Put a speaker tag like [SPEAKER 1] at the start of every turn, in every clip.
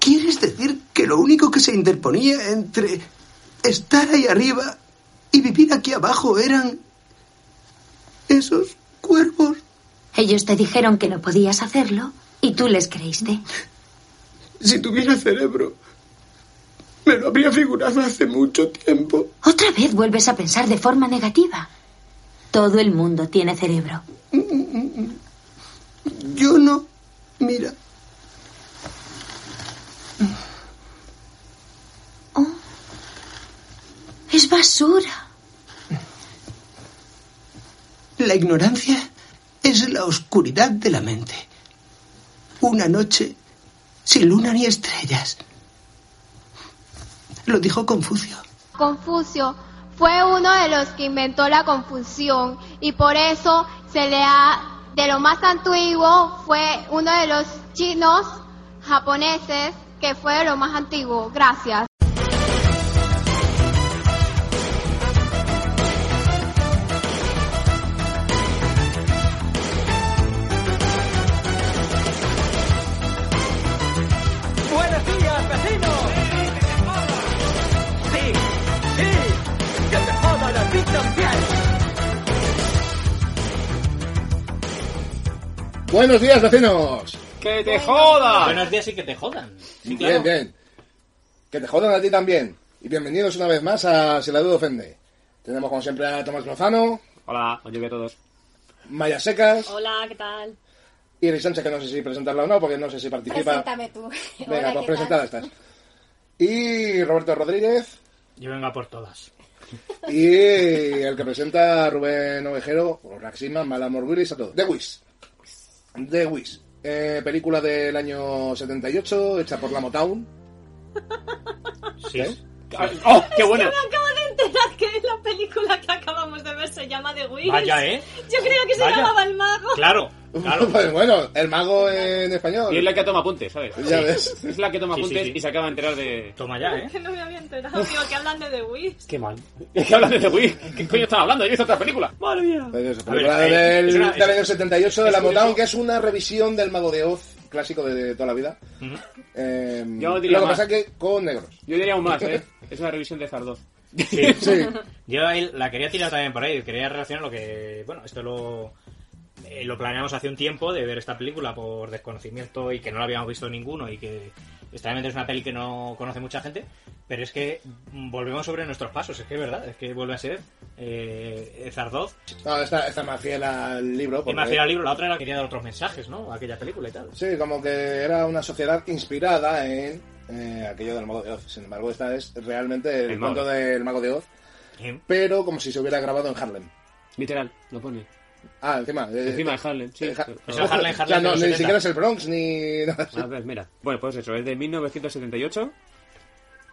[SPEAKER 1] ¿Quieres decir que lo único que se interponía entre estar ahí arriba y vivir aquí abajo eran esos cuervos?
[SPEAKER 2] Ellos te dijeron que no podías hacerlo y tú les creíste.
[SPEAKER 1] Si tuviera cerebro, me lo habría figurado hace mucho tiempo.
[SPEAKER 2] Otra vez vuelves a pensar de forma negativa. Todo el mundo tiene cerebro.
[SPEAKER 1] Yo no. Mira.
[SPEAKER 2] Oh, es basura.
[SPEAKER 1] La ignorancia es la oscuridad de la mente. Una noche sin luna ni estrellas. Lo dijo Confucio.
[SPEAKER 3] Confucio fue uno de los que inventó la confusión y por eso se le ha, de lo más antiguo, fue uno de los chinos japoneses que fue de lo más antiguo. Gracias.
[SPEAKER 4] Buenos días, vecinos. Sí, sí, que te jodan a ti también.
[SPEAKER 5] Buenos días, vecinos.
[SPEAKER 6] ¡Que te joda!
[SPEAKER 7] Buenos días y que te jodan. Sí,
[SPEAKER 5] Bien,
[SPEAKER 7] claro.
[SPEAKER 5] bien. Que te jodan a ti también. Y bienvenidos una vez más a Si la duda ofende. Tenemos como siempre a Tomás Lozano,
[SPEAKER 6] Hola, os llevo a todos.
[SPEAKER 5] Maya Secas
[SPEAKER 8] Hola, ¿qué tal?
[SPEAKER 5] y Iris Sánchez, que no sé si presentarla o no, porque no sé si participa.
[SPEAKER 8] Preséntame tú.
[SPEAKER 5] Venga,
[SPEAKER 8] Hola,
[SPEAKER 5] pues
[SPEAKER 8] ¿qué
[SPEAKER 5] presentada
[SPEAKER 8] tal?
[SPEAKER 5] estás. Y Roberto Rodríguez
[SPEAKER 7] Yo vengo a por todas.
[SPEAKER 5] y el que presenta a Rubén Ovejero, o Raxima, Malamor Willis, a todos. The Wiz. The Wiz. Eh, película del año 78, hecha por la Motown.
[SPEAKER 7] Sí.
[SPEAKER 5] ¿Eh?
[SPEAKER 7] Ay, ¡Oh, qué bueno!
[SPEAKER 8] Me acabo de enterar que la película que acabamos de ver se llama The Wiz.
[SPEAKER 7] Vaya, ¿eh?
[SPEAKER 8] Yo creo que se
[SPEAKER 7] Vaya.
[SPEAKER 8] llamaba El Mago.
[SPEAKER 7] Claro, claro.
[SPEAKER 5] Pues bueno, el mago en español.
[SPEAKER 6] Y es la que toma apuntes, ¿sabes?
[SPEAKER 5] Ya ves.
[SPEAKER 6] Es la que toma
[SPEAKER 7] Sí, sí,
[SPEAKER 6] apuntes
[SPEAKER 7] sí.
[SPEAKER 6] y se acaba de enterar de...
[SPEAKER 7] Toma ya, ¿eh?
[SPEAKER 8] Que no me había enterado, digo, que hablan de The Wiz.
[SPEAKER 7] Qué mal.
[SPEAKER 6] Es que hablan de The Wii. ¿Qué coño están hablando? Yo he visto otra película.
[SPEAKER 7] Madre mía.
[SPEAKER 5] Pues eso,
[SPEAKER 7] A ver,
[SPEAKER 5] película
[SPEAKER 7] eh,
[SPEAKER 5] del,
[SPEAKER 7] es una-
[SPEAKER 5] del año 78 de
[SPEAKER 7] es
[SPEAKER 5] la
[SPEAKER 7] curioso.
[SPEAKER 5] Motown, que es una revisión del Mago de Oz, clásico de, de toda la vida. Eh,
[SPEAKER 6] Yo diría
[SPEAKER 5] lo que
[SPEAKER 6] más.
[SPEAKER 5] pasa es que con negros.
[SPEAKER 6] Yo diría aún más, ¿eh? Es una revisión de Zardos.
[SPEAKER 7] Sí.
[SPEAKER 5] Sí,
[SPEAKER 7] Yo ahí la quería tirar también por ahí. Quería relacionar lo que. Bueno, esto lo. eh, lo planeamos hace un tiempo de ver esta película por desconocimiento y que no la habíamos visto ninguno y que extrañamente es una peli que no conoce mucha gente pero es que mm, volvemos sobre nuestros pasos es que es verdad es que vuelve a ser eh, Zardoz
[SPEAKER 5] no, está, está más fiel al libro.
[SPEAKER 7] y
[SPEAKER 5] porque-
[SPEAKER 7] me hacía el libro la otra era que quería dar otros mensajes ¿no? a aquella película y tal
[SPEAKER 5] Sí, como que era una sociedad inspirada en eh, aquello del Mago de Oz. Sin embargo, esta es realmente el,
[SPEAKER 6] El mago.
[SPEAKER 5] cuento del Mago de Oz,
[SPEAKER 7] Eh,
[SPEAKER 5] pero como si se hubiera grabado en Harlem.
[SPEAKER 6] Literal, lo pone.
[SPEAKER 5] Ah, encima. eh,
[SPEAKER 6] Encima de Harlem, sí.
[SPEAKER 5] eh, Ja-
[SPEAKER 6] Pero-
[SPEAKER 7] Es el Pues Harlem,
[SPEAKER 5] O sea,
[SPEAKER 7] Harlem de
[SPEAKER 5] no,
[SPEAKER 7] los
[SPEAKER 5] ni
[SPEAKER 7] 70.
[SPEAKER 5] siquiera es el Bronx, ni nada.
[SPEAKER 6] A ver, mira. Bueno, pues eso, es de 1978.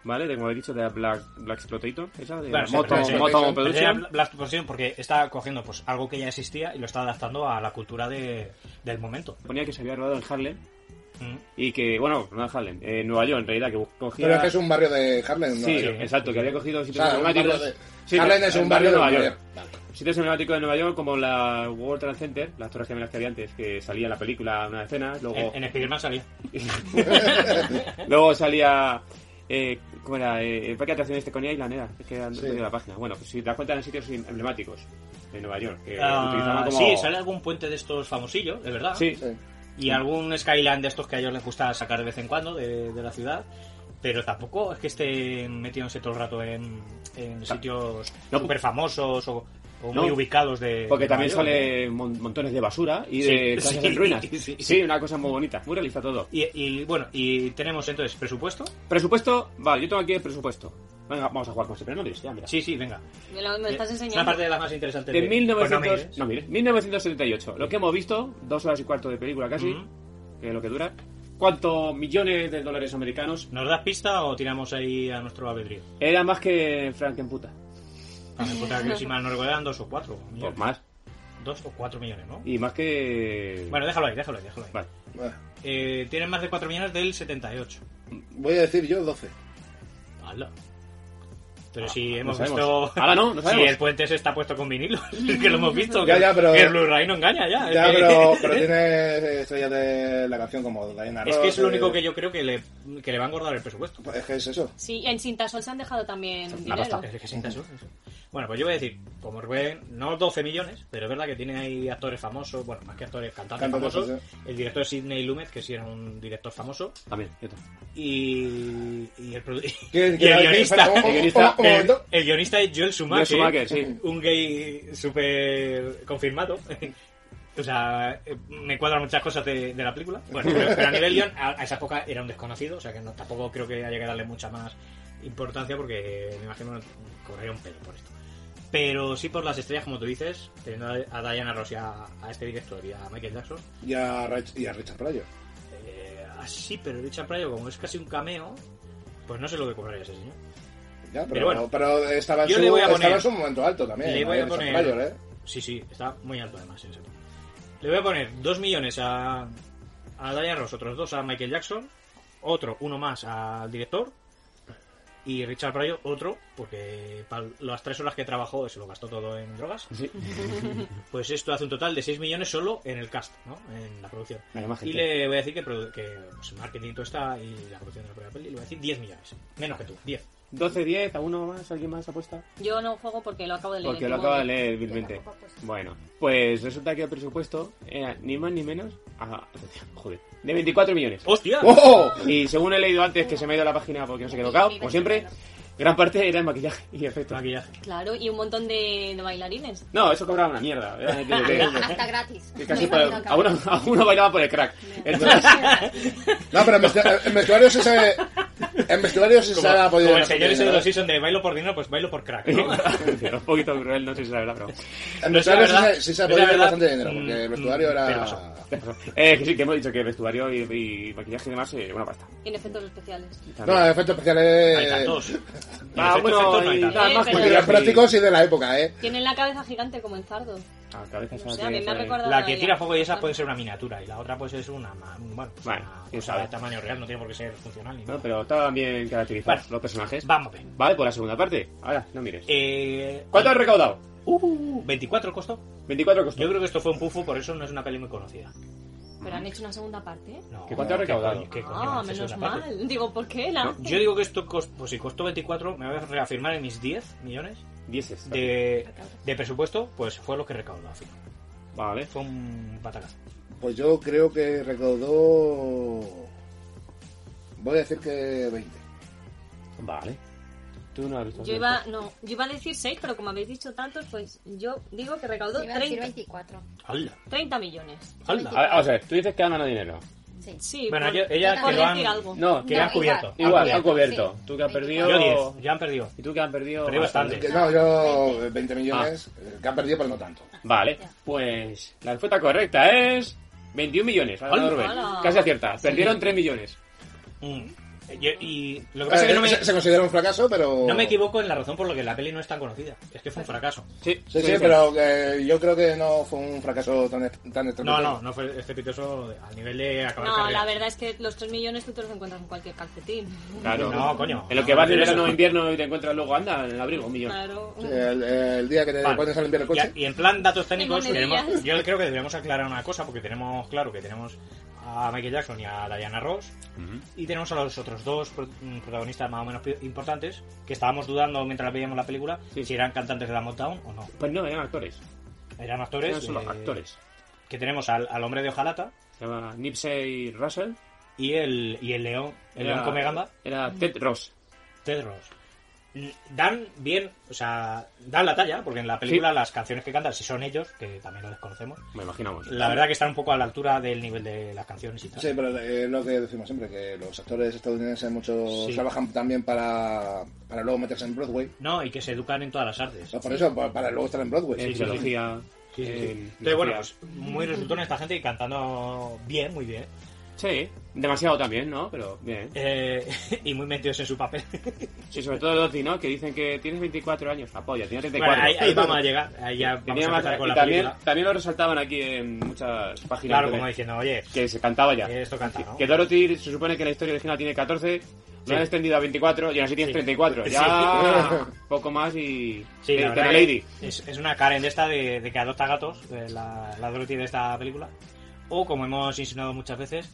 [SPEAKER 6] ¿Vale? De como he dicho, de la Black, Black Exploitator. Esa de
[SPEAKER 7] Claro, sí,
[SPEAKER 6] Moto,
[SPEAKER 7] pero sí.
[SPEAKER 6] Moto
[SPEAKER 5] Pero
[SPEAKER 7] Pero sería
[SPEAKER 6] Production.
[SPEAKER 7] la exposición porque está cogiendo pues algo que ya existía y lo está adaptando a la cultura de, del momento.
[SPEAKER 6] Ponía que se había rodado en Harlem.
[SPEAKER 7] Mm.
[SPEAKER 6] Y que, bueno, no en Harlem, en Nueva York en realidad, que cogía.
[SPEAKER 5] Pero es que es un barrio de Harlem, ¿no?
[SPEAKER 6] Sí,
[SPEAKER 5] Sí.
[SPEAKER 6] exacto, que había cogido
[SPEAKER 5] O
[SPEAKER 6] sitios
[SPEAKER 5] sea, un barrio
[SPEAKER 6] emblemáticos.
[SPEAKER 5] de...
[SPEAKER 6] Sí,
[SPEAKER 5] Harlem
[SPEAKER 6] pero-
[SPEAKER 5] es un barrio de Nueva York.
[SPEAKER 6] Sitios emblemáticos de Nueva York, como la World Trade Center, las torres gemelas que había antes, que salía en la película una escena, luego,
[SPEAKER 7] En, en Spiderman salía.
[SPEAKER 6] luego salía. Eh, ¿Cómo era? Eh, el parque de atracciones de Coney Island era, es que han
[SPEAKER 5] Sí.
[SPEAKER 6] perdido la página. Bueno, pues si te das cuenta, eran sitios emblemáticos de Nueva York, que
[SPEAKER 7] Ah,
[SPEAKER 6] utilizaban como.
[SPEAKER 7] Sí, sale algún puente de estos famosillos, de verdad.
[SPEAKER 6] Sí.
[SPEAKER 5] Sí.
[SPEAKER 7] Y algún Skyline de estos que a ellos les gusta sacar de vez en cuando de, de la ciudad. Pero tampoco es que estén metiéndose todo el rato en, en sitios
[SPEAKER 6] No.
[SPEAKER 7] súper famosos o, o muy
[SPEAKER 6] No.
[SPEAKER 7] ubicados de.
[SPEAKER 6] Porque
[SPEAKER 7] de
[SPEAKER 6] también
[SPEAKER 7] Nueva York. ¿eh?
[SPEAKER 6] sale mon- montones de basura y
[SPEAKER 7] Sí,
[SPEAKER 6] de casas
[SPEAKER 7] sí,
[SPEAKER 6] en ruinas.
[SPEAKER 7] sí, sí.
[SPEAKER 6] sí, una cosa muy bonita, muy realista todo.
[SPEAKER 7] Y, y, bueno, y tenemos entonces presupuesto.
[SPEAKER 6] Presupuesto, vale, yo tengo aquí el presupuesto. Venga, vamos a jugar con este Seprenolis, ya, mira.
[SPEAKER 7] Sí, sí, venga.
[SPEAKER 8] Me, lo, me estás
[SPEAKER 7] Es una
[SPEAKER 8] enseñando.
[SPEAKER 7] parte de las más interesantes.
[SPEAKER 6] De
[SPEAKER 7] de-
[SPEAKER 6] 1900,
[SPEAKER 7] Pues no
[SPEAKER 6] no, mires, 1978, lo que hemos visto, dos horas y cuarto de película casi,
[SPEAKER 7] Ujú.
[SPEAKER 6] que es lo que dura, cuantos millones de dólares americanos.
[SPEAKER 7] ¿Nos das pista o tiramos ahí a nuestro albedrío?
[SPEAKER 6] Era más que Frankenputa.
[SPEAKER 7] A mi puta que si mal no recuerdo eran dos o cuatro
[SPEAKER 6] Pues
[SPEAKER 7] millones.
[SPEAKER 6] más.
[SPEAKER 7] Dos o cuatro millones, ¿no?
[SPEAKER 6] Y más que...
[SPEAKER 7] Bueno, déjalo ahí, déjalo ahí, déjalo ahí.
[SPEAKER 6] Vale.
[SPEAKER 5] Bueno,
[SPEAKER 7] Eh, tienen más de cuatro millones del 78.
[SPEAKER 5] voy a decir yo 12.
[SPEAKER 7] Hala. Pero si
[SPEAKER 6] Ah, no
[SPEAKER 7] hemos
[SPEAKER 6] sabemos.
[SPEAKER 7] visto...
[SPEAKER 6] Ahora no, no
[SPEAKER 7] Si
[SPEAKER 6] sabemos.
[SPEAKER 7] el puente se está puesto con vinilo. es que lo hemos visto.
[SPEAKER 5] Ya,
[SPEAKER 7] que-
[SPEAKER 5] ya, pero-
[SPEAKER 7] que El Blu-ray no engaña ya. es
[SPEAKER 5] Ya,
[SPEAKER 7] que-
[SPEAKER 5] pero, pero tiene estrellas de la canción como Diana
[SPEAKER 7] Es que es lo
[SPEAKER 5] Ross,
[SPEAKER 7] único
[SPEAKER 5] eh,
[SPEAKER 7] que yo creo que le, que le va a engordar el presupuesto.
[SPEAKER 5] pues Es que es eso.
[SPEAKER 8] Sí, en Sintasol se han dejado también
[SPEAKER 6] La
[SPEAKER 8] dinero.
[SPEAKER 6] pasta.
[SPEAKER 7] Es que sin caso, eso. Bueno, pues yo voy a decir, como Rubén, no 12 millones, pero es verdad que tiene ahí actores famosos, bueno, más que actores, cantantes
[SPEAKER 5] Cantantes,
[SPEAKER 7] famosos. El director es Sidney Lumet, que sí era un director famoso,
[SPEAKER 6] También, cierto.
[SPEAKER 7] y, y el, produ-
[SPEAKER 5] ¿Quién-
[SPEAKER 7] y
[SPEAKER 5] quién- quién-
[SPEAKER 7] el guionista.
[SPEAKER 5] espera, un-
[SPEAKER 7] el
[SPEAKER 5] un-
[SPEAKER 7] guionista- eh.
[SPEAKER 5] un- un
[SPEAKER 7] el-
[SPEAKER 5] momento.
[SPEAKER 7] el guionista es Joel Schumacher,
[SPEAKER 6] Schumacher, sí.
[SPEAKER 7] un gay súper confirmado. O sea, eh, me cuadran muchas cosas de, de la película. Bueno, pero, pero a nivel guión, a, a esa época era un desconocido, o sea que no, tampoco creo que haya que darle mucha más importancia porque eh, me imagino que cobraría un pelo por esto. Pero sí por las estrellas, como tú dices, teniendo a a Diana Ross y a, a este director y a Michael Jackson,
[SPEAKER 5] Y a, Rach- y a Richard Pryor.
[SPEAKER 7] eh, así, pero Richard Pryor, como es casi un cameo, pues no sé lo que cobraría ese señor.
[SPEAKER 5] Ya, pero,
[SPEAKER 7] Pero bueno,
[SPEAKER 5] pero estaba, en
[SPEAKER 7] yo
[SPEAKER 5] su,
[SPEAKER 7] le voy a
[SPEAKER 5] estaba
[SPEAKER 7] poner-
[SPEAKER 5] en su momento alto también.
[SPEAKER 7] le
[SPEAKER 5] ¿no?
[SPEAKER 7] voy a
[SPEAKER 5] Richard
[SPEAKER 7] poner.
[SPEAKER 5] Pryor, ¿eh?
[SPEAKER 7] Sí, sí, está muy alto además, en serio. Le voy a poner 2 millones a, a Diana Ross, otros dos a Michael Jackson, otro, uno más al director. Y Richard Pryor, otro, porque para las tres horas que trabajó se lo gastó todo en drogas.
[SPEAKER 6] Sí.
[SPEAKER 7] Pues esto hace un total de 6 millones solo en el cast, ¿no? En la producción.
[SPEAKER 6] Venga, más
[SPEAKER 7] Y
[SPEAKER 6] gente.
[SPEAKER 7] le voy a decir que, produ- que pues, marketing todo está y la producción de la primera peli, le voy a decir 10 millones. Menos que tú, 10.
[SPEAKER 6] 12, 10, a uno más, alguien más apuesta.
[SPEAKER 8] Yo no juego porque lo acabo de leer.
[SPEAKER 6] Porque lo
[SPEAKER 8] tengo-
[SPEAKER 6] acaba de leer vilmente. Bueno, pues resulta que el presupuesto era ni más ni menos. ah, joder, de 24 millones.
[SPEAKER 7] ¡Hostia!
[SPEAKER 5] ¡Oh!
[SPEAKER 6] Y según he leído antes, que se me ha ido la página porque no se quedó cao, como siempre, gran parte era en maquillaje y efectos.
[SPEAKER 7] Maquillaje.
[SPEAKER 8] Claro, y un montón de, de bailarines.
[SPEAKER 6] No, eso cobraba una mierda. era de- de- de-
[SPEAKER 9] Hasta Ah, gratis.
[SPEAKER 6] que casi
[SPEAKER 9] No
[SPEAKER 6] por el-
[SPEAKER 9] iba a
[SPEAKER 6] alguno, alguno bailaba por el crack. Entonces,
[SPEAKER 5] No, pero en, vesti- en vestuarios ese. En vestuarios ese se
[SPEAKER 7] Como,
[SPEAKER 5] ha podido.
[SPEAKER 7] como el señor ese de los
[SPEAKER 5] En
[SPEAKER 7] season de bailo por dinero, pues bailo por crack, ¿no?
[SPEAKER 6] un poquito cruel, no sé si es la verdad, pero.
[SPEAKER 7] No sé, la
[SPEAKER 5] vestuarios sí
[SPEAKER 7] verdad-
[SPEAKER 5] se- sí se ha
[SPEAKER 7] no sé,
[SPEAKER 5] podido ver
[SPEAKER 7] la verdad,
[SPEAKER 5] bastante dinero,
[SPEAKER 7] mm,
[SPEAKER 5] porque el
[SPEAKER 7] mm,
[SPEAKER 5] vestuario
[SPEAKER 7] pero
[SPEAKER 5] era.
[SPEAKER 7] pasó.
[SPEAKER 6] Eh, que sí, que hemos dicho que vestuario y, y maquillaje y demás, eh, una pasta.
[SPEAKER 8] En efectos especiales.
[SPEAKER 5] No, efectos especiales.
[SPEAKER 7] Hay tantos. eh, En
[SPEAKER 6] Ah,
[SPEAKER 7] efectos, efectos, no hay
[SPEAKER 6] y
[SPEAKER 7] tantos.
[SPEAKER 6] nada más
[SPEAKER 8] Eh, pero-
[SPEAKER 5] Y los
[SPEAKER 6] maquillaje.
[SPEAKER 5] prácticos y de la época, ¿eh?
[SPEAKER 8] Tienen la cabeza gigante como en Zardo.
[SPEAKER 6] Ah, cabeza esa
[SPEAKER 8] No sé,
[SPEAKER 6] que
[SPEAKER 8] a mí me ha
[SPEAKER 6] sale.
[SPEAKER 8] recordado.
[SPEAKER 7] La que tira fuego y esa
[SPEAKER 6] Ah.
[SPEAKER 8] Bueno.
[SPEAKER 7] puede ser una miniatura y la otra puede ser una, ma- bueno, pues
[SPEAKER 6] Bueno,
[SPEAKER 7] una
[SPEAKER 6] quién
[SPEAKER 7] cosa
[SPEAKER 6] sabe.
[SPEAKER 7] de tamaño real, no tiene por qué ser funcional ni
[SPEAKER 6] No,
[SPEAKER 7] nada.
[SPEAKER 6] pero estaban bien caracterizados
[SPEAKER 7] Vale.
[SPEAKER 6] los personajes.
[SPEAKER 7] Vamos a ver.
[SPEAKER 6] Vale, por la segunda parte. Ahora, no mires.
[SPEAKER 7] Eh,
[SPEAKER 6] ¿Cuánto has recaudado?
[SPEAKER 7] uh, 24 costó.
[SPEAKER 6] 24 costó.
[SPEAKER 7] Yo creo que esto fue un pufo, por eso no es una peli muy conocida.
[SPEAKER 8] Pero han hecho una segunda parte.
[SPEAKER 7] No,
[SPEAKER 6] ¿Que cuánto ha
[SPEAKER 7] ¿qué
[SPEAKER 6] recaudado?
[SPEAKER 7] coño- qué coño
[SPEAKER 8] Ah,
[SPEAKER 7] haces
[SPEAKER 8] menos
[SPEAKER 7] una parte?
[SPEAKER 8] mal. Digo, ¿por qué la?
[SPEAKER 7] Yo digo que esto costó, pues si costó 24, me voy a reafirmar en mis 10 millones
[SPEAKER 6] 10 es.
[SPEAKER 7] de, de presupuesto, pues fue lo que recaudó al final.
[SPEAKER 6] Vale.
[SPEAKER 7] Fue un batacazo.
[SPEAKER 5] Pues yo creo que recaudó. Voy a decir que 20.
[SPEAKER 6] Vale. Tú no has visto.
[SPEAKER 8] Yo iba, no, yo iba a decir 6, pero como habéis dicho tantos, pues yo digo que recaudó
[SPEAKER 9] Iba a decir
[SPEAKER 8] 30,
[SPEAKER 9] 24.
[SPEAKER 8] 30 millones.
[SPEAKER 6] A ver, vamos a ver, tú dices que han ganado dinero.
[SPEAKER 9] Sí.
[SPEAKER 8] Sí,
[SPEAKER 7] Bueno,
[SPEAKER 8] por-
[SPEAKER 7] yo- ella
[SPEAKER 8] por
[SPEAKER 9] que
[SPEAKER 7] lo
[SPEAKER 8] decir
[SPEAKER 7] han-
[SPEAKER 8] algo.
[SPEAKER 6] No,
[SPEAKER 7] que
[SPEAKER 6] que
[SPEAKER 7] han cubierto.
[SPEAKER 6] Igual,
[SPEAKER 9] han
[SPEAKER 6] han cubierto.
[SPEAKER 9] sí.
[SPEAKER 6] Tú que has perdido.
[SPEAKER 7] Yo 10, ya han perdido.
[SPEAKER 6] Y tú que han perdido.
[SPEAKER 7] Perdido bastante.
[SPEAKER 5] Que No, yo 20 millones.
[SPEAKER 7] Ah.
[SPEAKER 5] eh, Que han perdido, pero no tanto.
[SPEAKER 6] Vale, pues la respuesta correcta es 21 millones. Ha ganado
[SPEAKER 7] ¡Hala!
[SPEAKER 6] Rubén. Casi acierta. Perdieron 3 millones.
[SPEAKER 7] Mm. Yo- y lo que pasa es que
[SPEAKER 5] Eh,
[SPEAKER 7] no me,
[SPEAKER 5] Se se considera un fracaso, pero.
[SPEAKER 7] no me equivoco en la razón por la que la peli no es tan conocida. Es que fue un fracaso.
[SPEAKER 6] Sí,
[SPEAKER 5] Sí, sí, pero que yo creo que no fue un fracaso tan, tan
[SPEAKER 7] No,
[SPEAKER 5] estrepitoso.
[SPEAKER 7] no, no fue estrepitoso a nivel de acabar
[SPEAKER 8] No,
[SPEAKER 7] carrera.
[SPEAKER 8] la verdad es que los 3 millones tú te los encuentras en cualquier calcetín.
[SPEAKER 6] Claro.
[SPEAKER 7] No, coño.
[SPEAKER 6] En lo que vas de
[SPEAKER 7] Pero eso-
[SPEAKER 6] verano a invierno y te encuentras luego, anda, en el abrigo, un millón.
[SPEAKER 8] Claro.
[SPEAKER 5] Sí, El, el día que te
[SPEAKER 7] Vale.
[SPEAKER 5] pones a limpiar el coche.
[SPEAKER 7] Y, y en plan datos técnicos,
[SPEAKER 8] Ni
[SPEAKER 7] tenemos-
[SPEAKER 8] monedillas.
[SPEAKER 7] yo creo que deberíamos aclarar una cosa, porque tenemos claro que tenemos a Michael Jackson y a Diana Ross, y tenemos a los otros dos pro- mm, protagonistas más o menos pi- importantes, que estábamos dudando mientras veíamos la película
[SPEAKER 6] Sí.
[SPEAKER 7] si eran cantantes de la Motown o no.
[SPEAKER 6] Pues no, eran actores.
[SPEAKER 7] Eran actores.
[SPEAKER 6] Eran solo
[SPEAKER 7] eh,
[SPEAKER 6] actores.
[SPEAKER 7] Que tenemos al, al hombre de Ojalata
[SPEAKER 6] Se llama Nipsey Russell.
[SPEAKER 7] y el, y el león, el león come gamba.
[SPEAKER 6] Era Ted Ross.
[SPEAKER 7] Ted Ross. Dan bien, o sea, dan la talla, porque en la película las canciones que cantan, si son ellos, que también lo desconocemos,
[SPEAKER 6] Me imaginamos.
[SPEAKER 7] la verdad que están un poco a la altura del nivel de las canciones y tal.
[SPEAKER 5] Sí, pero eh, lo que decimos siempre, que los actores estadounidenses muchos
[SPEAKER 7] Sí.
[SPEAKER 5] trabajan también para, para luego meterse en Broadway.
[SPEAKER 7] No, y que se educan en todas las artes.
[SPEAKER 5] O sea, por eso, pa- para luego estar en Broadway.
[SPEAKER 6] En
[SPEAKER 7] sí, sí.
[SPEAKER 6] filología.
[SPEAKER 7] Sí, sí, sí.
[SPEAKER 6] en
[SPEAKER 7] Entonces, bueno,
[SPEAKER 6] filosofía.
[SPEAKER 7] pues muy resultón esta gente y cantando bien, muy bien.
[SPEAKER 6] Sí, demasiado también, ¿no? Pero bien.
[SPEAKER 7] Eh, y muy metidos en su papel.
[SPEAKER 6] Sí, sobre todo Lottie, ¿no? Que dicen que tienes 24 años. Apoya, tiene 34.
[SPEAKER 7] Bueno, ahí, ahí vamos a llegar. Ahí ya vamos
[SPEAKER 6] Tenía
[SPEAKER 7] a
[SPEAKER 6] más-
[SPEAKER 7] empezar con
[SPEAKER 6] y
[SPEAKER 7] la
[SPEAKER 6] también,
[SPEAKER 7] película.
[SPEAKER 6] también lo resaltaban aquí en muchas páginas.
[SPEAKER 7] Claro,
[SPEAKER 6] que-
[SPEAKER 7] como diciendo, oye,
[SPEAKER 6] que se cantaba ya.
[SPEAKER 7] esto canta, ¿no?
[SPEAKER 6] Que Dorothy se supone que la historia original tiene 14,
[SPEAKER 7] Sí.
[SPEAKER 6] lo han extendido a 24 y ahora sí tienes
[SPEAKER 7] Sí.
[SPEAKER 6] 34. Ya poco más y...
[SPEAKER 7] Sí,
[SPEAKER 6] Te-
[SPEAKER 7] la
[SPEAKER 6] Tena
[SPEAKER 7] verdad
[SPEAKER 6] Lady.
[SPEAKER 7] que Es, es una Karen de esta de, de que adopta gatos, de la, la Dorothy de esta película. O, como hemos insinuado muchas veces,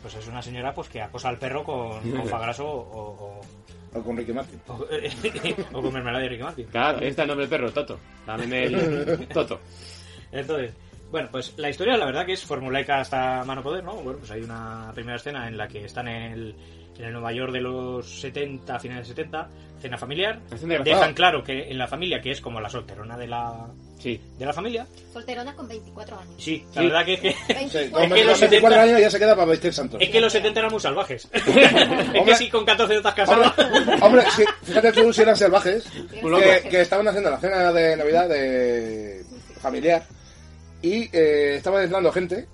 [SPEAKER 7] pues es una señora pues que acosa al perro con, con fagraso o, o,
[SPEAKER 5] O con Ricky Martin.
[SPEAKER 7] o- o con mermelada de Ricky Martin.
[SPEAKER 6] Claro, ahí está el nombre del perro, Toto. También el Toto.
[SPEAKER 7] Entonces, bueno, pues la historia la verdad que es formulaica hasta mano poder, ¿no? Bueno, pues hay una primera escena en la que están en el, en el Nueva York de los 70, finales de 70, cena familiar.
[SPEAKER 6] Hacen de
[SPEAKER 7] Dejan claro que en la familia, que es como la solterona de la,
[SPEAKER 6] Sí.
[SPEAKER 7] de la familia,
[SPEAKER 9] Solterona con 24 años.
[SPEAKER 7] sí, la
[SPEAKER 6] Sí.
[SPEAKER 7] verdad que es que...
[SPEAKER 9] 24
[SPEAKER 5] Sí, con
[SPEAKER 7] Es que los
[SPEAKER 5] 24
[SPEAKER 7] 70
[SPEAKER 5] años ya se queda para vestir santos.
[SPEAKER 7] Es que los 70 eran muy salvajes. es que si con 14 no estás casado.
[SPEAKER 5] Hombre, hombre, sí, fíjate tú si eran salvajes,
[SPEAKER 9] Eran
[SPEAKER 5] que,
[SPEAKER 9] salvajes.
[SPEAKER 5] que estaban haciendo la cena de Navidad de familiar y eh, estaban entrando gente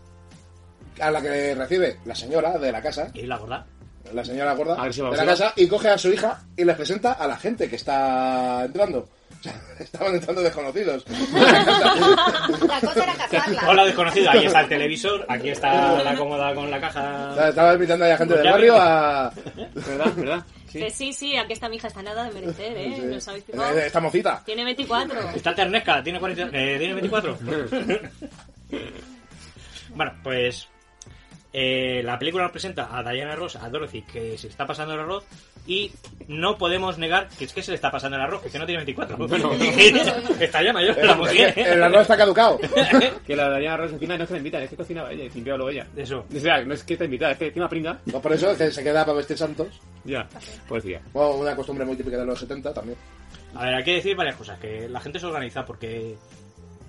[SPEAKER 5] a la que recibe la señora de la casa,
[SPEAKER 7] Y la gorda.
[SPEAKER 5] la señora gorda
[SPEAKER 6] Agresiva,
[SPEAKER 5] de la
[SPEAKER 6] agresiva.
[SPEAKER 5] casa, y coge a su hija y les presenta a la gente que está entrando. O sea, estaban entrando desconocidos.
[SPEAKER 9] La cosa era casarla.
[SPEAKER 7] Hola desconocida, aquí está el televisor, aquí está la cómoda con la caja.
[SPEAKER 5] O sea, estaba invitando a la
[SPEAKER 6] Pues
[SPEAKER 5] gente del barrio a...
[SPEAKER 6] ¿Verdad? ¿Verdad? Sí.
[SPEAKER 8] Que sí, sí, aquí esta mija está nada de merecer, ¿eh? Nos habéis picado.
[SPEAKER 5] Esta mocita.
[SPEAKER 8] Tiene 24.
[SPEAKER 7] Está ternesca, tiene, 40, eh, tiene 24. bueno, pues eh, la película nos presenta a Diana Ross, a Dorothy, que se está pasando el arroz y no podemos negar que es que se le está pasando el arroz, que es que no tiene 24. está ya mayor, ¿eh? la mujer.
[SPEAKER 5] Eh, El arroz está caducado.
[SPEAKER 6] Que la Diana Ross encima no es que la invitan, es que cocinaba ella y limpiaba luego ella.
[SPEAKER 7] Eso.
[SPEAKER 6] O sea, no es que te invitada, es que encima pringa.
[SPEAKER 5] Pues por eso es que se queda para vestir santos.
[SPEAKER 6] Ya, pues ya.
[SPEAKER 5] Bueno, una costumbre muy típica de los 70 también.
[SPEAKER 7] A ver, hay que decir varias cosas. Que la gente se organiza porque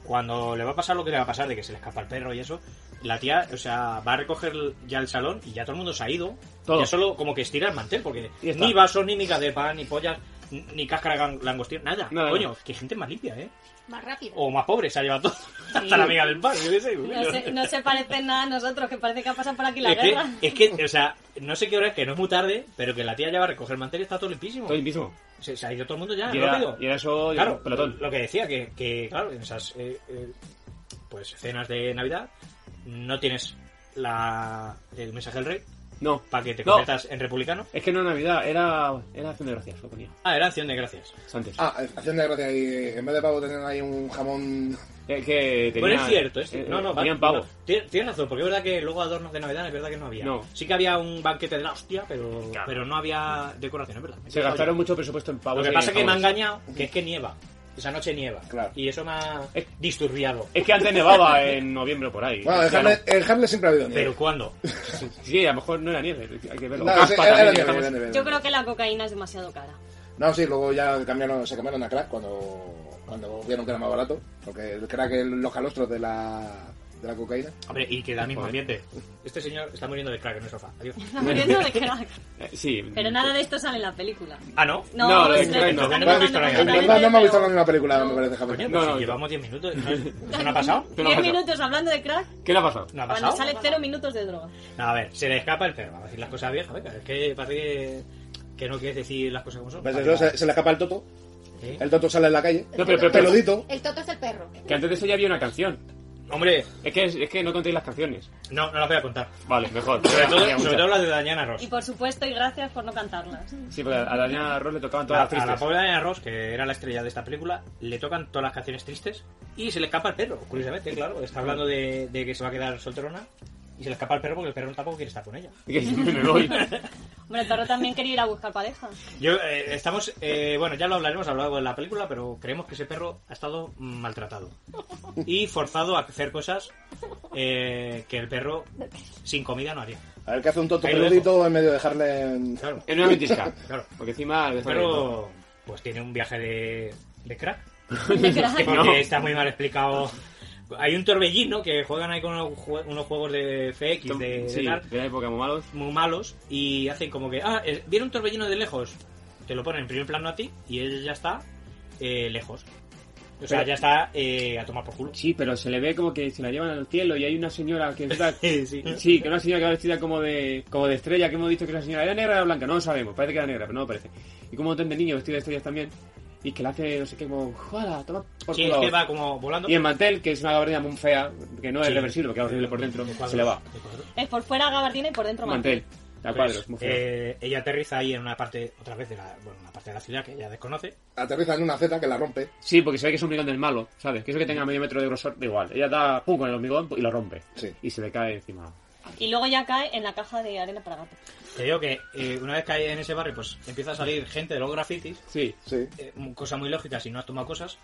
[SPEAKER 7] cuando le va a pasar lo que le va a pasar, de que se le escapa el perro y eso, la tía, o sea, va a recoger ya el salón y ya todo el mundo se ha ido.
[SPEAKER 6] Todo.
[SPEAKER 7] Ya solo como que estira el mantel, porque
[SPEAKER 6] Y está.
[SPEAKER 7] ni vasos, ni migas de pan, ni pollas, ni- ni cáscara de lang- langostino, nada.
[SPEAKER 6] Nada,
[SPEAKER 7] Coño,
[SPEAKER 6] no.
[SPEAKER 7] que gente más limpia, ¿eh?
[SPEAKER 9] Más rápido.
[SPEAKER 7] O más pobre, se ha llevado todo. Hasta la amiga del pan, yo qué sé.
[SPEAKER 8] No se, no se parece nada a nosotros, que parece que ha pasado por aquí la
[SPEAKER 7] Es
[SPEAKER 8] guerra.
[SPEAKER 7] que, es que, o sea, no sé qué hora es, que no es muy tarde, pero que la tía ya va a recoger el mantel y está todo limpísimo.
[SPEAKER 6] Todo mismo.
[SPEAKER 7] Se, se ha ido todo el mundo ya,
[SPEAKER 6] Y era,
[SPEAKER 7] Ah, rápido.
[SPEAKER 6] y era eso,
[SPEAKER 7] Claro,
[SPEAKER 6] claro, pelotón.
[SPEAKER 7] Lo que decía, que, que, claro, en esas eh, eh, pues cenas de Navidad no tienes la, el mensaje del rey
[SPEAKER 6] No.
[SPEAKER 7] para que te
[SPEAKER 6] No.
[SPEAKER 7] conviertas en republicano.
[SPEAKER 6] Es que no era Navidad, era, era acción de gracias, lo ponía.
[SPEAKER 7] Ah, era acción de gracias.
[SPEAKER 6] Antes.
[SPEAKER 5] Ah, acción de gracia. Y en vez de pavo tenían ahí un jamón.
[SPEAKER 6] Eh, que tenía,
[SPEAKER 7] bueno, es cierto, es-
[SPEAKER 6] eh,
[SPEAKER 7] no, no,
[SPEAKER 6] tenían
[SPEAKER 7] va-
[SPEAKER 6] pavo.
[SPEAKER 7] no, tie- tienes razón, porque es verdad que luego adornos de Navidad es verdad que no había.
[SPEAKER 6] No.
[SPEAKER 7] Sí que había un banquete de la hostia, pero,
[SPEAKER 6] Claro.
[SPEAKER 7] pero no había decoración, es verdad. Me he
[SPEAKER 6] Se
[SPEAKER 7] quedado
[SPEAKER 6] gastaron
[SPEAKER 7] yo.
[SPEAKER 6] mucho presupuesto en pavos.
[SPEAKER 7] Lo que
[SPEAKER 6] y
[SPEAKER 7] pasa es que me ha
[SPEAKER 6] jamones.
[SPEAKER 7] engañado, que es que nieva. Esa noche nieva.
[SPEAKER 5] Claro.
[SPEAKER 7] Y eso me ha
[SPEAKER 6] Es-
[SPEAKER 7] disturbiado.
[SPEAKER 6] Es que antes nevaba en noviembre o por ahí.
[SPEAKER 5] Bueno, el
[SPEAKER 6] Ya
[SPEAKER 5] Hamlet, el Hamlet siempre ha habido nieve.
[SPEAKER 7] Pero ¿cuándo?
[SPEAKER 6] Sí, a lo mejor no era nieve, hay que verlo.
[SPEAKER 5] No, sí,
[SPEAKER 6] Caspa
[SPEAKER 5] era
[SPEAKER 6] también,
[SPEAKER 5] nieve,
[SPEAKER 6] digamos.
[SPEAKER 5] era nieve.
[SPEAKER 8] Yo creo que la cocaína es demasiado cara.
[SPEAKER 5] No, sí, luego ya cambiaron, se cambiaron a crack cuando, cuando vieron que era más barato. Porque el crack es los calostros de la, de la cocaína.
[SPEAKER 7] Hombre, y que da mismo
[SPEAKER 6] Joder.
[SPEAKER 7] ambiente. Este señor está muriendo de crack en el sofá. Adiós.
[SPEAKER 8] Está muriendo de crack.
[SPEAKER 6] Eh, Sí.
[SPEAKER 8] Pero nada de esto sale en la película.
[SPEAKER 7] Ah, no.
[SPEAKER 8] No,
[SPEAKER 6] No, lo de
[SPEAKER 8] es-
[SPEAKER 6] crack
[SPEAKER 8] es-
[SPEAKER 6] no.
[SPEAKER 8] están
[SPEAKER 7] No
[SPEAKER 8] tomando
[SPEAKER 7] he visto nada.
[SPEAKER 5] En
[SPEAKER 8] cocaína,
[SPEAKER 5] verdad no me ha gustado
[SPEAKER 8] pero-
[SPEAKER 5] ninguna película, me parece Hamlet.
[SPEAKER 7] Coño,
[SPEAKER 6] No, pues,
[SPEAKER 7] pero
[SPEAKER 6] no,
[SPEAKER 7] si
[SPEAKER 6] no.
[SPEAKER 7] llevamos 10 minutos. ¿No, ¿Eso no ha pasado?
[SPEAKER 6] ¿Qué no ha
[SPEAKER 8] 10
[SPEAKER 6] pasado?
[SPEAKER 8] minutos hablando de crack
[SPEAKER 6] ¿Qué le ha pasado?
[SPEAKER 7] ¿No ha
[SPEAKER 8] cuando
[SPEAKER 7] pasado?
[SPEAKER 8] sale 0 minutos de droga.
[SPEAKER 7] No, a ver, se le escapa el perro. Vamos a decir las cosas viejas. Venga, es que parece que, que no quieres decir las cosas como son.
[SPEAKER 5] Pues
[SPEAKER 7] Vale,
[SPEAKER 5] eso,
[SPEAKER 7] va.
[SPEAKER 5] se, se le escapa el toto.
[SPEAKER 7] ¿Eh?
[SPEAKER 5] El toto sale en la calle.
[SPEAKER 6] No, pero, pero, pero-
[SPEAKER 5] Peludito.
[SPEAKER 9] El toto es el perro.
[SPEAKER 6] que antes de eso ya había una canción.
[SPEAKER 7] Hombre,
[SPEAKER 6] Es que, es que no contéis las canciones.
[SPEAKER 7] no, no las voy a contar.
[SPEAKER 6] Vale, mejor.
[SPEAKER 7] Sobre
[SPEAKER 6] Había
[SPEAKER 7] todo,
[SPEAKER 6] muchas.
[SPEAKER 7] sobre todo las de Dayana
[SPEAKER 8] Y
[SPEAKER 7] Ross.
[SPEAKER 8] por supuesto, y gracias por no cantarlas.
[SPEAKER 6] Sí, porque a Daniela Ross le tocaban
[SPEAKER 7] La-
[SPEAKER 6] todas
[SPEAKER 7] a la
[SPEAKER 6] las tristes.
[SPEAKER 7] pobre Dayana Ross, que era la estrella de esta película, le tocan todas las canciones tristes y se le escapa el perro. Curiosamente, claro, está hablando de, de que se va a quedar solterona y se le escapa el perro porque el perro tampoco quiere estar con ella.
[SPEAKER 6] Que me voy.
[SPEAKER 8] Hombre, el perro también quería ir a buscar pareja.
[SPEAKER 7] Yo, eh, estamos, eh, bueno, ya lo hablaremos a lo largo de la película, pero creemos que ese perro ha estado maltratado y forzado a hacer cosas eh, que el perro sin comida no haría.
[SPEAKER 5] A ver qué hace un toto
[SPEAKER 7] Ahí lo dejo.
[SPEAKER 5] peludito en medio de Harlem.
[SPEAKER 7] Claro,
[SPEAKER 6] En una ventisca.
[SPEAKER 7] Claro.
[SPEAKER 6] Porque encima...
[SPEAKER 7] el perro pues tiene un viaje de, de crack,
[SPEAKER 8] De crack.
[SPEAKER 7] porque
[SPEAKER 6] No.
[SPEAKER 7] está muy mal explicado. Hay un torbellino que juegan ahí con unos jue- unos juegos de FX, de, de
[SPEAKER 6] sí,
[SPEAKER 7] tal,
[SPEAKER 6] de la época muy malos.
[SPEAKER 7] muy malos y hacen como que, ah, eh, viene un torbellino de lejos, te lo ponen en primer plano a ti y él ya está eh, lejos. O sea, ya está eh, a tomar por culo.
[SPEAKER 6] Sí, pero se le ve como que se la llevan al cielo y hay una señora que está...
[SPEAKER 7] sí.
[SPEAKER 6] Sí, que una señora que va vestida como de, como de estrella, que hemos dicho que esa señora era negra o era blanca, no lo sabemos, parece que era negra, pero no lo parece. Y como un montón de niños vestidos de estrellas también, y que la hace, no sé qué, como, ¡Jala, toma por
[SPEAKER 7] Sí,
[SPEAKER 6] culo".
[SPEAKER 7] es que va como volando.
[SPEAKER 6] Y el mantel, que es una gabardina muy fea, que no es
[SPEAKER 7] Sí.
[SPEAKER 6] reversible, que es horrible por dentro, se le va.
[SPEAKER 8] Es por fuera gabardina y por dentro
[SPEAKER 6] Mantel, a cuadros, muy feo.
[SPEAKER 7] Pues, Eh, ella aterriza ahí en una parte, otra vez, de la, bueno, una parte de la ciudad que ella desconoce.
[SPEAKER 5] Aterriza en una Z que la rompe.
[SPEAKER 6] Sí, porque se ve que es un hormigón del malo, ¿sabes? Que eso que tenga medio metro de grosor, da igual. Ella da pum con el hormigón y lo rompe.
[SPEAKER 5] Sí.
[SPEAKER 6] Y se le cae encima.
[SPEAKER 8] Y luego ya cae en la caja de arena para gato.
[SPEAKER 7] Te digo que eh, una vez que hay en ese barrio, pues empieza a salir gente de los grafitis,
[SPEAKER 6] Sí.
[SPEAKER 5] Sí.
[SPEAKER 7] eh, cosa muy lógica si no has tomado cosas,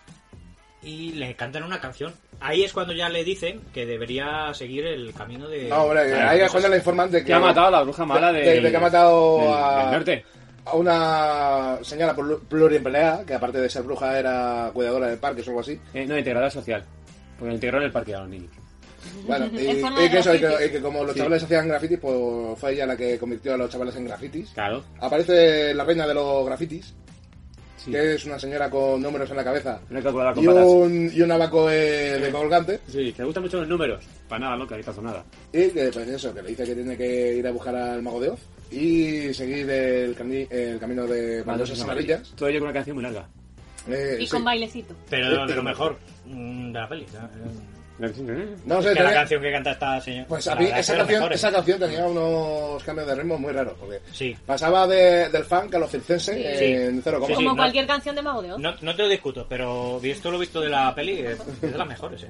[SPEAKER 7] y le cantan una canción. Ahí es cuando ya le dicen que debería seguir el camino de.
[SPEAKER 5] Ah, hombre,
[SPEAKER 7] Claro,
[SPEAKER 5] ahí es
[SPEAKER 7] cosas.
[SPEAKER 5] cuando le informan de que...
[SPEAKER 6] Que ha matado a la bruja mala
[SPEAKER 5] de-
[SPEAKER 6] de...
[SPEAKER 5] de- de que ha matado
[SPEAKER 6] del-
[SPEAKER 5] a-
[SPEAKER 6] del norte.
[SPEAKER 5] a una señora plu- pluriempleada, que aparte de ser bruja era cuidadora de parques o algo así.
[SPEAKER 6] Eh, no, integrada social. Porque la integró en el parque a los niños.
[SPEAKER 5] Bueno, y,
[SPEAKER 8] En forma de
[SPEAKER 5] y que eso, y que,
[SPEAKER 8] grafitis.
[SPEAKER 5] y que como los
[SPEAKER 6] Sí.
[SPEAKER 5] chavales hacían grafitis, pues fue ella la que convirtió a los chavales en grafitis.
[SPEAKER 6] Claro.
[SPEAKER 5] Aparece la reina de los grafitis,
[SPEAKER 6] Sí.
[SPEAKER 5] que es una señora con números en la cabeza
[SPEAKER 6] Una calculadora con
[SPEAKER 5] y
[SPEAKER 6] patas.
[SPEAKER 5] un, y un abaco eh, de colgante.
[SPEAKER 6] Sí, que le gustan mucho los números. Para nada loca, ni nada.
[SPEAKER 5] Y que, pues eso, que le dice que tiene que ir a buscar al mago de Oz y seguir el, cami- el camino de baldosas amarillas.
[SPEAKER 6] Todo ello con una canción muy larga.
[SPEAKER 5] Eh,
[SPEAKER 8] Y
[SPEAKER 5] sí.
[SPEAKER 8] con bailecito.
[SPEAKER 7] Pero de lo mejor mm, de la peli. ¿no?
[SPEAKER 5] No sé,
[SPEAKER 7] Es que la
[SPEAKER 5] tenía-
[SPEAKER 7] canción que canta esta señora.
[SPEAKER 5] Pues
[SPEAKER 7] la
[SPEAKER 5] a mí
[SPEAKER 7] verdad es
[SPEAKER 5] esa
[SPEAKER 7] de lo
[SPEAKER 5] canción,
[SPEAKER 7] mejor, ¿eh?
[SPEAKER 5] esa canción tenía unos cambios de ritmo muy raros, porque
[SPEAKER 7] Sí.
[SPEAKER 5] pasaba de- del funk a los circense
[SPEAKER 7] Sí.
[SPEAKER 5] en 0,
[SPEAKER 7] Sí,
[SPEAKER 8] Como
[SPEAKER 7] no.
[SPEAKER 8] cualquier canción de Mago de Oz.
[SPEAKER 7] No, no te lo discuto, pero visto lo visto de la peli, es, es de las mejores, ¿eh?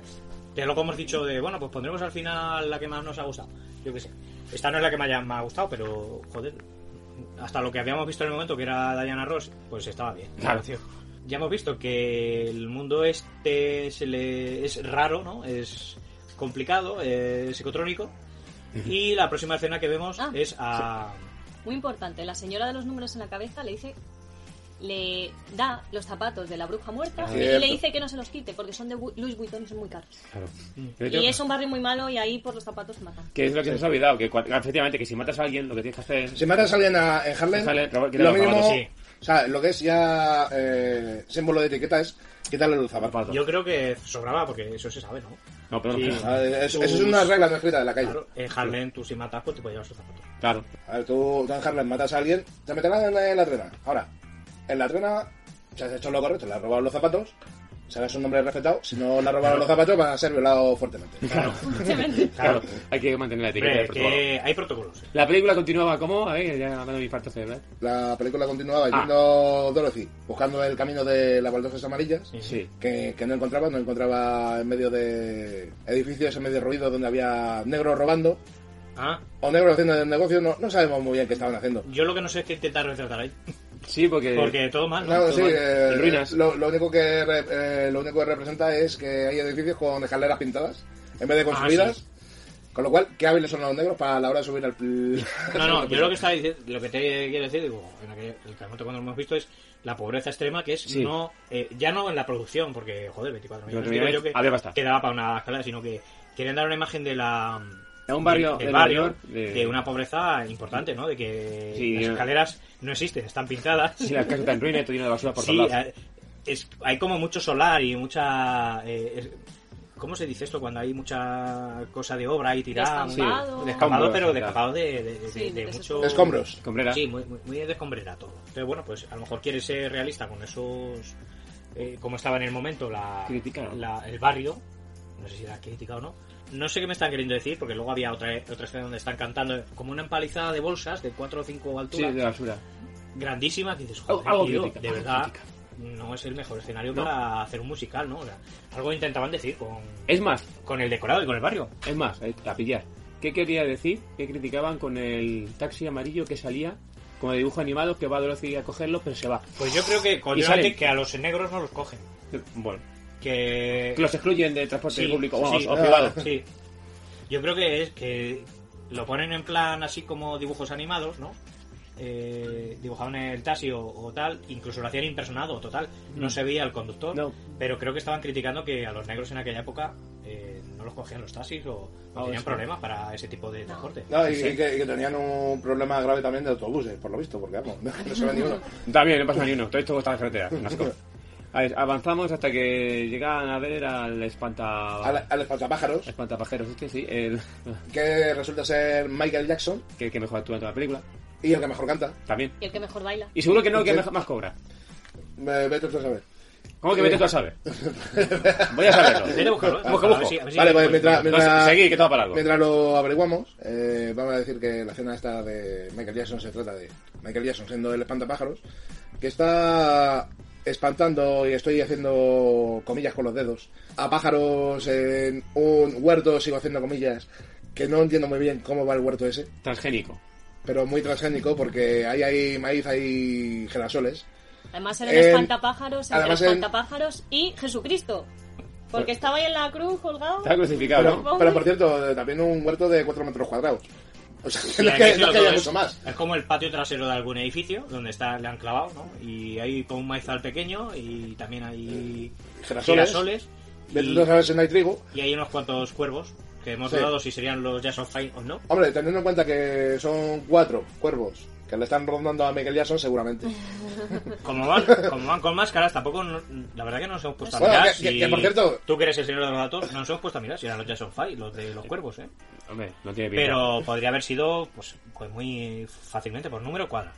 [SPEAKER 7] De lo que hemos dicho de, bueno, pues pondremos al final la que más nos ha gustado. Yo qué sé. Esta no es la que me, haya, me ha gustado, pero, joder, hasta lo que habíamos visto en el momento, que era Diana Ross, pues estaba bien.
[SPEAKER 6] Claro.
[SPEAKER 7] Ya hemos visto que el mundo este se le, es raro, ¿no? Es complicado, es psicotrónico. Y la próxima escena que vemos
[SPEAKER 8] Ah.
[SPEAKER 7] es a...
[SPEAKER 8] Muy importante. La señora de los números en la cabeza le dice. Le da los zapatos de la bruja muerta y
[SPEAKER 5] Cierto.
[SPEAKER 8] le dice que no se los quite porque son de Wu- Louis Vuitton y son muy caros.
[SPEAKER 6] Claro.
[SPEAKER 7] Mm.
[SPEAKER 8] Y es un barrio muy malo y ahí por los zapatos matan.
[SPEAKER 6] Que es lo que se nos ha olvidado. Que cua- efectivamente, que si matas a alguien, lo que tienes que hacer es...
[SPEAKER 5] Si matas a alguien a- en Harlem,
[SPEAKER 6] Sale, claro, quita
[SPEAKER 5] lo
[SPEAKER 6] los
[SPEAKER 5] mínimo,
[SPEAKER 6] zapatos,
[SPEAKER 7] sí.
[SPEAKER 5] o sea, lo que es ya eh, símbolo de etiqueta es quitarle los zapatos.
[SPEAKER 6] Zapatos.
[SPEAKER 7] Yo creo que sobraba porque eso se sabe, ¿no?
[SPEAKER 6] No, perdón.
[SPEAKER 7] Sí.
[SPEAKER 6] Claro.
[SPEAKER 5] Ah, eh, eso,
[SPEAKER 7] Tus-
[SPEAKER 5] eso es una regla no escrita de la calle.
[SPEAKER 7] Claro, en Harlem tú si matas, pues te puedes llevar sus zapatos.
[SPEAKER 6] Claro.
[SPEAKER 5] A ver, tú, tú en Harlem matas a alguien, te meterás en la, en la trena. Ahora, en la trena, si has hecho lo correcto, le has robado los zapatos, serás un hombre respetado. Si no le has robado los zapatos, vas a ser violado fuertemente.
[SPEAKER 6] Claro. Hay que mantener la etiqueta.
[SPEAKER 7] Hombre,
[SPEAKER 6] de
[SPEAKER 7] que
[SPEAKER 6] protocolo.
[SPEAKER 7] hay protocolos. ¿eh?
[SPEAKER 6] La película continuaba como... A ver, ya me ha dado mi parte cerebral.
[SPEAKER 5] La película continuaba
[SPEAKER 6] Ah.
[SPEAKER 5] yendo Dorothy buscando el camino de las baldosas amarillas
[SPEAKER 6] Sí.
[SPEAKER 5] que, que no encontraba, no encontraba en medio de edificios, en medio de ruido donde había negros robando
[SPEAKER 7] Ah,
[SPEAKER 5] o negros haciendo negocios, no, no sabemos muy bien qué estaban haciendo.
[SPEAKER 7] yo lo que no sé es qué intentar retratar ahí.
[SPEAKER 6] Sí, porque...
[SPEAKER 7] Porque todo mal. ¿no?
[SPEAKER 5] Claro,
[SPEAKER 7] Todo
[SPEAKER 5] sí,
[SPEAKER 7] mal.
[SPEAKER 5] eh,
[SPEAKER 6] En ruinas.
[SPEAKER 5] Lo, lo único que re- eh, lo único que representa es que hay edificios con escaleras pintadas en vez de construidas.
[SPEAKER 7] Ah, sí.
[SPEAKER 5] Con lo cual, qué hábiles son los negros para la hora de subir al... pl-
[SPEAKER 7] No, no, yo lo que estaba diciendo, lo que te quiero decir, digo, en aquel, el momento cuando lo hemos visto es la pobreza extrema que es
[SPEAKER 6] Sí.
[SPEAKER 7] no, eh, ya no en la producción, porque joder, 24 millones,
[SPEAKER 6] Pero
[SPEAKER 7] digo
[SPEAKER 6] tenía-
[SPEAKER 7] yo que
[SPEAKER 6] había pasta.
[SPEAKER 7] quedaba para una escalera, sino que quieren dar una imagen de la
[SPEAKER 6] De un
[SPEAKER 7] del
[SPEAKER 6] barrio- de Nueva
[SPEAKER 7] barrio
[SPEAKER 6] York, de-
[SPEAKER 7] de una pobreza importante, ¿no? De que
[SPEAKER 6] Sí,
[SPEAKER 7] las
[SPEAKER 6] yo-
[SPEAKER 7] escaleras no existen, están pintadas.
[SPEAKER 6] Si la casa está en ruina y todo lleno de basura por
[SPEAKER 7] Sí,
[SPEAKER 6] todos lados.
[SPEAKER 7] eh, es, hay como mucho solar y mucha... eh, es- ¿Cómo se dice esto cuando hay mucha cosa de obra y tirada?
[SPEAKER 8] Descampado.
[SPEAKER 7] Muy- descampado, pero
[SPEAKER 6] Escombros,
[SPEAKER 7] descampado de, de- de-
[SPEAKER 8] Sí,
[SPEAKER 7] de
[SPEAKER 8] de
[SPEAKER 7] mucho...
[SPEAKER 5] Escombros.
[SPEAKER 6] Escombrera.
[SPEAKER 7] eh, Sí, muy, muy, muy de escombrera todo. Pero bueno, pues a lo mejor quieres ser realista con esos... eh, como estaba en el momento la,
[SPEAKER 6] Crítica, ¿no?
[SPEAKER 7] la- el barrio. No sé si era crítica o no. No sé qué me están queriendo decir, porque luego había otra, otra escena donde están cantando como una empalizada de bolsas de 4 o 5
[SPEAKER 6] Sí,
[SPEAKER 7] alturas
[SPEAKER 6] de basura.
[SPEAKER 7] grandísima que dices,
[SPEAKER 6] Algo-
[SPEAKER 7] joder,
[SPEAKER 6] algo
[SPEAKER 7] tío,
[SPEAKER 6] crítica,
[SPEAKER 7] de
[SPEAKER 6] algo
[SPEAKER 7] verdad,
[SPEAKER 6] crítica.
[SPEAKER 7] no es el mejor escenario
[SPEAKER 6] No.
[SPEAKER 7] para hacer un musical, ¿no? O sea, algo intentaban decir con,
[SPEAKER 6] Es más,
[SPEAKER 7] con el decorado y con el barrio.
[SPEAKER 6] Es más, eh, a pillar. ¿Qué quería decir? Que criticaban con el taxi amarillo que salía como de dibujo animado que va Dorothy a cogerlo, pero se va.
[SPEAKER 7] Pues yo creo que con
[SPEAKER 6] Y
[SPEAKER 7] Jonathan,
[SPEAKER 6] salen.
[SPEAKER 7] que a los negros no los cogen.
[SPEAKER 6] Bueno,
[SPEAKER 7] Que...
[SPEAKER 6] que los excluyen de transporte
[SPEAKER 7] Sí,
[SPEAKER 6] público
[SPEAKER 7] sí,
[SPEAKER 6] bueno,
[SPEAKER 7] sí.
[SPEAKER 6] o privado.
[SPEAKER 7] Sí. Yo creo que es que lo ponen en plan así como dibujos animados, ¿no? Eh, dibujaban el taxi o, o tal, incluso lo hacían impersonado, total. No
[SPEAKER 6] Mm.
[SPEAKER 7] se veía el conductor,
[SPEAKER 6] No.
[SPEAKER 7] pero creo que estaban criticando que a los negros en aquella época eh, no los cogían los taxis o, o
[SPEAKER 6] Ah,
[SPEAKER 7] tenían
[SPEAKER 6] sí.
[SPEAKER 7] problemas para ese tipo de transporte.
[SPEAKER 5] No, y,
[SPEAKER 6] Sí.
[SPEAKER 5] y que, y que tenían un problema grave también de autobuses, por lo visto, porque vamos, no, se ve ni uno.
[SPEAKER 6] Está bien, no pasa ni uno. Todo esto está en carretera. un asco. A ver, avanzamos hasta que llegan a ver al espanta...
[SPEAKER 7] Ah.
[SPEAKER 5] Al- al espantapájaros.
[SPEAKER 6] Espantapájaros, este, sí. El...
[SPEAKER 5] Que resulta ser Michael Jackson.
[SPEAKER 6] Que, que mejor actúa en toda la película.
[SPEAKER 5] Y el que mejor canta.
[SPEAKER 6] También.
[SPEAKER 8] Y el que mejor baila.
[SPEAKER 6] Y seguro que no, el que
[SPEAKER 5] Sí.
[SPEAKER 6] mejor- más cobra.
[SPEAKER 5] Eh, vete tú a saber.
[SPEAKER 6] ¿Cómo que
[SPEAKER 5] Eh.
[SPEAKER 6] vete tú a saber? Voy a saberlo.
[SPEAKER 7] Vete a buscarlo, eh.
[SPEAKER 6] Busca,
[SPEAKER 7] A ver
[SPEAKER 6] busco.
[SPEAKER 7] si- a ver si-
[SPEAKER 5] Vale, pues mientras,
[SPEAKER 6] No,
[SPEAKER 5] mientras,
[SPEAKER 6] seguí, que todo para algo.
[SPEAKER 5] mientras lo averiguamos, eh, vamos a decir que la escena esta de Michael Jackson se trata de Michael Jackson siendo el espantapájaros, que está espantando, y estoy haciendo comillas con los dedos, a pájaros en un huerto, sigo haciendo comillas, que no entiendo muy bien cómo va el huerto ese,
[SPEAKER 6] Transgénico.
[SPEAKER 5] pero muy transgénico porque ahí hay maíz, hay girasoles.
[SPEAKER 8] Además eran
[SPEAKER 5] En-
[SPEAKER 8] espantapájaros, entre
[SPEAKER 5] además en-
[SPEAKER 8] espantapájaros y Jesucristo. Porque estaba ahí en la cruz colgado.
[SPEAKER 6] Está crucificado,
[SPEAKER 5] Pero,
[SPEAKER 6] ¿no?
[SPEAKER 5] pero, por cierto, eh, también un huerto de 4 metros cuadrados. O sea,
[SPEAKER 7] Sí,
[SPEAKER 5] no es que, no es
[SPEAKER 7] hay que
[SPEAKER 5] que
[SPEAKER 7] decirlo
[SPEAKER 5] haya
[SPEAKER 7] todo,
[SPEAKER 5] mucho
[SPEAKER 7] es-
[SPEAKER 5] más.
[SPEAKER 7] Es como el patio trasero de algún edificio donde está, le han clavado, ¿no? Y hay como un maizal pequeño y también hay
[SPEAKER 5] Girasoles.
[SPEAKER 7] girasoles,
[SPEAKER 5] Vete
[SPEAKER 7] y,
[SPEAKER 5] tú a saber si no hay trigo.
[SPEAKER 7] y hay unos cuantos cuervos que hemos
[SPEAKER 5] Sí.
[SPEAKER 7] dudado si serían los Jazz of Fine o no.
[SPEAKER 5] Hombre, teniendo en cuenta que son cuatro cuervos que le están rondando a Michael Jackson, seguramente.
[SPEAKER 7] Como van, como van con máscaras, tampoco. no- la verdad que no nos hemos puesto a
[SPEAKER 5] Bueno,
[SPEAKER 7] mirar.
[SPEAKER 5] que- que-
[SPEAKER 7] si-
[SPEAKER 5] que, por cierto-
[SPEAKER 7] Tú que eres el señor de los datos, no nos hemos puesto a mirar si eran los Jazz of Fine, los de los cuervos, ¿eh?
[SPEAKER 6] Hombre, no tiene pinta.
[SPEAKER 7] Pero podría haber sido, pues, pues muy fácilmente por número cuadra.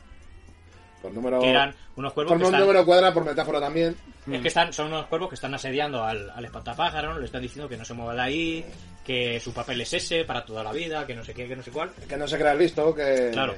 [SPEAKER 5] Por número,
[SPEAKER 7] Que eran unos
[SPEAKER 5] por
[SPEAKER 7] cuervos que están-
[SPEAKER 5] número cuadra, por metáfora también.
[SPEAKER 7] Es que están, son unos cuervos que están asediando al, al espantapájaro, le están diciendo que no se mueva de ahí, que su papel es ese para toda la vida, que no sé qué, que no sé cuál.
[SPEAKER 5] Que no se crea listo, que...
[SPEAKER 7] Claro.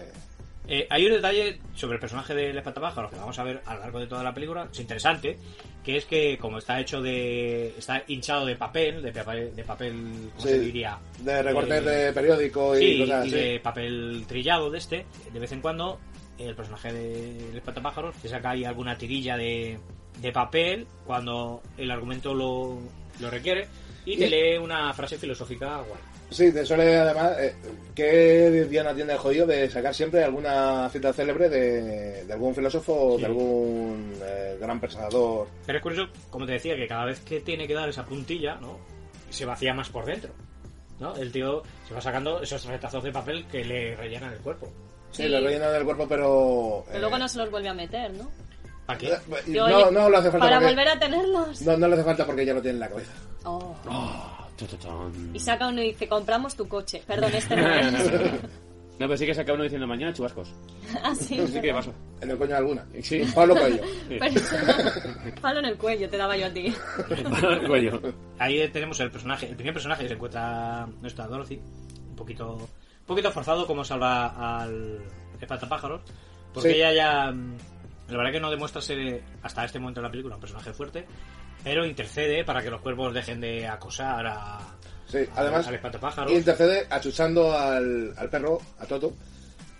[SPEAKER 7] Eh, hay un detalle sobre el personaje del espantapájaro que vamos a ver a lo largo de toda la película, es interesante, que es que como está hecho de... está hinchado de papel, de papel, de papel ¿cómo
[SPEAKER 5] Sí,
[SPEAKER 7] se diría?
[SPEAKER 5] De recortes
[SPEAKER 7] Eh,
[SPEAKER 5] de periódico y
[SPEAKER 7] sí,
[SPEAKER 5] cosas
[SPEAKER 7] y
[SPEAKER 5] así.
[SPEAKER 7] de papel trillado de este, de vez en cuando el personaje del espantapájaros se saca ahí alguna tirilla de, de papel cuando el argumento lo, lo requiere y te
[SPEAKER 5] Y-
[SPEAKER 7] lee una frase filosófica guay.
[SPEAKER 5] Sí, te suele además... eh, que Diana tiene el jodido de sacar siempre alguna cita célebre de, de algún filósofo o
[SPEAKER 7] Sí.
[SPEAKER 5] de algún eh, gran pensador.
[SPEAKER 7] Pero es curioso, como te decía, que cada vez que tiene que dar esa puntilla, ¿no? Se vacía más por dentro. ¿no? El tío se va sacando esos retazos de papel que le rellenan el cuerpo.
[SPEAKER 5] Sí,
[SPEAKER 8] Sí.
[SPEAKER 5] lo rellenan del cuerpo, pero...
[SPEAKER 8] Pero
[SPEAKER 5] eh,
[SPEAKER 8] luego no se los vuelve a meter, ¿no?
[SPEAKER 7] ¿Para qué?
[SPEAKER 5] eh,
[SPEAKER 8] Digo,
[SPEAKER 5] no,
[SPEAKER 8] oye,
[SPEAKER 5] no lo hace falta
[SPEAKER 8] Para
[SPEAKER 5] porque-
[SPEAKER 8] volver a tenerlos.
[SPEAKER 5] No, no le hace falta porque ya lo tiene en la cabeza.
[SPEAKER 8] Oh.
[SPEAKER 6] Tu, tu, tu.
[SPEAKER 8] Y saca uno y dice, compramos tu coche. Perdón, este no es.
[SPEAKER 6] No, pero sí que se acaba uno diciendo mañana chubascos.
[SPEAKER 8] ah, sí.
[SPEAKER 6] Así que paso.
[SPEAKER 5] En el coño alguna.
[SPEAKER 6] Sí.
[SPEAKER 5] Pablo Coelho.
[SPEAKER 8] Pero- palo en el cuello te daba yo a ti.
[SPEAKER 6] El cuello.
[SPEAKER 7] Ahí tenemos el personaje, el primer personaje que se encuentra nuestra Dorothy, un poquito, un poquito forzado como salva al espantapájaros, porque
[SPEAKER 5] Sí.
[SPEAKER 7] ella ya, mm, la verdad que no demuestra ser hasta este momento de la película un personaje fuerte, pero intercede para que los cuervos dejen de acosar a,
[SPEAKER 5] Sí,
[SPEAKER 7] a-
[SPEAKER 5] además,
[SPEAKER 7] al espantapájaros.
[SPEAKER 5] intercede achuchando al, al perro, a Toto,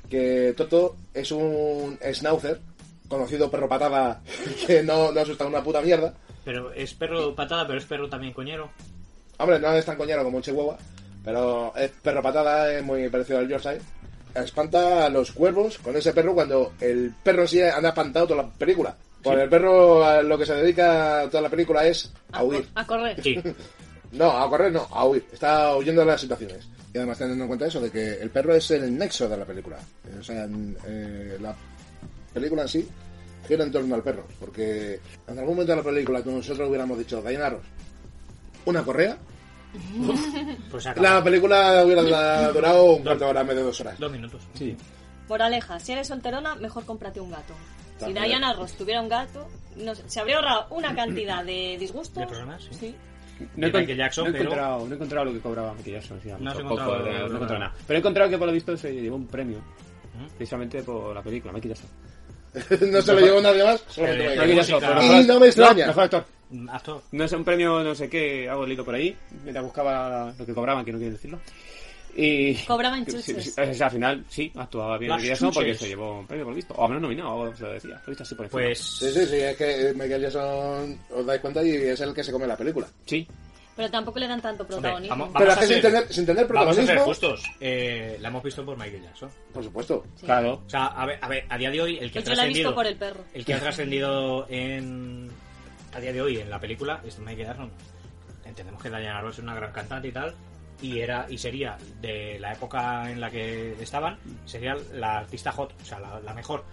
[SPEAKER 5] que Toto es un schnauzer, conocido perro patada, que no, no asusta una puta mierda.
[SPEAKER 7] Pero es perro patada, pero es perro también coñero.
[SPEAKER 5] Hombre, no es tan coñero como un chihuahua, pero es perro patada, es muy parecido al Yorkshire. Espanta a los cuervos con ese perro cuando el perro en sí anda espantado toda la película. Pues el perro a lo que se dedica toda la película es a huir.
[SPEAKER 8] A correr.
[SPEAKER 7] Sí,
[SPEAKER 5] No, a correr no, a huir. Está huyendo de las situaciones. Y además teniendo en cuenta eso, de que el perro es el nexo de la película. O sea, en- eh, la película en sí gira en torno al perro. Porque en algún momento de la película que nosotros hubiéramos dicho, gallinaros, una correa,
[SPEAKER 7] pues se acaba.
[SPEAKER 5] la película hubiera da- durado un cuarto de hora, medio de dos horas.
[SPEAKER 7] Dos minutos.
[SPEAKER 6] Sí.
[SPEAKER 8] Moraleja, si eres solterona, mejor cómprate un gato. Si
[SPEAKER 5] También.
[SPEAKER 8] Diana Ross tuviera un gato, no sé, se habría ahorrado una cantidad de disgustos.
[SPEAKER 7] De problemas, sí.
[SPEAKER 6] No he,
[SPEAKER 7] De
[SPEAKER 6] con-
[SPEAKER 7] Michael Jackson,
[SPEAKER 6] no he
[SPEAKER 7] pero-
[SPEAKER 6] encontrado, no he encontrado lo que cobraba Michael Jackson. sí, mucho,
[SPEAKER 7] No has
[SPEAKER 6] poco,
[SPEAKER 7] encontrado-
[SPEAKER 6] de- no he
[SPEAKER 7] no,
[SPEAKER 6] encontrado
[SPEAKER 7] no.
[SPEAKER 6] nada. Pero he encontrado que por lo visto se llevó un premio.
[SPEAKER 7] ¿Mm?
[SPEAKER 6] Precisamente por la película, Michael Jackson.
[SPEAKER 5] no se lo llevó nadie más, solamente
[SPEAKER 7] Eh,
[SPEAKER 5] Michael.
[SPEAKER 6] Michael
[SPEAKER 7] música.
[SPEAKER 6] Jackson, pero
[SPEAKER 5] Y
[SPEAKER 6] mejor-
[SPEAKER 5] no me extraña.
[SPEAKER 6] mejor actor.
[SPEAKER 7] Actor.
[SPEAKER 6] No sé, un premio, no sé qué, hago el hilo por ahí. Mientras buscaba lo que cobraban, que no quiero decirlo. Y.
[SPEAKER 8] Cobraban
[SPEAKER 6] Sí, sí,
[SPEAKER 8] chuches.
[SPEAKER 6] sí, o sea, al final sí, actuaba bien
[SPEAKER 7] Las
[SPEAKER 6] Michael Jackson porque
[SPEAKER 7] chuches.
[SPEAKER 6] se llevó un premio por lo visto. O al menos nominado, o algo se lo decía. Por lo visto así por encima.
[SPEAKER 7] Pues.
[SPEAKER 5] Sí, sí, sí, es que Michael Jackson, os dais cuenta, y es el que se come la película.
[SPEAKER 6] Sí.
[SPEAKER 8] Pero tampoco le dan tanto
[SPEAKER 7] hombre,
[SPEAKER 8] protagonismo.
[SPEAKER 7] vamos-
[SPEAKER 5] Pero
[SPEAKER 7] vamos
[SPEAKER 5] es
[SPEAKER 7] a
[SPEAKER 5] que sin
[SPEAKER 7] ser-
[SPEAKER 5] tener, sin tener
[SPEAKER 7] Vamos a ser
[SPEAKER 5] protagonismo,
[SPEAKER 7] justos. Eh, la hemos visto por Michael Jackson.
[SPEAKER 5] por supuesto.
[SPEAKER 6] Claro.
[SPEAKER 7] O sea, a ver, a ver, a día de hoy, el que ha
[SPEAKER 8] Pues yo la he visto
[SPEAKER 7] trascendido.
[SPEAKER 8] por el perro.
[SPEAKER 7] el que ha trascendido en. A día de hoy, en la película, es Michael Jackson. Entendemos que Diana Ross es una gran cantante y tal. Y era y sería, de la época en la que estaban, sería la artista hot, o sea, la, la mejor.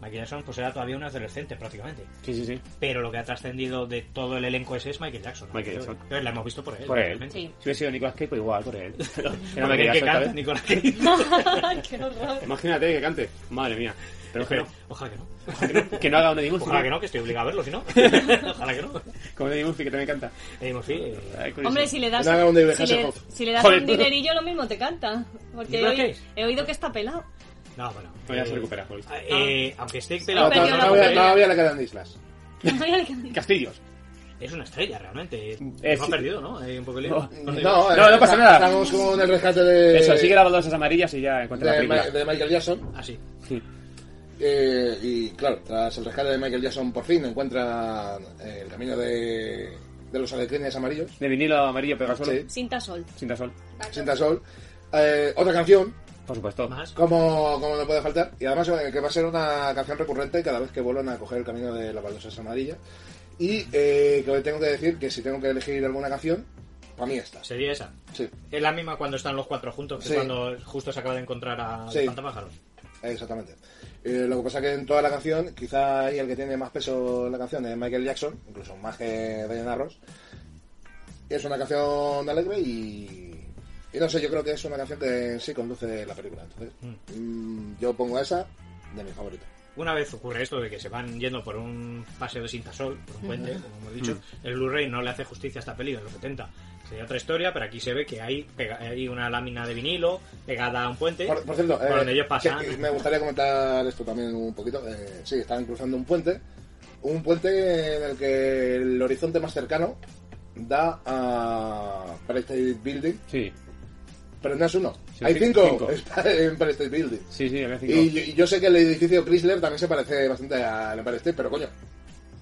[SPEAKER 7] Michael Jackson pues era todavía un adolescente prácticamente.
[SPEAKER 6] Sí, sí, sí.
[SPEAKER 7] Pero lo que ha trascendido de todo el elenco ese es Michael Jackson. ¿no?
[SPEAKER 6] Michael Jackson.
[SPEAKER 7] Entonces la hemos visto por él.
[SPEAKER 6] Por él.
[SPEAKER 7] realmente.
[SPEAKER 6] Si hubiera sido Nicolas Cage, pues igual, por él. Pero
[SPEAKER 7] Porque
[SPEAKER 6] Michael
[SPEAKER 7] el que
[SPEAKER 6] Jackson,
[SPEAKER 7] canta,
[SPEAKER 6] ¿sabes?
[SPEAKER 7] Nicolas Cage.
[SPEAKER 8] ¡Qué horror!
[SPEAKER 6] Imagínate que cante. Madre mía. Pero es que,
[SPEAKER 7] Ojalá- Ojalá que no.
[SPEAKER 6] que no, que no haga un Eddie Murphy.
[SPEAKER 7] Ojalá que no, que estoy obligado a verlo, si no. Ojalá que no.
[SPEAKER 6] Como Eddie Murphy, que también canta.
[SPEAKER 7] Eh, pues sí, eh,
[SPEAKER 6] Ay, curioso.
[SPEAKER 8] Hombre, si le das,
[SPEAKER 5] Nada, donde
[SPEAKER 8] si le,
[SPEAKER 5] Hasselhoff.
[SPEAKER 8] si le das
[SPEAKER 6] Joder.
[SPEAKER 8] un dinerillo, lo mismo te canta. Porque he,
[SPEAKER 7] ¿Nicolas
[SPEAKER 8] oí-
[SPEAKER 7] Cage?
[SPEAKER 8] he oído que está pelado.
[SPEAKER 7] No, bueno.
[SPEAKER 6] No, Pues ya
[SPEAKER 7] eh,
[SPEAKER 6] se recupera, por lo visto.
[SPEAKER 7] eh, aunque esté
[SPEAKER 5] Ah. No,
[SPEAKER 7] pelado,
[SPEAKER 8] perdió
[SPEAKER 5] to-
[SPEAKER 8] la
[SPEAKER 5] todavía,
[SPEAKER 8] oportunidad.
[SPEAKER 5] todavía le quedan islas.
[SPEAKER 6] Castillos.
[SPEAKER 7] es una estrella realmente. No
[SPEAKER 6] Eh,
[SPEAKER 7] ha
[SPEAKER 6] sí.
[SPEAKER 7] perdido, ¿no? Eh, un poco el hilo.
[SPEAKER 6] No,
[SPEAKER 7] ¿Dónde iba?
[SPEAKER 5] No, eh,
[SPEAKER 6] No, no pasa nada.
[SPEAKER 5] Estamos con el rescate de,
[SPEAKER 6] Eso, sigue las baldosas amarillas y ya encuentra la
[SPEAKER 5] Eh, de,
[SPEAKER 6] película.
[SPEAKER 5] Ma- de Michael Jackson.
[SPEAKER 7] Ah, sí.
[SPEAKER 6] Sí.
[SPEAKER 5] Eh, y claro, tras el rescate de Michael Jackson, por fin encuentra eh, el camino de, de los alecrines amarillos.
[SPEAKER 6] De vinilo amarillo pega solo.
[SPEAKER 5] Sí.
[SPEAKER 8] Cinta sol.
[SPEAKER 6] Cinta sol.
[SPEAKER 5] Sienta sol. Eh, otra canción,
[SPEAKER 6] Por supuesto.
[SPEAKER 7] Más.
[SPEAKER 5] como, como no puede faltar. Y además eh, que va a ser una canción recurrente cada vez que vuelvan a coger el camino de las baldosas amarillas. Y eh, que hoy tengo que decir que si tengo que elegir alguna canción, para mí esta.
[SPEAKER 7] Sería esa.
[SPEAKER 5] Sí,
[SPEAKER 7] Es la misma cuando están los cuatro juntos, que
[SPEAKER 5] Sí.
[SPEAKER 7] es cuando justo se acaba de encontrar a
[SPEAKER 5] Sí.
[SPEAKER 7] Pantapájaros.
[SPEAKER 5] exactamente. Eh, lo que pasa que en toda la canción, quizá ahí el que tiene más peso en la canción es Michael Jackson, incluso más que Diana Ross. Es una canción alegre y, y no sé, yo creo que es una canción que en sí conduce la película. Entonces, mm, yo pongo esa de mi favorita.
[SPEAKER 7] Una vez ocurre esto de que se van yendo por un paseo de cintasol, por un puente, como hemos dicho,
[SPEAKER 5] Mm.
[SPEAKER 7] el Blu-ray no le hace justicia a esta peli de los 70. Sería otra historia, pero aquí se ve que hay, pega- hay una lámina de vinilo pegada a un puente
[SPEAKER 5] Por, por cierto, eh,
[SPEAKER 7] donde ellos pasan.
[SPEAKER 5] que- que me gustaría comentar esto también un poquito. Eh, sí, estaban cruzando un puente. Un puente en el que el horizonte más cercano da a Empire State Building.
[SPEAKER 6] Sí,
[SPEAKER 5] Pero no es uno.
[SPEAKER 6] Sí,
[SPEAKER 5] Hay
[SPEAKER 6] sí,
[SPEAKER 5] cinco,
[SPEAKER 6] cinco.
[SPEAKER 5] en Empire State Building.
[SPEAKER 6] sí, sí, había cinco.
[SPEAKER 5] Y, yo- y yo sé que el edificio Chrysler también se parece bastante al Empire State, pero coño,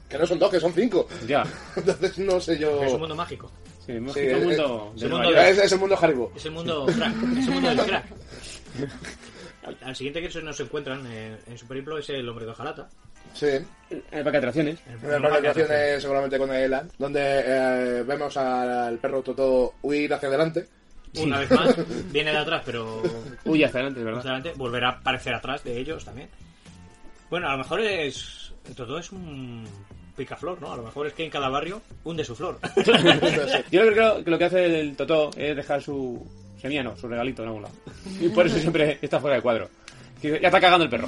[SPEAKER 5] que no son dos, que son cinco.
[SPEAKER 6] Ya.
[SPEAKER 5] Entonces no sé yo.
[SPEAKER 7] Es un mundo mágico.
[SPEAKER 6] Sí, hemos
[SPEAKER 5] Sí,
[SPEAKER 6] quitado un
[SPEAKER 5] eh,
[SPEAKER 6] mundo.
[SPEAKER 7] es
[SPEAKER 6] de
[SPEAKER 7] un
[SPEAKER 6] Nueva
[SPEAKER 7] mundo
[SPEAKER 6] York.
[SPEAKER 5] Es, es el mundo Haribo.
[SPEAKER 7] Es el mundo crack, es el mundo del crack. Al, al siguiente que se nos encuentran eh, en su periplo es el hombre de hojalata.
[SPEAKER 5] Sí. En
[SPEAKER 6] En el parque de atracciones.
[SPEAKER 7] El
[SPEAKER 5] las vacaciones seguramente con Elan, donde eh, vemos al perro Toto huir hacia adelante.
[SPEAKER 7] Una vez más, viene de atrás, pero
[SPEAKER 6] Uy, hasta adelante, es ¿verdad?
[SPEAKER 7] Adelante, volverá a aparecer atrás de ellos también. Bueno, a lo mejor es. Todo es un picaflor, ¿no? A lo mejor es que en cada barrio hunde su flor.
[SPEAKER 6] Yo creo que lo- que lo que hace el Totó es dejar su semilla, no, su regalito en algún lado. Y por eso siempre está fuera de cuadro. Que Ya está cagando el perro.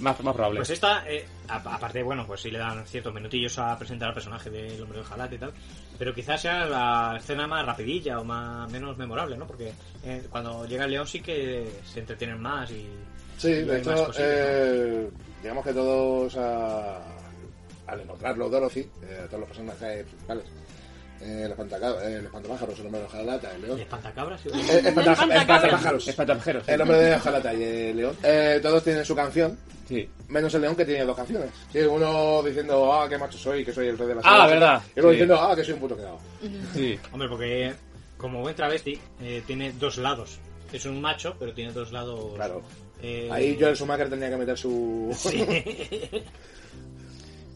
[SPEAKER 6] más, más probable.
[SPEAKER 7] Pues esta, eh, a- aparte, bueno, pues sí le dan ciertos minutillos a presentar al personaje del hombre del jalate y tal, pero quizás sea la escena más rapidilla o más menos memorable, ¿no? Porque eh, cuando llega el león sí que se entretienen más y...
[SPEAKER 5] Sí,
[SPEAKER 7] y
[SPEAKER 5] de
[SPEAKER 7] hay más
[SPEAKER 5] hecho,
[SPEAKER 7] cosillas, ¿no?
[SPEAKER 5] eh, digamos que todos a- al encontrarlo Dorothy, eh, todos los personajes principales, eh, el, espantaca- eh, el espantapajáros, el hombre de hojalata, el león.
[SPEAKER 7] ¿El espantacabras? Sí,
[SPEAKER 5] Eh, espanta- espantapájaros.
[SPEAKER 6] Espantapajeros. sí.
[SPEAKER 5] El hombre de hojalata y el león. Eh, todos tienen su canción,
[SPEAKER 6] Sí.
[SPEAKER 5] menos el león que tiene dos canciones. Sí, uno diciendo, ah, qué macho soy, que soy el rey de la
[SPEAKER 6] Ah,
[SPEAKER 5] selva",
[SPEAKER 6] verdad.
[SPEAKER 5] Y luego
[SPEAKER 6] Sí.
[SPEAKER 5] diciendo, ah, que soy un puto quedado.
[SPEAKER 6] Sí.
[SPEAKER 7] Hombre, porque como buen travesti eh, tiene dos lados. Es un macho, pero tiene dos lados...
[SPEAKER 5] Claro.
[SPEAKER 7] eh,
[SPEAKER 5] Ahí Joel Schumacher tenía que meter su...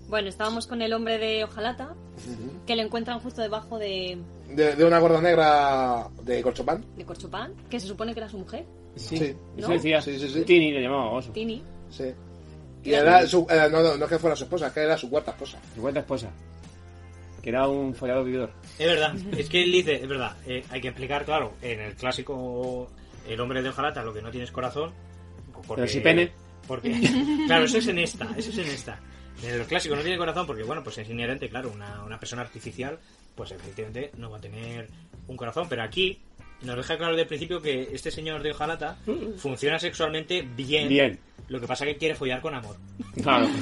[SPEAKER 8] Bueno, estábamos con el hombre de hojalata, que le encuentran justo debajo de,
[SPEAKER 5] de, de una gorda negra de corchopán.
[SPEAKER 8] de Corchopán, que se supone que era su mujer,
[SPEAKER 6] Sí.
[SPEAKER 5] Sí.
[SPEAKER 6] Eso
[SPEAKER 8] ¿No?
[SPEAKER 6] decía
[SPEAKER 5] Sí, sí, sí.
[SPEAKER 6] Tini, le llamaba oso.
[SPEAKER 8] Tini.
[SPEAKER 5] Sí. Y era su, eh, no, no, no es que fuera su esposa, es que era su cuarta esposa.
[SPEAKER 6] Su cuarta esposa. Que era un follado vividor.
[SPEAKER 7] Es verdad, es que él dice, es verdad, eh, hay que explicar, claro, en el clásico El hombre de hojalata, lo que no tienes corazón. Porque,
[SPEAKER 6] Pero sí pene.
[SPEAKER 7] Porque, claro, eso es en esta, eso es en esta. En el clásico no tiene corazón porque, bueno, pues es inherente, claro, una, una persona artificial, pues efectivamente no va a tener un corazón. Pero aquí nos deja claro desde el principio que este señor de hojalata funciona sexualmente bien.
[SPEAKER 6] Mm. Bien.
[SPEAKER 7] Lo que pasa que quiere follar con amor.
[SPEAKER 6] Claro.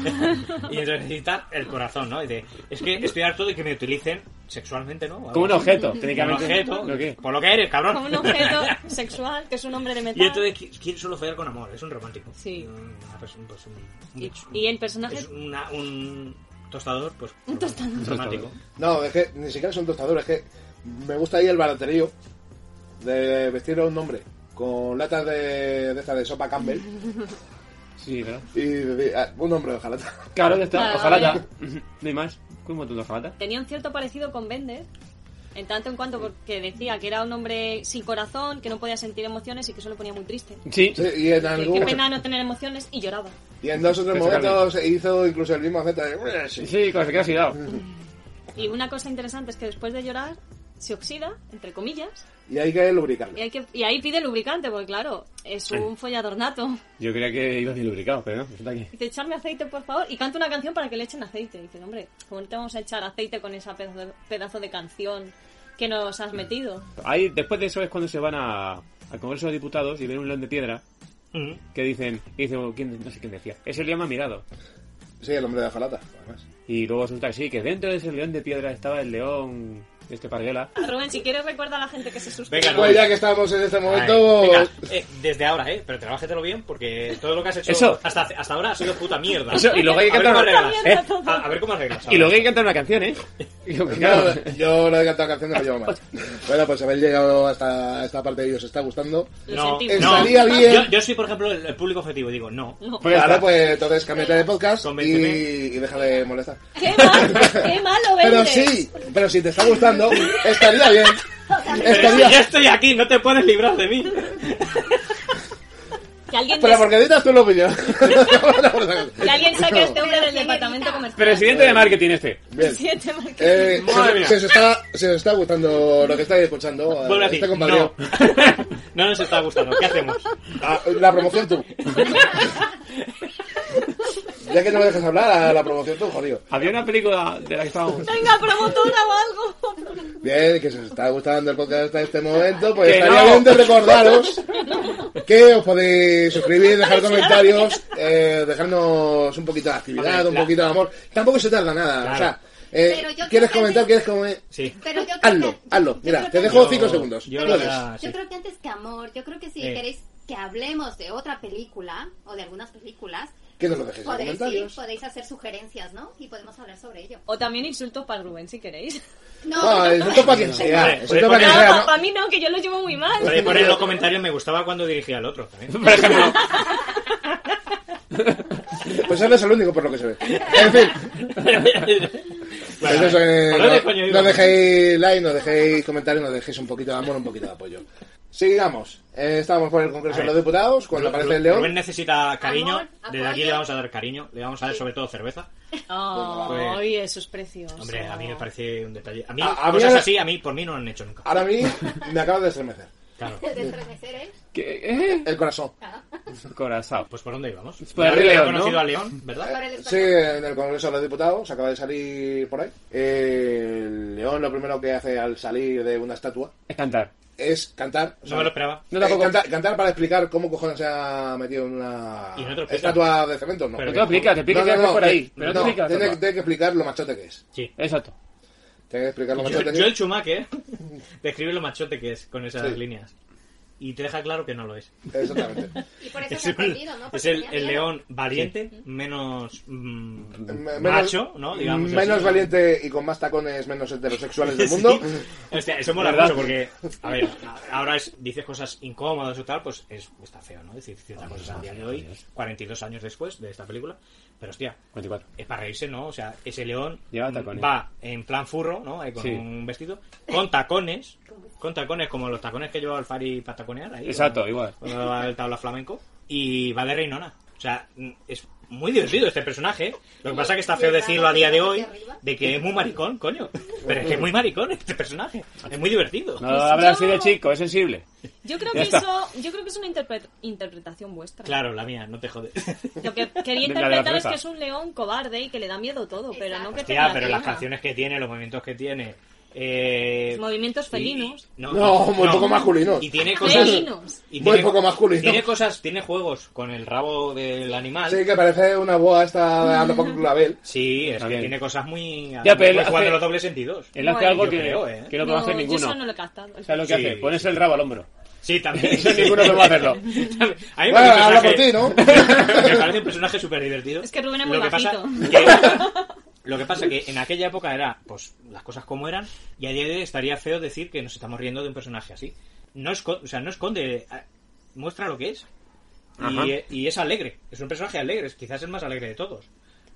[SPEAKER 7] Y entonces necesita el corazón, ¿no? Y de, es que estoy harto de que me utilicen sexualmente, ¿no?
[SPEAKER 6] Como un objeto,
[SPEAKER 7] Un
[SPEAKER 6] técnicamente.
[SPEAKER 7] objeto.
[SPEAKER 6] ¿Lo qué?
[SPEAKER 7] Por lo que eres, cabrón.
[SPEAKER 8] Como un objeto sexual, que es un hombre de metal.
[SPEAKER 7] Ah. Y entonces qui- quiere solo follar con amor, es un romántico.
[SPEAKER 8] Sí.
[SPEAKER 7] Un- una persona, pues, un- un
[SPEAKER 8] Y-
[SPEAKER 7] bicho.
[SPEAKER 8] y el personaje-
[SPEAKER 7] Es una- un tostador, pues.
[SPEAKER 8] Un tostador.
[SPEAKER 7] Un Romántico.
[SPEAKER 5] No, es que ni siquiera son tostadores, es que me gusta ahí el baraterío de vestir a un hombre con latas de, de esta de sopa Campbell
[SPEAKER 6] Sí, claro.
[SPEAKER 5] y de- ah, un hombre de hojalata.
[SPEAKER 6] Claro, ya está.
[SPEAKER 8] Vale,
[SPEAKER 6] Ojalá
[SPEAKER 8] vale.
[SPEAKER 6] ya. No hay más. ¿Cómo tú, ojalá?
[SPEAKER 8] Tenía un cierto parecido con Bender, En tanto en cuanto porque decía que era un hombre sin corazón, que no podía sentir emociones y que eso lo ponía muy triste.
[SPEAKER 6] Sí.
[SPEAKER 5] Sí, y en
[SPEAKER 8] Que-
[SPEAKER 5] algún-
[SPEAKER 8] Qué pena no tener emociones y lloraba.
[SPEAKER 5] Y en dos o tres
[SPEAKER 6] Pensaba
[SPEAKER 5] momentos hizo incluso el mismo Z de...
[SPEAKER 6] Sí, cuando se queda oxidado.
[SPEAKER 8] Y una cosa interesante es que después de llorar se oxida, entre comillas,
[SPEAKER 5] Y hay que lubricarlo.
[SPEAKER 8] y, hay que, y ahí pide lubricante, porque claro, es un follador nato.
[SPEAKER 6] Yo creía que ibas dilubricado, pero no. resulta que-
[SPEAKER 8] Dice, echarme aceite, por favor, y canta una canción para que le echen aceite. Y dice, hombre, ¿cómo no te vamos a echar aceite con esa pedazo de, pedazo de canción que nos has metido?
[SPEAKER 6] Ahí, después de eso es cuando se van a- al Congreso de Diputados y ven un león de piedra
[SPEAKER 7] Mm.
[SPEAKER 6] que dicen, y dice, oh, ¿quién- no sé quién decía, es el león más mirado.
[SPEAKER 5] Sí, el hombre de la jalata, además.
[SPEAKER 6] Y luego resulta que sí, que dentro de ese león de piedra estaba el león de este Parguela.
[SPEAKER 8] Rubén, si quieres recuerda a la gente que se suscribe.
[SPEAKER 7] Venga,
[SPEAKER 5] Pues ya que estamos en este momento...
[SPEAKER 7] Ay, venga, eh, desde ahora, ¿eh? Pero trabájetelo bien porque todo lo que has hecho
[SPEAKER 6] Eso.
[SPEAKER 7] Hasta, hasta ahora ha sido puta mierda.
[SPEAKER 6] Eso, y luego hay que
[SPEAKER 7] a ver
[SPEAKER 6] cantar-
[SPEAKER 7] cómo arreglas.
[SPEAKER 6] ¿Eh?
[SPEAKER 7] A, a ver cómo arreglas.
[SPEAKER 6] Y luego
[SPEAKER 7] ahora.
[SPEAKER 6] hay que cantar una canción, ¿eh? Y yo, claro,
[SPEAKER 5] No, Pues yo lo he cantado canción no me llevo más. Bueno, pues haber llegado hasta esta parte y os está gustando.
[SPEAKER 8] Lo
[SPEAKER 7] No,
[SPEAKER 8] sentimos.
[SPEAKER 7] no.
[SPEAKER 5] Estaría bien.
[SPEAKER 7] Yo, yo soy, por ejemplo, el, el público objetivo. Digo, no.
[SPEAKER 8] No.
[SPEAKER 6] Pues ya
[SPEAKER 5] Vale,
[SPEAKER 6] está.
[SPEAKER 5] pues entonces cámbiate de podcast y,
[SPEAKER 7] Convénceme.
[SPEAKER 5] y deja de molestar.
[SPEAKER 8] ¡Qué malo! ¡Qué malo
[SPEAKER 5] Pero
[SPEAKER 8] vendes!
[SPEAKER 5] sí, pero si te está gustando, estaría bien.
[SPEAKER 7] Pero si
[SPEAKER 5] Estaría
[SPEAKER 7] yo estoy aquí, no te puedes librar de mí.
[SPEAKER 8] Que alguien,
[SPEAKER 5] Pero
[SPEAKER 8] des-
[SPEAKER 5] porque editas tú lo pillo.
[SPEAKER 8] que alguien saque a este hombre del departamento comercial.
[SPEAKER 6] presidente de marketing este.
[SPEAKER 5] Bien.
[SPEAKER 8] Siete marcas.
[SPEAKER 5] Eh,
[SPEAKER 7] Madre
[SPEAKER 5] si,
[SPEAKER 7] mía.
[SPEAKER 5] si os está, si os está gustando lo que estáis escuchando,
[SPEAKER 7] Vuelve
[SPEAKER 5] eh,
[SPEAKER 7] a decir,
[SPEAKER 5] este
[SPEAKER 7] no.
[SPEAKER 5] compañero,
[SPEAKER 7] No nos está gustando. ¿Qué hacemos?
[SPEAKER 5] ah, la promoción tú. ya que no me dejas hablar, a la promoción tú, jodido.
[SPEAKER 6] Había una película de la que estábamos...
[SPEAKER 8] Venga, promotora o algo.
[SPEAKER 5] Bien, que si os está gustando el podcast hasta este momento, pues
[SPEAKER 6] Que
[SPEAKER 5] estaría
[SPEAKER 6] no.
[SPEAKER 5] bien de recordaros que os podéis suscribir, dejar comentarios, eh, dejarnos un poquito de actividad,
[SPEAKER 7] Hombre,
[SPEAKER 5] un
[SPEAKER 7] la-
[SPEAKER 5] poquito de amor. Tampoco se tarda nada,
[SPEAKER 7] Claro.
[SPEAKER 5] o sea, eh,
[SPEAKER 9] Pero yo creo
[SPEAKER 5] ¿quieres
[SPEAKER 9] que
[SPEAKER 5] comentar?
[SPEAKER 9] antes-
[SPEAKER 5] ¿Quieres comer?
[SPEAKER 7] Sí.
[SPEAKER 9] Pero yo creo
[SPEAKER 5] Hazlo,
[SPEAKER 9] que-
[SPEAKER 5] hazlo.
[SPEAKER 9] yo
[SPEAKER 5] Mira,
[SPEAKER 9] creo
[SPEAKER 5] te
[SPEAKER 9] que-
[SPEAKER 5] dejo
[SPEAKER 7] Yo-
[SPEAKER 5] cinco segundos.
[SPEAKER 7] yo
[SPEAKER 5] Lo
[SPEAKER 7] la
[SPEAKER 5] haces.
[SPEAKER 7] verdad- Ah, sí.
[SPEAKER 9] Yo creo que antes que amor, yo creo que si
[SPEAKER 7] Eh.
[SPEAKER 9] queréis que hablemos de otra película o de algunas películas,
[SPEAKER 5] Que nos lo dejéis en
[SPEAKER 9] podéis,
[SPEAKER 5] comentarios.
[SPEAKER 9] sí, podéis hacer sugerencias, ¿no? Y podemos hablar sobre ello.
[SPEAKER 8] O también insultos para Rubén, si queréis.
[SPEAKER 9] No,
[SPEAKER 5] No,
[SPEAKER 9] no,
[SPEAKER 5] insulto para quien sea.
[SPEAKER 7] Vale,
[SPEAKER 5] Insulto
[SPEAKER 7] pues,
[SPEAKER 5] para quien
[SPEAKER 8] No,
[SPEAKER 5] sea,
[SPEAKER 8] para
[SPEAKER 5] ¿no?
[SPEAKER 8] mí no, que yo lo llevo muy mal.
[SPEAKER 7] Podéis poner en los comentarios, me gustaba cuando dirigía al otro ¿eh? también.
[SPEAKER 6] Por ejemplo,
[SPEAKER 5] Pues él es el único por lo que se ve. En fin,
[SPEAKER 7] Vale,
[SPEAKER 5] pues eso, eh,
[SPEAKER 7] ¿por
[SPEAKER 5] no,
[SPEAKER 7] dónde coño iba?
[SPEAKER 5] no dejéis like, no dejéis comentarios, no dejéis un poquito de amor, un poquito de apoyo. Sigamos. Eh, estábamos por el Congreso
[SPEAKER 7] A
[SPEAKER 5] de
[SPEAKER 7] ver.
[SPEAKER 5] los Diputados, cuando
[SPEAKER 7] Ru-
[SPEAKER 5] aparece
[SPEAKER 7] Ru-
[SPEAKER 5] el león.
[SPEAKER 7] Rubén necesita cariño.
[SPEAKER 9] Amor,
[SPEAKER 7] Desde aquí
[SPEAKER 9] apoyo.
[SPEAKER 7] le vamos a dar cariño. Le vamos a dar sobre todo cerveza.
[SPEAKER 8] Ay, eso es precioso.
[SPEAKER 7] Hombre, a mí me parece un detalle. A mí,
[SPEAKER 5] A- a mí
[SPEAKER 7] cosas
[SPEAKER 5] ahora-
[SPEAKER 7] así, a mí por mí no lo han hecho nunca.
[SPEAKER 5] Ahora a mí me acaba de estremecer
[SPEAKER 7] Claro.
[SPEAKER 9] de estremecer, ¿eh?
[SPEAKER 6] ¿qué? ¿Eh?
[SPEAKER 5] el corazón.
[SPEAKER 6] Corazón.
[SPEAKER 7] Pues por dónde íbamos.
[SPEAKER 6] Por el
[SPEAKER 7] Ya había
[SPEAKER 6] León,
[SPEAKER 7] conocido
[SPEAKER 6] ¿no?
[SPEAKER 7] a León, ¿verdad?
[SPEAKER 9] Por el
[SPEAKER 5] Eh, Sí, en el Congreso de los Diputados acaba de salir por ahí. Eh, el león lo primero que hace al salir de una estatua
[SPEAKER 6] Es cantar.
[SPEAKER 5] es cantar. o
[SPEAKER 7] No
[SPEAKER 5] sea,
[SPEAKER 7] me lo esperaba.
[SPEAKER 6] No,
[SPEAKER 5] eh,
[SPEAKER 6] tampoco.
[SPEAKER 5] cantar, cantar para explicar cómo cojones se ha metido en una
[SPEAKER 7] Y no te lo explica.
[SPEAKER 5] estatua de cemento, no.
[SPEAKER 6] No
[SPEAKER 7] Pero
[SPEAKER 6] te lo explicas, te explicas que es por ahí. Pero no,
[SPEAKER 5] no,
[SPEAKER 6] te explicas.
[SPEAKER 5] tiene,
[SPEAKER 6] papá.
[SPEAKER 5] tiene que explicar lo machote que es.
[SPEAKER 7] Sí.
[SPEAKER 6] Exacto.
[SPEAKER 5] Tiene que explicar lo
[SPEAKER 7] Yo,
[SPEAKER 5] machote
[SPEAKER 7] yo
[SPEAKER 5] que
[SPEAKER 7] el
[SPEAKER 5] es.
[SPEAKER 7] Schumacher describe lo machote que es con esas
[SPEAKER 5] Sí.
[SPEAKER 7] líneas. Y te deja claro que no lo es.
[SPEAKER 5] Exactamente.
[SPEAKER 9] Y por eso
[SPEAKER 7] Es,
[SPEAKER 9] se ha
[SPEAKER 7] un-
[SPEAKER 9] perdido, ¿no? Porque
[SPEAKER 7] es el,
[SPEAKER 9] tenía
[SPEAKER 7] el
[SPEAKER 9] miedo.
[SPEAKER 7] león valiente, menos, mm,
[SPEAKER 5] Me- menos-
[SPEAKER 7] macho, ¿no? Digamos
[SPEAKER 5] menos
[SPEAKER 7] así.
[SPEAKER 5] valiente y con más tacones menos heterosexuales del mundo.
[SPEAKER 7] Sí. Hostia, eso mola
[SPEAKER 6] ¿Verdad?
[SPEAKER 7] mucho porque, a ver, a- ahora es- dices cosas incómodas o tal, pues es, está feo, ¿no? Decir ciertas cosas a día de hoy, 42 años después de esta película. Pero hostia,
[SPEAKER 6] 24.
[SPEAKER 7] es para reírse, ¿no? O sea, ese león
[SPEAKER 6] Lleva tacones.
[SPEAKER 7] va en plan furro, ¿no? Ahí con
[SPEAKER 6] Sí.
[SPEAKER 7] un vestido, con tacones, con tacones como los tacones que lleva el Fari para taconear ahí.
[SPEAKER 6] Exacto,
[SPEAKER 7] cuando-
[SPEAKER 6] igual.
[SPEAKER 7] Cuando va al tabla flamenco y va de reinona. O sea, es muy divertido este personaje. Lo que pasa es que está feo decirlo a día de hoy de que es muy maricón, coño. Pero es que es muy maricón este personaje. Es muy divertido.
[SPEAKER 6] No habla así de chico, es sensible.
[SPEAKER 8] Yo creo
[SPEAKER 6] Ya
[SPEAKER 8] que
[SPEAKER 6] está.
[SPEAKER 8] eso, yo creo que es una interpre- interpretación vuestra.
[SPEAKER 7] Claro, la mía, no te jodes.
[SPEAKER 8] Lo que quería
[SPEAKER 6] La de la
[SPEAKER 8] interpretar es
[SPEAKER 6] cerveza.
[SPEAKER 8] que es un león cobarde y que le da miedo todo, pero no que
[SPEAKER 7] Hostia,
[SPEAKER 8] tenga
[SPEAKER 7] pero las
[SPEAKER 8] pena.
[SPEAKER 7] canciones que tiene, los movimientos que tiene. Eh...
[SPEAKER 8] Movimientos felinos.
[SPEAKER 7] y- No,
[SPEAKER 5] No, muy poco masculinos.
[SPEAKER 7] Y tiene cosas.
[SPEAKER 8] Felinos.
[SPEAKER 7] y
[SPEAKER 5] Muy poco masculinos.
[SPEAKER 7] Tiene cosas, tiene juegos con el rabo del animal.
[SPEAKER 5] Sí, que parece una boa esta dando con clavel.
[SPEAKER 7] Sí, es que
[SPEAKER 6] También.
[SPEAKER 7] tiene cosas muy.
[SPEAKER 6] Ya, pero él
[SPEAKER 7] muy jugando
[SPEAKER 6] hace-
[SPEAKER 7] los dobles sentidos.
[SPEAKER 6] Él hace
[SPEAKER 8] Bueno,
[SPEAKER 6] algo
[SPEAKER 7] yo
[SPEAKER 6] que,
[SPEAKER 7] creo, ¿eh?
[SPEAKER 6] que no puede hacer
[SPEAKER 8] yo
[SPEAKER 6] ninguno.
[SPEAKER 8] eso no lo he captado.
[SPEAKER 6] ¿Sabes lo que
[SPEAKER 7] Sí,
[SPEAKER 6] hace? Pones
[SPEAKER 7] sí.
[SPEAKER 6] el rabo al hombro.
[SPEAKER 7] Sí, también.
[SPEAKER 6] Eso ninguno lo va a hacerlo.
[SPEAKER 5] Bueno,
[SPEAKER 7] A mí me parece un
[SPEAKER 5] habla por ti,
[SPEAKER 7] personaje-
[SPEAKER 5] ¿no?
[SPEAKER 7] Me parece un personaje súper divertido.
[SPEAKER 8] Es que Rubén es muy bajito.
[SPEAKER 7] lo que pasa que en aquella época era, pues, las cosas como eran, y a día de hoy estaría feo decir que nos estamos riendo de un personaje así. No esconde, o sea, no esconde, a- muestra lo que es.
[SPEAKER 6] Ajá.
[SPEAKER 7] Y, y es alegre, es un personaje alegre, es quizás el más alegre de todos.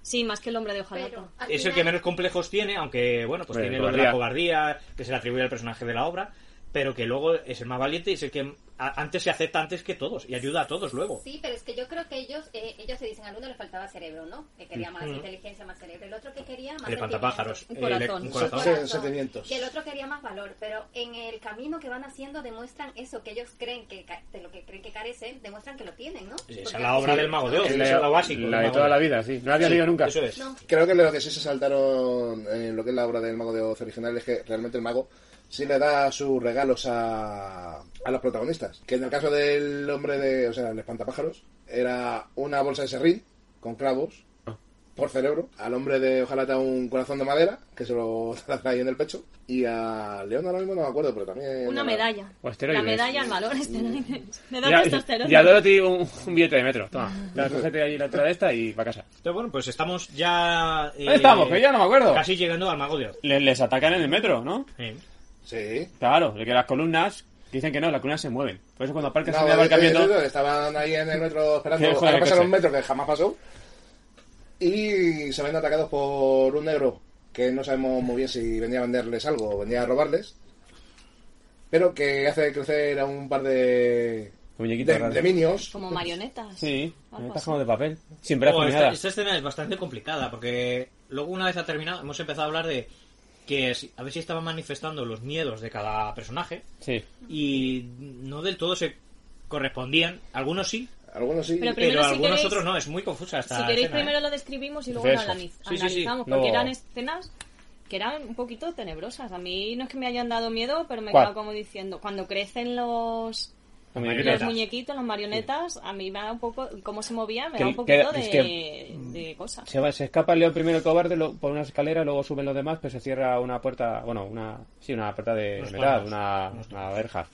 [SPEAKER 8] Sí, más que el hombre de hojalata.
[SPEAKER 9] Al
[SPEAKER 7] es el
[SPEAKER 9] final-
[SPEAKER 7] que menos complejos tiene, aunque bueno, pues
[SPEAKER 6] Bueno,
[SPEAKER 7] tiene lo de la
[SPEAKER 6] cobardía.
[SPEAKER 7] cobardía, que se le atribuye al personaje de la obra, pero que luego es el más valiente y es el que a- antes se acepta antes que todos y ayuda a todos luego.
[SPEAKER 9] Sí, pero es que yo creo que ellos eh, ellos se dicen al uno le faltaba cerebro, ¿no? Que quería más
[SPEAKER 7] Ujú.
[SPEAKER 9] inteligencia, más cerebro. El otro que quería más
[SPEAKER 7] Elefantapájaros.
[SPEAKER 8] Un
[SPEAKER 7] eh,
[SPEAKER 8] corazón.
[SPEAKER 7] le- un
[SPEAKER 8] Un
[SPEAKER 7] corazón.
[SPEAKER 5] Sí,
[SPEAKER 9] corazón.
[SPEAKER 5] sentimientos.
[SPEAKER 9] Y el otro quería más valor, pero en el camino que van haciendo demuestran eso que ellos creen que ca- de lo que creen que carecen, demuestran que lo tienen, ¿no?
[SPEAKER 7] Esa
[SPEAKER 9] Porque
[SPEAKER 7] es la obra
[SPEAKER 9] al
[SPEAKER 7] del Mago de Oz,
[SPEAKER 6] Es
[SPEAKER 7] eso es lo básico. del
[SPEAKER 6] la de
[SPEAKER 7] Mago
[SPEAKER 6] toda
[SPEAKER 7] de
[SPEAKER 6] la
[SPEAKER 7] Oz.
[SPEAKER 6] vida, sí. No la había
[SPEAKER 7] Sí,
[SPEAKER 6] leído nunca.
[SPEAKER 7] Eso es.
[SPEAKER 9] No.
[SPEAKER 5] Creo que lo que sí se saltaron en lo que es la obra del Mago de Oz original es que realmente el mago sí le da sus regalos a, a los protagonistas. Que en el caso del hombre de, o sea, el espantapájaros, era una bolsa de serrín con clavos por cerebro. Al hombre de Ojalata un corazón de madera, que se lo trae ahí en el pecho. Y a León ahora mismo no me acuerdo, pero también...
[SPEAKER 8] Una medalla.
[SPEAKER 6] O asteroides.
[SPEAKER 8] La medalla al valor, esteroides. Me da
[SPEAKER 6] Ya,
[SPEAKER 8] testosterona.
[SPEAKER 6] ya Dorothy un, un billete de metro. Toma, la cogete ahí la otra de esta y para casa.
[SPEAKER 7] Entonces, bueno, pues estamos ya. eh,
[SPEAKER 6] Ahí estamos, que ya no me acuerdo.
[SPEAKER 7] Casi llegando al Mago de Oz.
[SPEAKER 6] Le- les atacan en el metro, ¿no?
[SPEAKER 7] Sí.
[SPEAKER 5] Sí.
[SPEAKER 6] Claro, de que las columnas dicen que no, las columnas se mueven. Por eso cuando aparcas en
[SPEAKER 5] No,
[SPEAKER 6] el
[SPEAKER 5] eh,
[SPEAKER 6] aparcamiento.
[SPEAKER 5] eh, estaban ahí en el metro
[SPEAKER 6] Sí,
[SPEAKER 5] esperando
[SPEAKER 6] joder,
[SPEAKER 5] a que pasara
[SPEAKER 6] coche.
[SPEAKER 5] un metro que jamás pasó. Y se ven atacados por un negro que no sabemos muy bien si venía a venderles algo o venía a robarles. Pero que hace crecer a un par de, de,
[SPEAKER 6] Muñequitos raros.
[SPEAKER 5] de minions.
[SPEAKER 8] Como marionetas.
[SPEAKER 6] Sí, estás
[SPEAKER 8] así.
[SPEAKER 6] como de papel. Sin brazos
[SPEAKER 7] Oh,
[SPEAKER 6] ni
[SPEAKER 7] esta,
[SPEAKER 6] nada.
[SPEAKER 7] esta escena es bastante complicada porque luego una vez ha terminado hemos empezado a hablar de que si- a ver si estaban manifestando los miedos de cada personaje
[SPEAKER 6] Sí.
[SPEAKER 7] y no del todo se correspondían. Algunos sí,
[SPEAKER 5] Algunos sí.
[SPEAKER 8] Pero
[SPEAKER 7] pero
[SPEAKER 8] Primero, si
[SPEAKER 7] algunos
[SPEAKER 8] queréis-
[SPEAKER 7] otros no. Es muy confusa esta
[SPEAKER 8] Si queréis,
[SPEAKER 7] escena,
[SPEAKER 8] primero
[SPEAKER 7] ¿eh?
[SPEAKER 8] lo describimos y luego lo
[SPEAKER 6] Eso.
[SPEAKER 8] analiz-
[SPEAKER 7] Sí, sí, sí.
[SPEAKER 8] analizamos.
[SPEAKER 6] Luego-
[SPEAKER 8] Porque eran escenas que eran un poquito tenebrosas. A mí no es que me hayan dado miedo, pero me he
[SPEAKER 6] ¿Cuál?
[SPEAKER 8] quedado como diciendo. Cuando crecen los.
[SPEAKER 6] Los
[SPEAKER 8] Los
[SPEAKER 6] muñequitos.
[SPEAKER 7] Marionetas.
[SPEAKER 8] muñequitos, las marionetas, a mí me da un poco, cómo se movía, me
[SPEAKER 6] Que-
[SPEAKER 8] da un poquito
[SPEAKER 6] que-
[SPEAKER 8] de,
[SPEAKER 6] es que-
[SPEAKER 8] de cosas.
[SPEAKER 6] Se, va- se escapa León primero el cobarde lo- por una escalera, luego suben los demás, pero se cierra una puerta, bueno, una sí, una puerta de
[SPEAKER 7] Unos
[SPEAKER 6] metal,
[SPEAKER 7] tornos.
[SPEAKER 6] una,
[SPEAKER 7] Unos
[SPEAKER 6] una verja,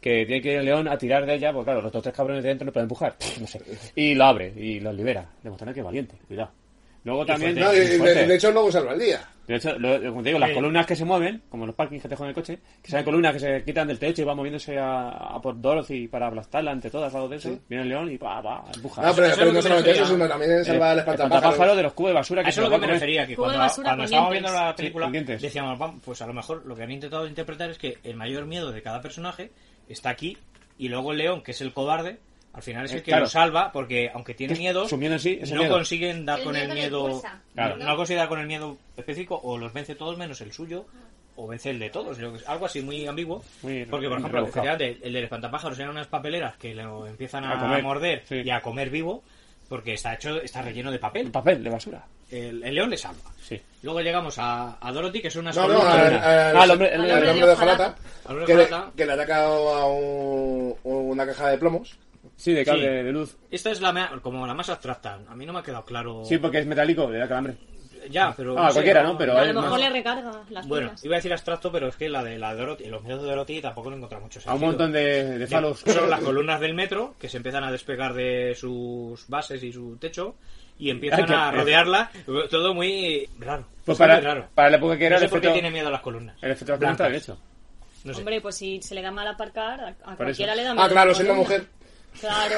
[SPEAKER 6] que tiene que ir León a tirar de ella, porque claro, los otros tres cabrones de dentro no pueden empujar, no sé, y lo abre y los libera, demostrando que es valiente, cuidado. Luego también,
[SPEAKER 5] No, y-
[SPEAKER 6] y
[SPEAKER 5] y de,
[SPEAKER 6] fuerte.
[SPEAKER 5] de hecho, luego salva el día.
[SPEAKER 6] De hecho, lo- como te digo, las
[SPEAKER 7] Sí.
[SPEAKER 6] columnas que se mueven, como los parkings que te juegan el coche, que sean columnas que se quitan del techo y van moviéndose a, a por Dorothy para aplastarla ante todas, algo de eso, viene el León y pa, pa, empuja.
[SPEAKER 5] No, pero,
[SPEAKER 7] eso
[SPEAKER 5] pero
[SPEAKER 7] es lo
[SPEAKER 5] no
[SPEAKER 7] que
[SPEAKER 5] solamente
[SPEAKER 7] me
[SPEAKER 5] eso,
[SPEAKER 7] refería.
[SPEAKER 5] sino también salva al
[SPEAKER 6] Eh, El espantapájaro
[SPEAKER 5] espantapájaros.
[SPEAKER 6] de los cubos de basura que
[SPEAKER 7] A eso
[SPEAKER 6] se
[SPEAKER 7] es lo
[SPEAKER 6] lo
[SPEAKER 7] que me
[SPEAKER 6] va a comer.
[SPEAKER 7] refería, que
[SPEAKER 8] Cubo de
[SPEAKER 7] cuando,
[SPEAKER 8] basura
[SPEAKER 7] cuando
[SPEAKER 8] con
[SPEAKER 7] estábamos
[SPEAKER 8] dientes.
[SPEAKER 7] viendo la
[SPEAKER 6] Sí,
[SPEAKER 7] película
[SPEAKER 6] con dientes.
[SPEAKER 7] decíamos, "Vam, pues a lo mejor lo que han intentado interpretar es que el mayor miedo de cada personaje está aquí y luego el león, que es el cobarde, al final es
[SPEAKER 6] Eh,
[SPEAKER 7] el que
[SPEAKER 6] claro.
[SPEAKER 7] lo salva porque aunque tiene
[SPEAKER 6] Es-
[SPEAKER 7] miedo,
[SPEAKER 6] su miedo en sí es el
[SPEAKER 7] no
[SPEAKER 6] miedo.
[SPEAKER 7] consiguen dar
[SPEAKER 9] El
[SPEAKER 7] con el
[SPEAKER 9] miedo le
[SPEAKER 7] miedo,
[SPEAKER 9] impulsa,
[SPEAKER 6] Claro.
[SPEAKER 7] no, no consiguen dar con el miedo específico o los vence todos menos el suyo o vence el de todos, yo que sé, algo así muy ambiguo,
[SPEAKER 6] Muy
[SPEAKER 7] porque por ejemplo,
[SPEAKER 6] rebuscado.
[SPEAKER 7] efectivamente, el del espantapájaros eran unas papeleras que lo empiezan a,
[SPEAKER 6] A comer,
[SPEAKER 7] morder
[SPEAKER 6] sí.
[SPEAKER 7] y a comer vivo porque está hecho está relleno de papel
[SPEAKER 6] El papel de basura.
[SPEAKER 7] el, el león le salva.
[SPEAKER 6] Sí.
[SPEAKER 7] Luego llegamos a, a Dorothy, que son unas
[SPEAKER 5] No, no,
[SPEAKER 7] columnas.
[SPEAKER 5] al, al-
[SPEAKER 6] Ah, al hombre-
[SPEAKER 5] al
[SPEAKER 6] al hombre
[SPEAKER 5] hombre
[SPEAKER 9] de
[SPEAKER 5] de
[SPEAKER 9] hojalata.
[SPEAKER 5] Ojalata,
[SPEAKER 7] Al hombre de
[SPEAKER 5] que, le-
[SPEAKER 7] hojalata.
[SPEAKER 5] que le ataca a un- una caja de plomos.
[SPEAKER 6] Sí, de cable,
[SPEAKER 7] Sí.
[SPEAKER 6] de luz.
[SPEAKER 7] Esta es la mea- como la más abstracta. A mí no me ha quedado claro.
[SPEAKER 6] Sí, porque es metálico, le da calambre.
[SPEAKER 7] ya, pero.
[SPEAKER 6] Ah,
[SPEAKER 7] sé,
[SPEAKER 6] cualquiera, ¿no? Pero
[SPEAKER 8] a
[SPEAKER 6] es
[SPEAKER 8] lo mejor
[SPEAKER 6] más-
[SPEAKER 8] le recarga las
[SPEAKER 7] Bueno,
[SPEAKER 8] pilas.
[SPEAKER 7] iba a decir abstracto, pero es que la de la de Dorothy, los miedos de Dorothy tampoco lo encontramos mucho
[SPEAKER 6] A un
[SPEAKER 7] sentido.
[SPEAKER 6] montón de, de
[SPEAKER 7] Ya,
[SPEAKER 6] falos.
[SPEAKER 7] Son las columnas del metro que se empiezan a despegar de sus bases y su techo y
[SPEAKER 6] Ah,
[SPEAKER 7] empiezan
[SPEAKER 6] qué-
[SPEAKER 7] a rodearla. Todo muy raro.
[SPEAKER 6] Pues
[SPEAKER 7] Es muy
[SPEAKER 6] para,
[SPEAKER 7] raro.
[SPEAKER 6] para la época que era,
[SPEAKER 7] no sé
[SPEAKER 6] el
[SPEAKER 7] por qué
[SPEAKER 6] efecto,
[SPEAKER 7] tiene miedo a las columnas.
[SPEAKER 6] el efecto de
[SPEAKER 7] Blancas.
[SPEAKER 6] está bien hecho.
[SPEAKER 7] No sé.
[SPEAKER 8] Hombre, pues si se le da mal aparcar, a- a,
[SPEAKER 6] eso.
[SPEAKER 8] cualquiera le da mal
[SPEAKER 5] Ah, claro, siendo mujer.
[SPEAKER 8] Claro,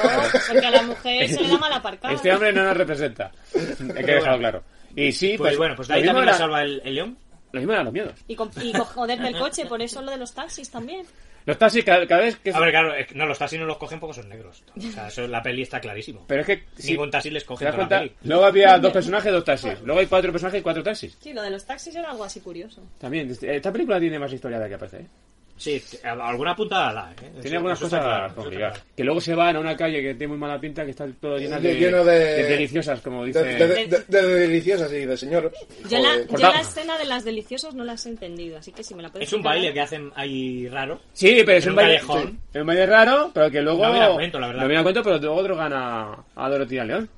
[SPEAKER 8] porque a la mujer se le da mal aparcar.
[SPEAKER 6] Este hombre no nos representa. Hay que
[SPEAKER 7] Pero
[SPEAKER 6] dejarlo
[SPEAKER 7] bueno.
[SPEAKER 6] claro. Y sí,
[SPEAKER 7] Pues,
[SPEAKER 6] pues,
[SPEAKER 7] bueno, pues de
[SPEAKER 6] lo,
[SPEAKER 7] ahí
[SPEAKER 6] mismo
[SPEAKER 7] también la
[SPEAKER 6] era,
[SPEAKER 7] salva el, el león.
[SPEAKER 6] lo mismo eran los miedos.
[SPEAKER 8] Y, con- y con joder del coche, por eso lo de los taxis también.
[SPEAKER 6] Los taxis cada, cada vez que...
[SPEAKER 7] A ver, claro, es que no, los taxis no los cogen porque son negros. O sea, eso, la peli está clarísimo.
[SPEAKER 6] pero es que... si-
[SPEAKER 7] Ningún taxi les
[SPEAKER 6] ¿Te
[SPEAKER 7] cogen
[SPEAKER 6] das
[SPEAKER 7] toda la
[SPEAKER 6] cuenta?
[SPEAKER 7] peli.
[SPEAKER 6] Luego había dos personajes, dos taxis. Luego hay cuatro personajes y cuatro taxis.
[SPEAKER 8] Sí, lo de los taxis era algo así curioso.
[SPEAKER 6] También, este, esta película tiene más historia de la que parece. ¿eh?
[SPEAKER 7] Sí, t- alguna puntada da, ¿eh? Eso-
[SPEAKER 6] Tiene algunas
[SPEAKER 7] eso está
[SPEAKER 6] cosas
[SPEAKER 7] claro,
[SPEAKER 6] complicadas.
[SPEAKER 7] eso está
[SPEAKER 6] Que luego se van a una calle que tiene muy mala pinta, que está todo llena
[SPEAKER 5] Lle-
[SPEAKER 6] de,
[SPEAKER 5] lleno de-
[SPEAKER 6] deliciosas, como
[SPEAKER 5] De,
[SPEAKER 6] dice...
[SPEAKER 5] de- de- de- de deliciosas y de señoros.
[SPEAKER 8] Yo la,
[SPEAKER 5] Joder.
[SPEAKER 8] yo
[SPEAKER 6] cortamos.
[SPEAKER 8] la escena de las deliciosas no las he entendido, así que si me la
[SPEAKER 7] claro.
[SPEAKER 8] puedes
[SPEAKER 7] Es un
[SPEAKER 8] explicar.
[SPEAKER 7] baile que hacen ahí raro.
[SPEAKER 6] Sí, pero es
[SPEAKER 7] En
[SPEAKER 6] un
[SPEAKER 7] un
[SPEAKER 6] baile,
[SPEAKER 7] callejón.
[SPEAKER 6] sí, es un baile raro, pero que luego...
[SPEAKER 7] No viene a cuento, la verdad.
[SPEAKER 6] No viene a cuento, pero luego drogan a, a Dorothy y a León.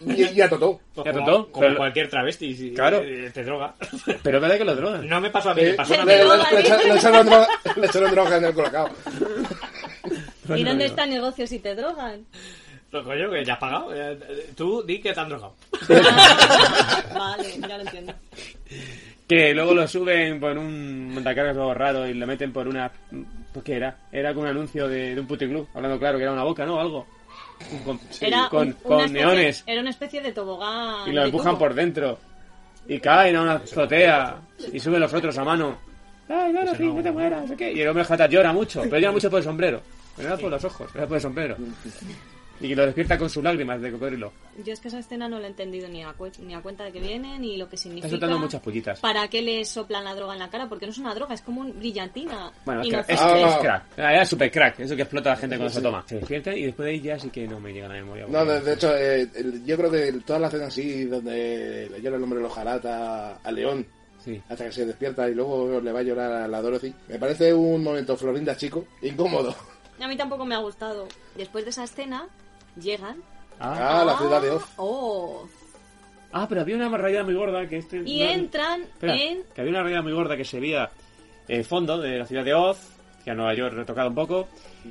[SPEAKER 5] Y, y a Totó.
[SPEAKER 7] Pues
[SPEAKER 6] Ya
[SPEAKER 7] como
[SPEAKER 6] trató,
[SPEAKER 7] como
[SPEAKER 6] pero-
[SPEAKER 7] cualquier travesti, si-
[SPEAKER 6] Claro.
[SPEAKER 7] eh, te droga.
[SPEAKER 6] Pero es verdad que lo drogan.
[SPEAKER 7] No me pasó a mí,
[SPEAKER 5] Sí,
[SPEAKER 7] me
[SPEAKER 5] Le
[SPEAKER 7] pasó a
[SPEAKER 8] Pero
[SPEAKER 7] mí.
[SPEAKER 5] le-
[SPEAKER 8] no,
[SPEAKER 5] le- le echa- le echaron droga- le echaron droga en el colacao.
[SPEAKER 8] ¿Y dónde está el negocio si te drogan?
[SPEAKER 7] Lo coño, que ya has pagado. Eh, Tú di que te han drogado.
[SPEAKER 8] Ah, vale, ya lo entiendo.
[SPEAKER 6] Que luego lo suben por un montacargas luego raro y lo meten por una... Pues qué era, era como un anuncio de, de un puticlub, hablando claro que era una boca, ¿no? O algo. Con,
[SPEAKER 8] Era
[SPEAKER 6] con-
[SPEAKER 8] un-
[SPEAKER 6] con
[SPEAKER 8] una especie-
[SPEAKER 6] neones.
[SPEAKER 8] Era una especie de tobogán.
[SPEAKER 6] Y lo
[SPEAKER 8] de
[SPEAKER 6] empujan
[SPEAKER 8] tubo.
[SPEAKER 6] por dentro. Y caen a una azotea. Y suben los otros a mano. Ay, no, no, sí, no te mueras. ¿qué? Y el hombre jata llora mucho. Pero llora mucho por el sombrero. Pero no por los ojos, era por el sombrero. Y lo despierta con sus lágrimas de cocodrilo.
[SPEAKER 8] Yo es que esa escena no la he entendido ni a, cue- ni a cuenta de que viene, ni lo que significa.
[SPEAKER 6] Está soltando muchas pullitas.
[SPEAKER 8] ¿Para qué le soplan la droga en la cara? Porque no es una droga, es como un brillantina.
[SPEAKER 6] Bueno, es crack.
[SPEAKER 8] inocente.
[SPEAKER 6] Es, es crack. Ah, Era super crack. Eso que explota a la gente cuando se toma. Se despierta y después de ahí ya sí que no me llega la memoria.
[SPEAKER 5] No, de, de hecho, eh, el- yo creo que todas las escenas así donde le llora el hombre de los jarata a León
[SPEAKER 6] Sí.
[SPEAKER 5] hasta que se despierta y luego le va a llorar a la Dorothy, me parece un momento Florinda chico, incómodo.
[SPEAKER 8] A mí tampoco me ha gustado. Después de esa escena, llegan.
[SPEAKER 5] Ah, la ciudad de Oz.
[SPEAKER 8] Oh.
[SPEAKER 6] Ah, pero había una rayada muy gorda que este.
[SPEAKER 8] Y
[SPEAKER 6] no-
[SPEAKER 8] entran
[SPEAKER 6] Espera,
[SPEAKER 8] en.
[SPEAKER 6] que había una realidad muy gorda que se veía el fondo de la ciudad de Oz, que a Nueva York retocado un poco,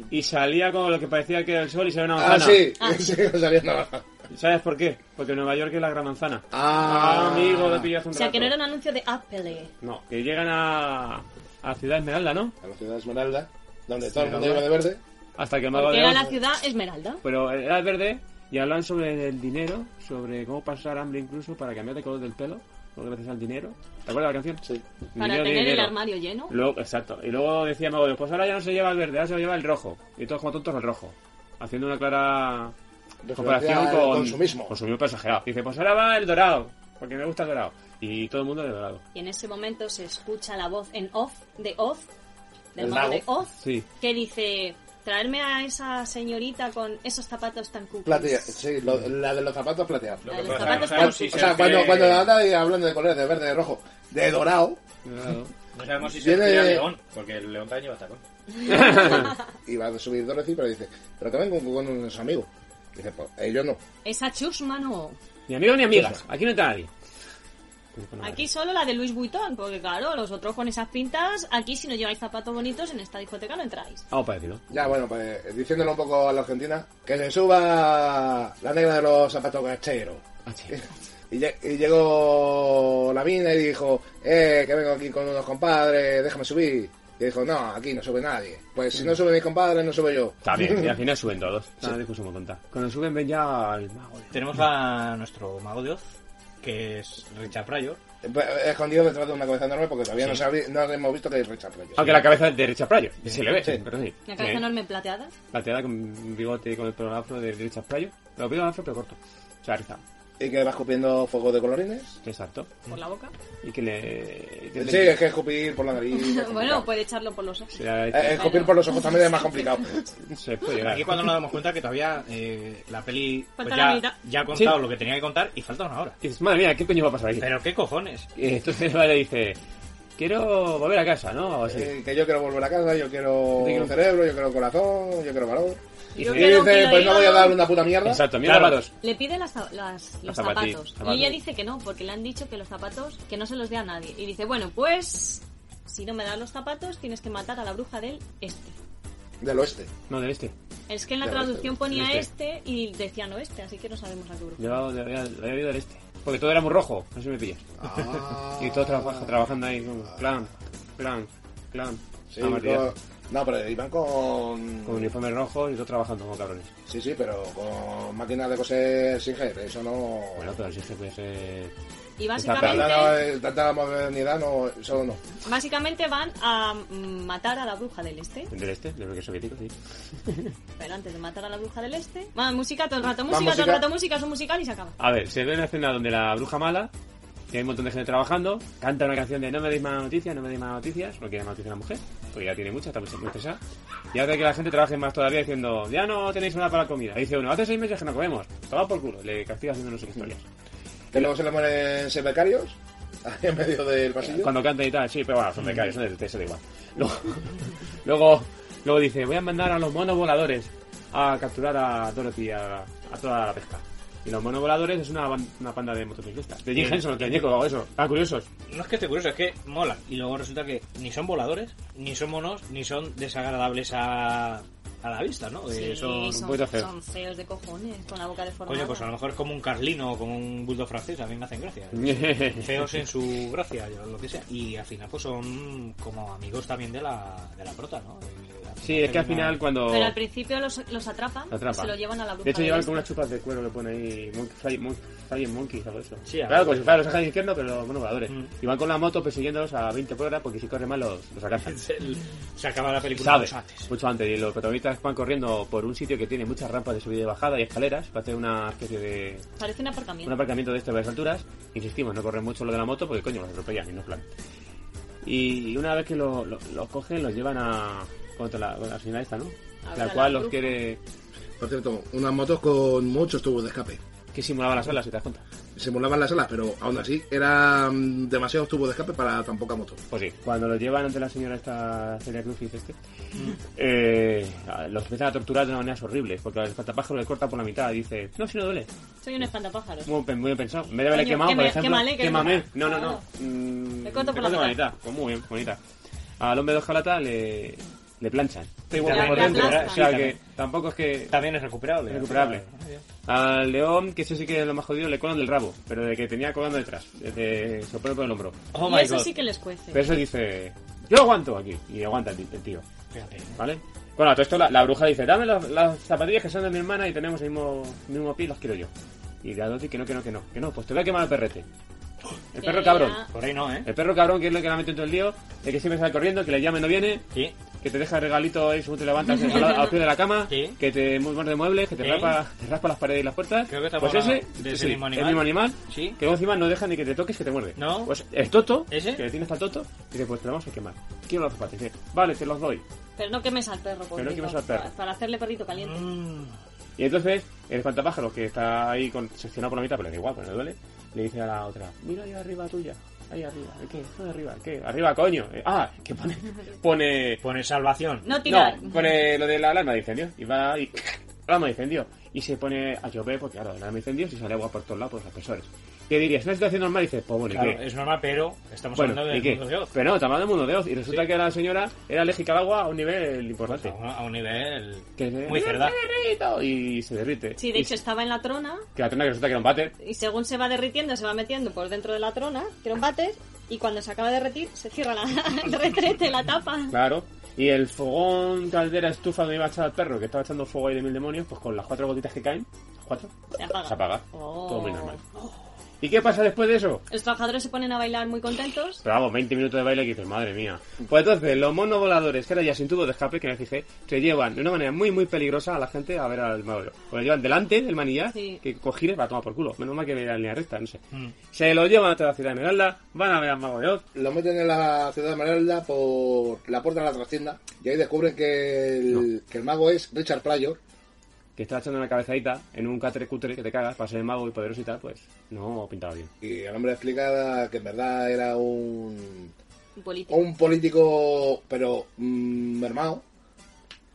[SPEAKER 6] y salía con lo que parecía que era el sol y se veía una
[SPEAKER 5] Ah,
[SPEAKER 6] manzana.
[SPEAKER 5] sí, sí, salía navaja.
[SPEAKER 6] ¿Sabes por qué? Porque Nueva York es la gran manzana.
[SPEAKER 5] Ah.
[SPEAKER 6] amigo, lo pillé hace
[SPEAKER 8] O
[SPEAKER 6] un
[SPEAKER 8] sea,
[SPEAKER 6] rato.
[SPEAKER 8] que no era un anuncio de Apple. eh,
[SPEAKER 6] No, que llegan a, a Ciudad Esmeralda, ¿no?
[SPEAKER 5] A la ciudad esmeralda, donde todo el mundo iba
[SPEAKER 6] Esmeralda.
[SPEAKER 5] de verde.
[SPEAKER 6] Hasta que el mago
[SPEAKER 8] Porque
[SPEAKER 6] de
[SPEAKER 8] era
[SPEAKER 6] Oz-
[SPEAKER 8] la ciudad Esmeralda.
[SPEAKER 6] Pero era verde y hablan sobre el dinero, sobre cómo pasar hambre incluso para cambiar de color del pelo, o gracias al dinero. ¿Te acuerdas de la canción?
[SPEAKER 5] Sí.
[SPEAKER 8] Para
[SPEAKER 6] Dinero,
[SPEAKER 8] tener el
[SPEAKER 6] dinero.
[SPEAKER 8] armario lleno.
[SPEAKER 6] Luego, exacto. Y luego decía Mago Dios, pues ahora ya no se lleva el verde, ahora se lo lleva el rojo. Y todos como tontos el rojo. Haciendo una clara
[SPEAKER 5] Referencia
[SPEAKER 6] comparación
[SPEAKER 5] al
[SPEAKER 6] con
[SPEAKER 5] consumismo.
[SPEAKER 6] consumismo exagerado. Dice, pues ahora va el dorado, porque me gusta el dorado. Y todo el mundo de dorado.
[SPEAKER 8] Y en ese momento se escucha la voz en off de Oz, del
[SPEAKER 5] El
[SPEAKER 8] mago
[SPEAKER 5] mago.
[SPEAKER 8] de Oz,
[SPEAKER 6] Sí.
[SPEAKER 8] que dice, traerme a esa señorita con esos zapatos tan cookies.
[SPEAKER 5] Platea, sí, lo- la de los zapatos plateados.
[SPEAKER 8] La de los
[SPEAKER 7] Pero
[SPEAKER 8] zapatos
[SPEAKER 7] claro,
[SPEAKER 8] tan
[SPEAKER 7] sí,
[SPEAKER 5] o
[SPEAKER 7] sí.
[SPEAKER 8] cookies.
[SPEAKER 5] sea,
[SPEAKER 7] se
[SPEAKER 5] cuando,
[SPEAKER 7] refiere-
[SPEAKER 5] cuando habla de, hablando de colores de verde, de rojo, de dorado,
[SPEAKER 6] Dorado.
[SPEAKER 7] No sabemos si se
[SPEAKER 5] Viene-
[SPEAKER 7] refiere a León, porque el León también lleva tacón.
[SPEAKER 5] y va a subir Dorothy, pero dice, pero que vengo con unos amigos. Dice, pues ellos no.
[SPEAKER 8] Esa chusma no.
[SPEAKER 6] Ni amigos ni amigas, aquí no está nadie.
[SPEAKER 8] Aquí solo la de Luis Vuitton, porque claro, los otros con esas pintas, aquí si no lleváis zapatos bonitos en esta discoteca no entráis.
[SPEAKER 6] Vamos para decirlo.
[SPEAKER 5] Ya, bueno, pues diciéndolo un poco a la Argentina, que se suba la negra de los zapatos gacheros.
[SPEAKER 6] Ah, sí.
[SPEAKER 5] Y, lle- y llegó la mina y dijo, eh, que vengo aquí con unos compadres, déjame subir. Y dijo, no, aquí no sube nadie. Pues si no sube mis compadres, no sube yo.
[SPEAKER 6] Está bien, y al final suben todos. Nada de discusión muy tonta. Cuando suben ven ya al mago. de-
[SPEAKER 7] Tenemos a nuestro mago de Oz, que es Richard Pryor.
[SPEAKER 5] Pues, Escondido detrás de una cabeza enorme porque todavía no, sabe- no hemos visto que es Richard Pryor.
[SPEAKER 6] Aunque la cabeza es de Richard Pryor, se le ve,
[SPEAKER 5] Sí.
[SPEAKER 6] pero sí.
[SPEAKER 8] La cabeza
[SPEAKER 6] Sí.
[SPEAKER 8] enorme plateada.
[SPEAKER 6] Plateada con bigote y con el pelo afro de Richard Pryor. Lo pido afro pero corto. O sea, rizado.
[SPEAKER 5] Y que va escupiendo fuego de colorines.
[SPEAKER 6] Exacto.
[SPEAKER 8] Por la boca.
[SPEAKER 6] Y que le.
[SPEAKER 5] Sí, es que escupir por la nariz. es
[SPEAKER 8] Bueno,
[SPEAKER 5] complicado.
[SPEAKER 8] puede echarlo por los ojos.
[SPEAKER 6] Se, ha hecho-
[SPEAKER 5] Eh, escupir por los ojos también es más complicado.
[SPEAKER 6] se puede llegar.
[SPEAKER 7] Aquí cuando nos damos cuenta que todavía eh, la peli pues,
[SPEAKER 8] Falta la mitad.
[SPEAKER 7] ya, ya ha contado
[SPEAKER 6] Sí.
[SPEAKER 7] lo que tenía que contar y falta una hora.
[SPEAKER 6] Y dices, madre mía, ¿qué coño va a pasar aquí?
[SPEAKER 7] Pero qué cojones.
[SPEAKER 6] Y entonces vale dice, quiero volver a casa, ¿no? O así.
[SPEAKER 5] Eh, que yo quiero volver a casa, yo quiero
[SPEAKER 6] Yo quiero-
[SPEAKER 5] cerebro, yo quiero corazón, yo quiero valor.
[SPEAKER 6] Y
[SPEAKER 8] yo quiero
[SPEAKER 5] Y
[SPEAKER 6] dice,
[SPEAKER 8] un kilo
[SPEAKER 5] dice,
[SPEAKER 8] de
[SPEAKER 5] pues no voy a
[SPEAKER 8] hígado".
[SPEAKER 5] dar una puta mierda.
[SPEAKER 6] Exacto, mira
[SPEAKER 7] Claro.
[SPEAKER 6] zapatos.
[SPEAKER 8] Le pide las za- las- los
[SPEAKER 6] zapati-
[SPEAKER 8] zapatos.
[SPEAKER 6] zapatos.
[SPEAKER 8] Y ella dice que no, porque le han dicho que los zapatos, que no se los dé a nadie. Y dice, bueno, pues si no me das los zapatos, tienes que matar a la bruja del este.
[SPEAKER 5] Del oeste.
[SPEAKER 6] No, del este.
[SPEAKER 8] Es que en la
[SPEAKER 5] Ya,
[SPEAKER 8] traducción ponía
[SPEAKER 6] este.
[SPEAKER 8] este y decían oeste, así que no sabemos a qué bruja.
[SPEAKER 6] Yo lo había lo había oído del este. Porque todo era muy rojo, no sé si me pillas. Y todos
[SPEAKER 5] Ah.
[SPEAKER 6] trabaja- trabajando ahí, como clan, clan, clan.
[SPEAKER 5] Sí,
[SPEAKER 6] a martillar.
[SPEAKER 5] con- No, pero iban con...
[SPEAKER 6] Con uniformes rojos y todos trabajando como cabrones.
[SPEAKER 5] Sí, sí, pero con máquinas de coser sin gel. Eso no...
[SPEAKER 6] Bueno, pero si es que puede ser.
[SPEAKER 8] Y
[SPEAKER 5] Tanta,
[SPEAKER 8] básicamente,
[SPEAKER 5] tanta modernidad, no, eso no.
[SPEAKER 8] básicamente van a mm, matar a la bruja del este.
[SPEAKER 6] Del este, del bloque soviético, sí.
[SPEAKER 8] Pero antes de matar a la bruja del este, va, música todo el rato,
[SPEAKER 5] Va,
[SPEAKER 8] música, todo el
[SPEAKER 5] música.
[SPEAKER 8] rato, música, su musical y se acaba.
[SPEAKER 6] A ver, se ve una escena donde la bruja mala, que hay un montón de gente trabajando, canta una canción de no me deis más noticias, no me deis más noticias, no quiere más noticias la mujer, porque ya tiene muchas, está muy muy estresada. Y hace que la gente trabaje más todavía diciendo, ya no tenéis nada para la comida. Y dice uno, hace seis meses que no comemos, toma por culo, le castiga haciendo no sé qué historias.
[SPEAKER 5] Que luego se le mueren seis becarios ahí en medio del pasillo.
[SPEAKER 6] Cuando canta y tal, sí, pero bueno, son becarios, son de TTS, da igual. Luego, luego, luego dice, voy a mandar a los monos voladores a capturar a Dorothy a, a toda la pesca. Y los monos voladores es una, ban- una panda de motociclistas. De Jim Henson, el muñeco o eso. Ah, curiosos.
[SPEAKER 7] No es que esté curioso, es que mola. Y luego resulta que ni son voladores, ni son monos, ni son desagradables a, a a la vista, ¿no?
[SPEAKER 8] Sí,
[SPEAKER 7] Eh, son-
[SPEAKER 8] son,
[SPEAKER 7] puedes hacer.
[SPEAKER 8] son feos de cojones, con la boca deformada.
[SPEAKER 7] Coño, pues a lo mejor es como un carlino o como un bulldog francés, a mí me hacen gracia.
[SPEAKER 6] Mm.
[SPEAKER 7] Feos en su gracia, yo lo que sea. Y al final, pues son como amigos también de la, de la prota, ¿no?
[SPEAKER 6] Sí, es que al final cuando...
[SPEAKER 8] Pero al principio los, los atrapan,
[SPEAKER 6] La trampa.
[SPEAKER 8] se lo llevan a la bruja.
[SPEAKER 6] De hecho,
[SPEAKER 8] del
[SPEAKER 6] llevan
[SPEAKER 8] este.
[SPEAKER 6] con unas chupas de cuero que pone ahí. Monkey, Fly- Mon- Flying Monkeys, algo de eso.
[SPEAKER 7] Sí,
[SPEAKER 6] claro,
[SPEAKER 7] algo. Mm.
[SPEAKER 6] como si fueran los ángeles izquierdos, pero los voladores. Y van con la moto persiguiéndolos a 20 por hora porque si corre mal los, los alcanzan.
[SPEAKER 7] Se acaba la película
[SPEAKER 6] ¿Sabe?
[SPEAKER 7] mucho antes.
[SPEAKER 6] Mucho antes. Y los protagonistas van corriendo por un sitio que tiene muchas rampas de subida y bajada y escaleras para hacer una especie de.
[SPEAKER 8] Parece un aparcamiento.
[SPEAKER 6] Un aparcamiento de estas varias alturas. Insistimos, no corren mucho lo de la moto porque coño, los atropellan y no es plan. Y una vez que lo- lo- los cogen, los llevan a. contra la, con la señora esta, ¿no?
[SPEAKER 8] A ver, a
[SPEAKER 6] La
[SPEAKER 8] la
[SPEAKER 6] cual los
[SPEAKER 8] bruja.
[SPEAKER 6] quiere.
[SPEAKER 5] Por cierto, unas motos con muchos tubos de escape.
[SPEAKER 6] que simulaban las alas, si te das cuenta.
[SPEAKER 5] Simulaban las alas, pero aún así eran demasiados tubos de escape para tan poca moto.
[SPEAKER 6] Pues sí, cuando los llevan ante la señora esta Celia Cruz y este, eh, los empiezan a torturar de una manera horrible, porque el espantapájaro le corta por la mitad y dice, no, si no duele.
[SPEAKER 8] Soy un espantapájaros.
[SPEAKER 6] Muy, bien- muy bien pensado. En vez de haberle
[SPEAKER 8] Coño,
[SPEAKER 6] quemado,
[SPEAKER 8] quema-
[SPEAKER 6] por ejemplo,
[SPEAKER 8] quémale, que no-
[SPEAKER 6] quémame. No, no, no.
[SPEAKER 8] Claro.
[SPEAKER 6] Mm,
[SPEAKER 8] Le corto
[SPEAKER 6] te
[SPEAKER 8] por la
[SPEAKER 6] corto
[SPEAKER 8] mitad.
[SPEAKER 6] Pues muy bien, bonita. Al hombre de hojalata le, le planchan. Está igual
[SPEAKER 7] Ya,
[SPEAKER 6] por
[SPEAKER 7] la
[SPEAKER 6] dentro,
[SPEAKER 7] aplastan.
[SPEAKER 6] o sea
[SPEAKER 7] Sí,
[SPEAKER 6] que
[SPEAKER 7] también.
[SPEAKER 6] tampoco es que...
[SPEAKER 7] También es recuperable. ¿eh?
[SPEAKER 6] Es recuperable. Al león, que ese sí que es lo más jodido, le colan del rabo, pero de que tenía colando detrás, desde, se lo pone por el hombro.
[SPEAKER 7] Oh
[SPEAKER 8] y eso sí que les cuece.
[SPEAKER 6] Pero eso dice, yo aguanto aquí. Y aguanta el, el tío,
[SPEAKER 7] Fíjate.
[SPEAKER 6] ¿vale? Bueno, a todo esto la, la bruja dice, dame las, las zapatillas que son de mi hermana y tenemos el mismo, mismo pie y las quiero yo. Y la Dorothy que no, que no, que no, que no, pues te voy a quemar al perrete. El
[SPEAKER 8] Que
[SPEAKER 6] perro
[SPEAKER 8] ya-
[SPEAKER 6] cabrón.
[SPEAKER 7] Por ahí no, ¿eh?
[SPEAKER 6] El perro cabrón que es lo que la mete en todo el lío, el que siempre sale corriendo, que le llame no viene,
[SPEAKER 7] Sí.
[SPEAKER 6] que te deja el regalito ahí según te levantas al, al pie de la cama,
[SPEAKER 7] Sí.
[SPEAKER 6] que te muerde muebles, que te
[SPEAKER 7] Sí.
[SPEAKER 6] raspa, te raspa las paredes y las puertas.
[SPEAKER 7] Creo que está
[SPEAKER 6] pues
[SPEAKER 7] por la-
[SPEAKER 6] ese,
[SPEAKER 7] de ese
[SPEAKER 6] sí,
[SPEAKER 7] mismo
[SPEAKER 6] el
[SPEAKER 7] animal.
[SPEAKER 6] mismo animal,
[SPEAKER 7] Sí.
[SPEAKER 6] que luego encima no deja ni que te toques, que te muerde.
[SPEAKER 7] No.
[SPEAKER 6] Pues el toto,
[SPEAKER 7] ¿Ese?
[SPEAKER 6] que le tienes al toto, dice, pues te lo vamos a quemar. Quiero los zapatos. Dice, vale, te los doy.
[SPEAKER 8] Pero no quemes al perro, pobrecito,
[SPEAKER 6] no quemes al perro.
[SPEAKER 8] Para, para hacerle perrito caliente.
[SPEAKER 7] Mm.
[SPEAKER 6] Y entonces, el espantapájaros, que está ahí con, seccionado por la mitad, pero da igual, pero no duele, le dice a la otra, mira ahí arriba tuya, ahí arriba, ¿el ¿qué? No, arriba, ¿el ¿qué? Arriba, coño. Eh, ah, que pone... Pone...
[SPEAKER 7] Pone salvación.
[SPEAKER 8] No tirar.
[SPEAKER 6] Mm. No, pone lo de la alarma de incendio. Y va y... Alarma de incendio. Y se pone a llover porque, claro, la alarma de incendio si sale agua por todos lados por los aspersores. ¿Qué dirías? ¿Es una situación normal? Y dices, pues bueno, ¿y
[SPEAKER 7] Claro,
[SPEAKER 6] qué?
[SPEAKER 7] es normal, pero estamos hablando
[SPEAKER 6] Bueno, ¿y
[SPEAKER 7] del
[SPEAKER 6] qué?
[SPEAKER 7] mundo de Oz.
[SPEAKER 6] Pero no, estamos hablando del mundo de Oz. Y resulta que la señora era alérgica al agua a un nivel importante.
[SPEAKER 7] A un- a un nivel
[SPEAKER 6] Que se-
[SPEAKER 7] muy cerda.
[SPEAKER 6] Y se derrite.
[SPEAKER 8] Sí, de
[SPEAKER 6] Y
[SPEAKER 8] hecho estaba en la trona
[SPEAKER 6] Que la trena que resulta que era un váter.
[SPEAKER 8] y según se va derritiendo, se va metiendo por dentro de la trona, que era un váter, y cuando se acaba de derretir, se cierra la, el retrete, la tapa.
[SPEAKER 6] Claro. Y el fogón, caldera, estufa donde iba a echar al perro, que estaba echando fuego ahí de mil demonios, pues con las cuatro gotitas que caen, las cuatro,
[SPEAKER 8] Se apaga.
[SPEAKER 6] se apaga.
[SPEAKER 8] Oh.
[SPEAKER 6] Todo muy normal. ¿Y qué pasa después de eso?
[SPEAKER 8] Los trabajadores se ponen a bailar muy contentos.
[SPEAKER 6] Pero vamos, 20 minutos de baile que dices, madre mía. Pues entonces, los monos voladores, que ahora ya sin tubo de escape, que me fijé, se llevan de una manera muy, muy peligrosa a la gente a ver al mago. Pues lo llevan delante del manillar,
[SPEAKER 8] Sí.
[SPEAKER 6] que con gires va a tomar por culo. Menos mal que era en línea recta, no sé.
[SPEAKER 7] Mm.
[SPEAKER 6] Se lo llevan hasta la ciudad de Esmeralda, van a ver al mago de Oz.
[SPEAKER 5] Lo meten en la ciudad de Esmeralda por la puerta de la trastienda y ahí descubren que el, que el mago es Richard Pryor.
[SPEAKER 6] que está echando una cabezadita en un cáter cutre que te cagas para ser mago y poderoso y tal, pues no pintaba bien.
[SPEAKER 5] Y el hombre explica que en verdad era un,
[SPEAKER 8] Un
[SPEAKER 6] Oh,
[SPEAKER 8] político.
[SPEAKER 5] un político, pero mm, mermado.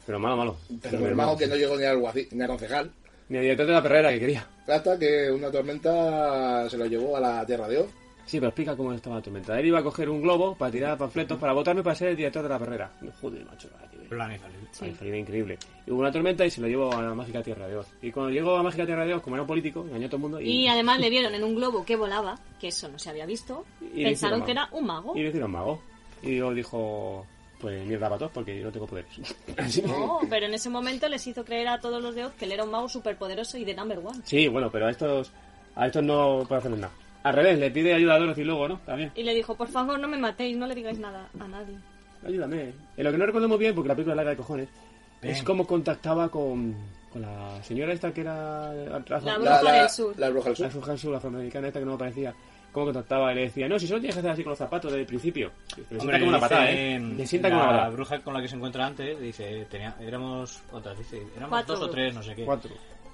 [SPEAKER 6] Pero malo, malo.
[SPEAKER 5] Pero
[SPEAKER 6] Ni
[SPEAKER 5] mermado
[SPEAKER 6] hermano.
[SPEAKER 5] que no llegó ni a, alguaci- ni a concejal.
[SPEAKER 6] Ni el director de la perrera que quería.
[SPEAKER 5] Hasta que una tormenta se lo llevó a la Tierra de Oz.
[SPEAKER 6] Sí, pero explica cómo estaba la tormenta. Él iba a coger un globo para tirar panfletos para votarme para ser el director de la perrera. No, Joder, macho, vaya nivel.
[SPEAKER 7] Plan infalible.
[SPEAKER 6] Vaya nivel increíble. Y hubo una tormenta y se lo llevó a la mágica Tierra de Oz. Y cuando llegó a la mágica Tierra de Oz, como era un político, engañó a todo el mundo y,
[SPEAKER 8] Y además le vieron en un globo que volaba, que eso no se había visto.
[SPEAKER 6] Y
[SPEAKER 8] Pensaron
[SPEAKER 6] hicieron
[SPEAKER 8] que era
[SPEAKER 6] mago.
[SPEAKER 8] un mago.
[SPEAKER 6] y le hicieron mago. Y luego dijo, pues mierda para todos porque yo no tengo poderes. Así.
[SPEAKER 8] No, Oh, pero en ese momento les hizo creer a todos los de Oz que él era un mago superpoderoso y de number one.
[SPEAKER 6] Sí, bueno, pero a estos, a estos no puede hacerles nada. Al revés, le pide ayuda a Dorothy luego, ¿no? También.
[SPEAKER 8] Y le dijo, por favor, no me matéis, no le digáis nada a nadie.
[SPEAKER 6] Ayúdame. En lo que no recuerdo muy bien, porque la película es larga de cojones, es
[SPEAKER 7] Bien.
[SPEAKER 6] cómo contactaba con, con la señora esta que era...
[SPEAKER 8] La
[SPEAKER 6] La
[SPEAKER 8] bruja del sur.
[SPEAKER 5] La bruja del sur.
[SPEAKER 6] la bruja sur, la afroamericana esta que no me parecía. Cómo contactaba y le decía, no, si solo tienes que hacer así con los zapatos desde el principio. Le sienta
[SPEAKER 7] Hombre,
[SPEAKER 6] como una
[SPEAKER 7] dice,
[SPEAKER 6] patada, ¿eh? Le sienta como
[SPEAKER 7] la
[SPEAKER 6] una patada.
[SPEAKER 7] bruja con la que se encuentra antes dice, tenía, éramos, ¿cuántas? Dice, éramos
[SPEAKER 8] Cuatro.
[SPEAKER 7] dos o tres, no sé qué.
[SPEAKER 6] Cuatro.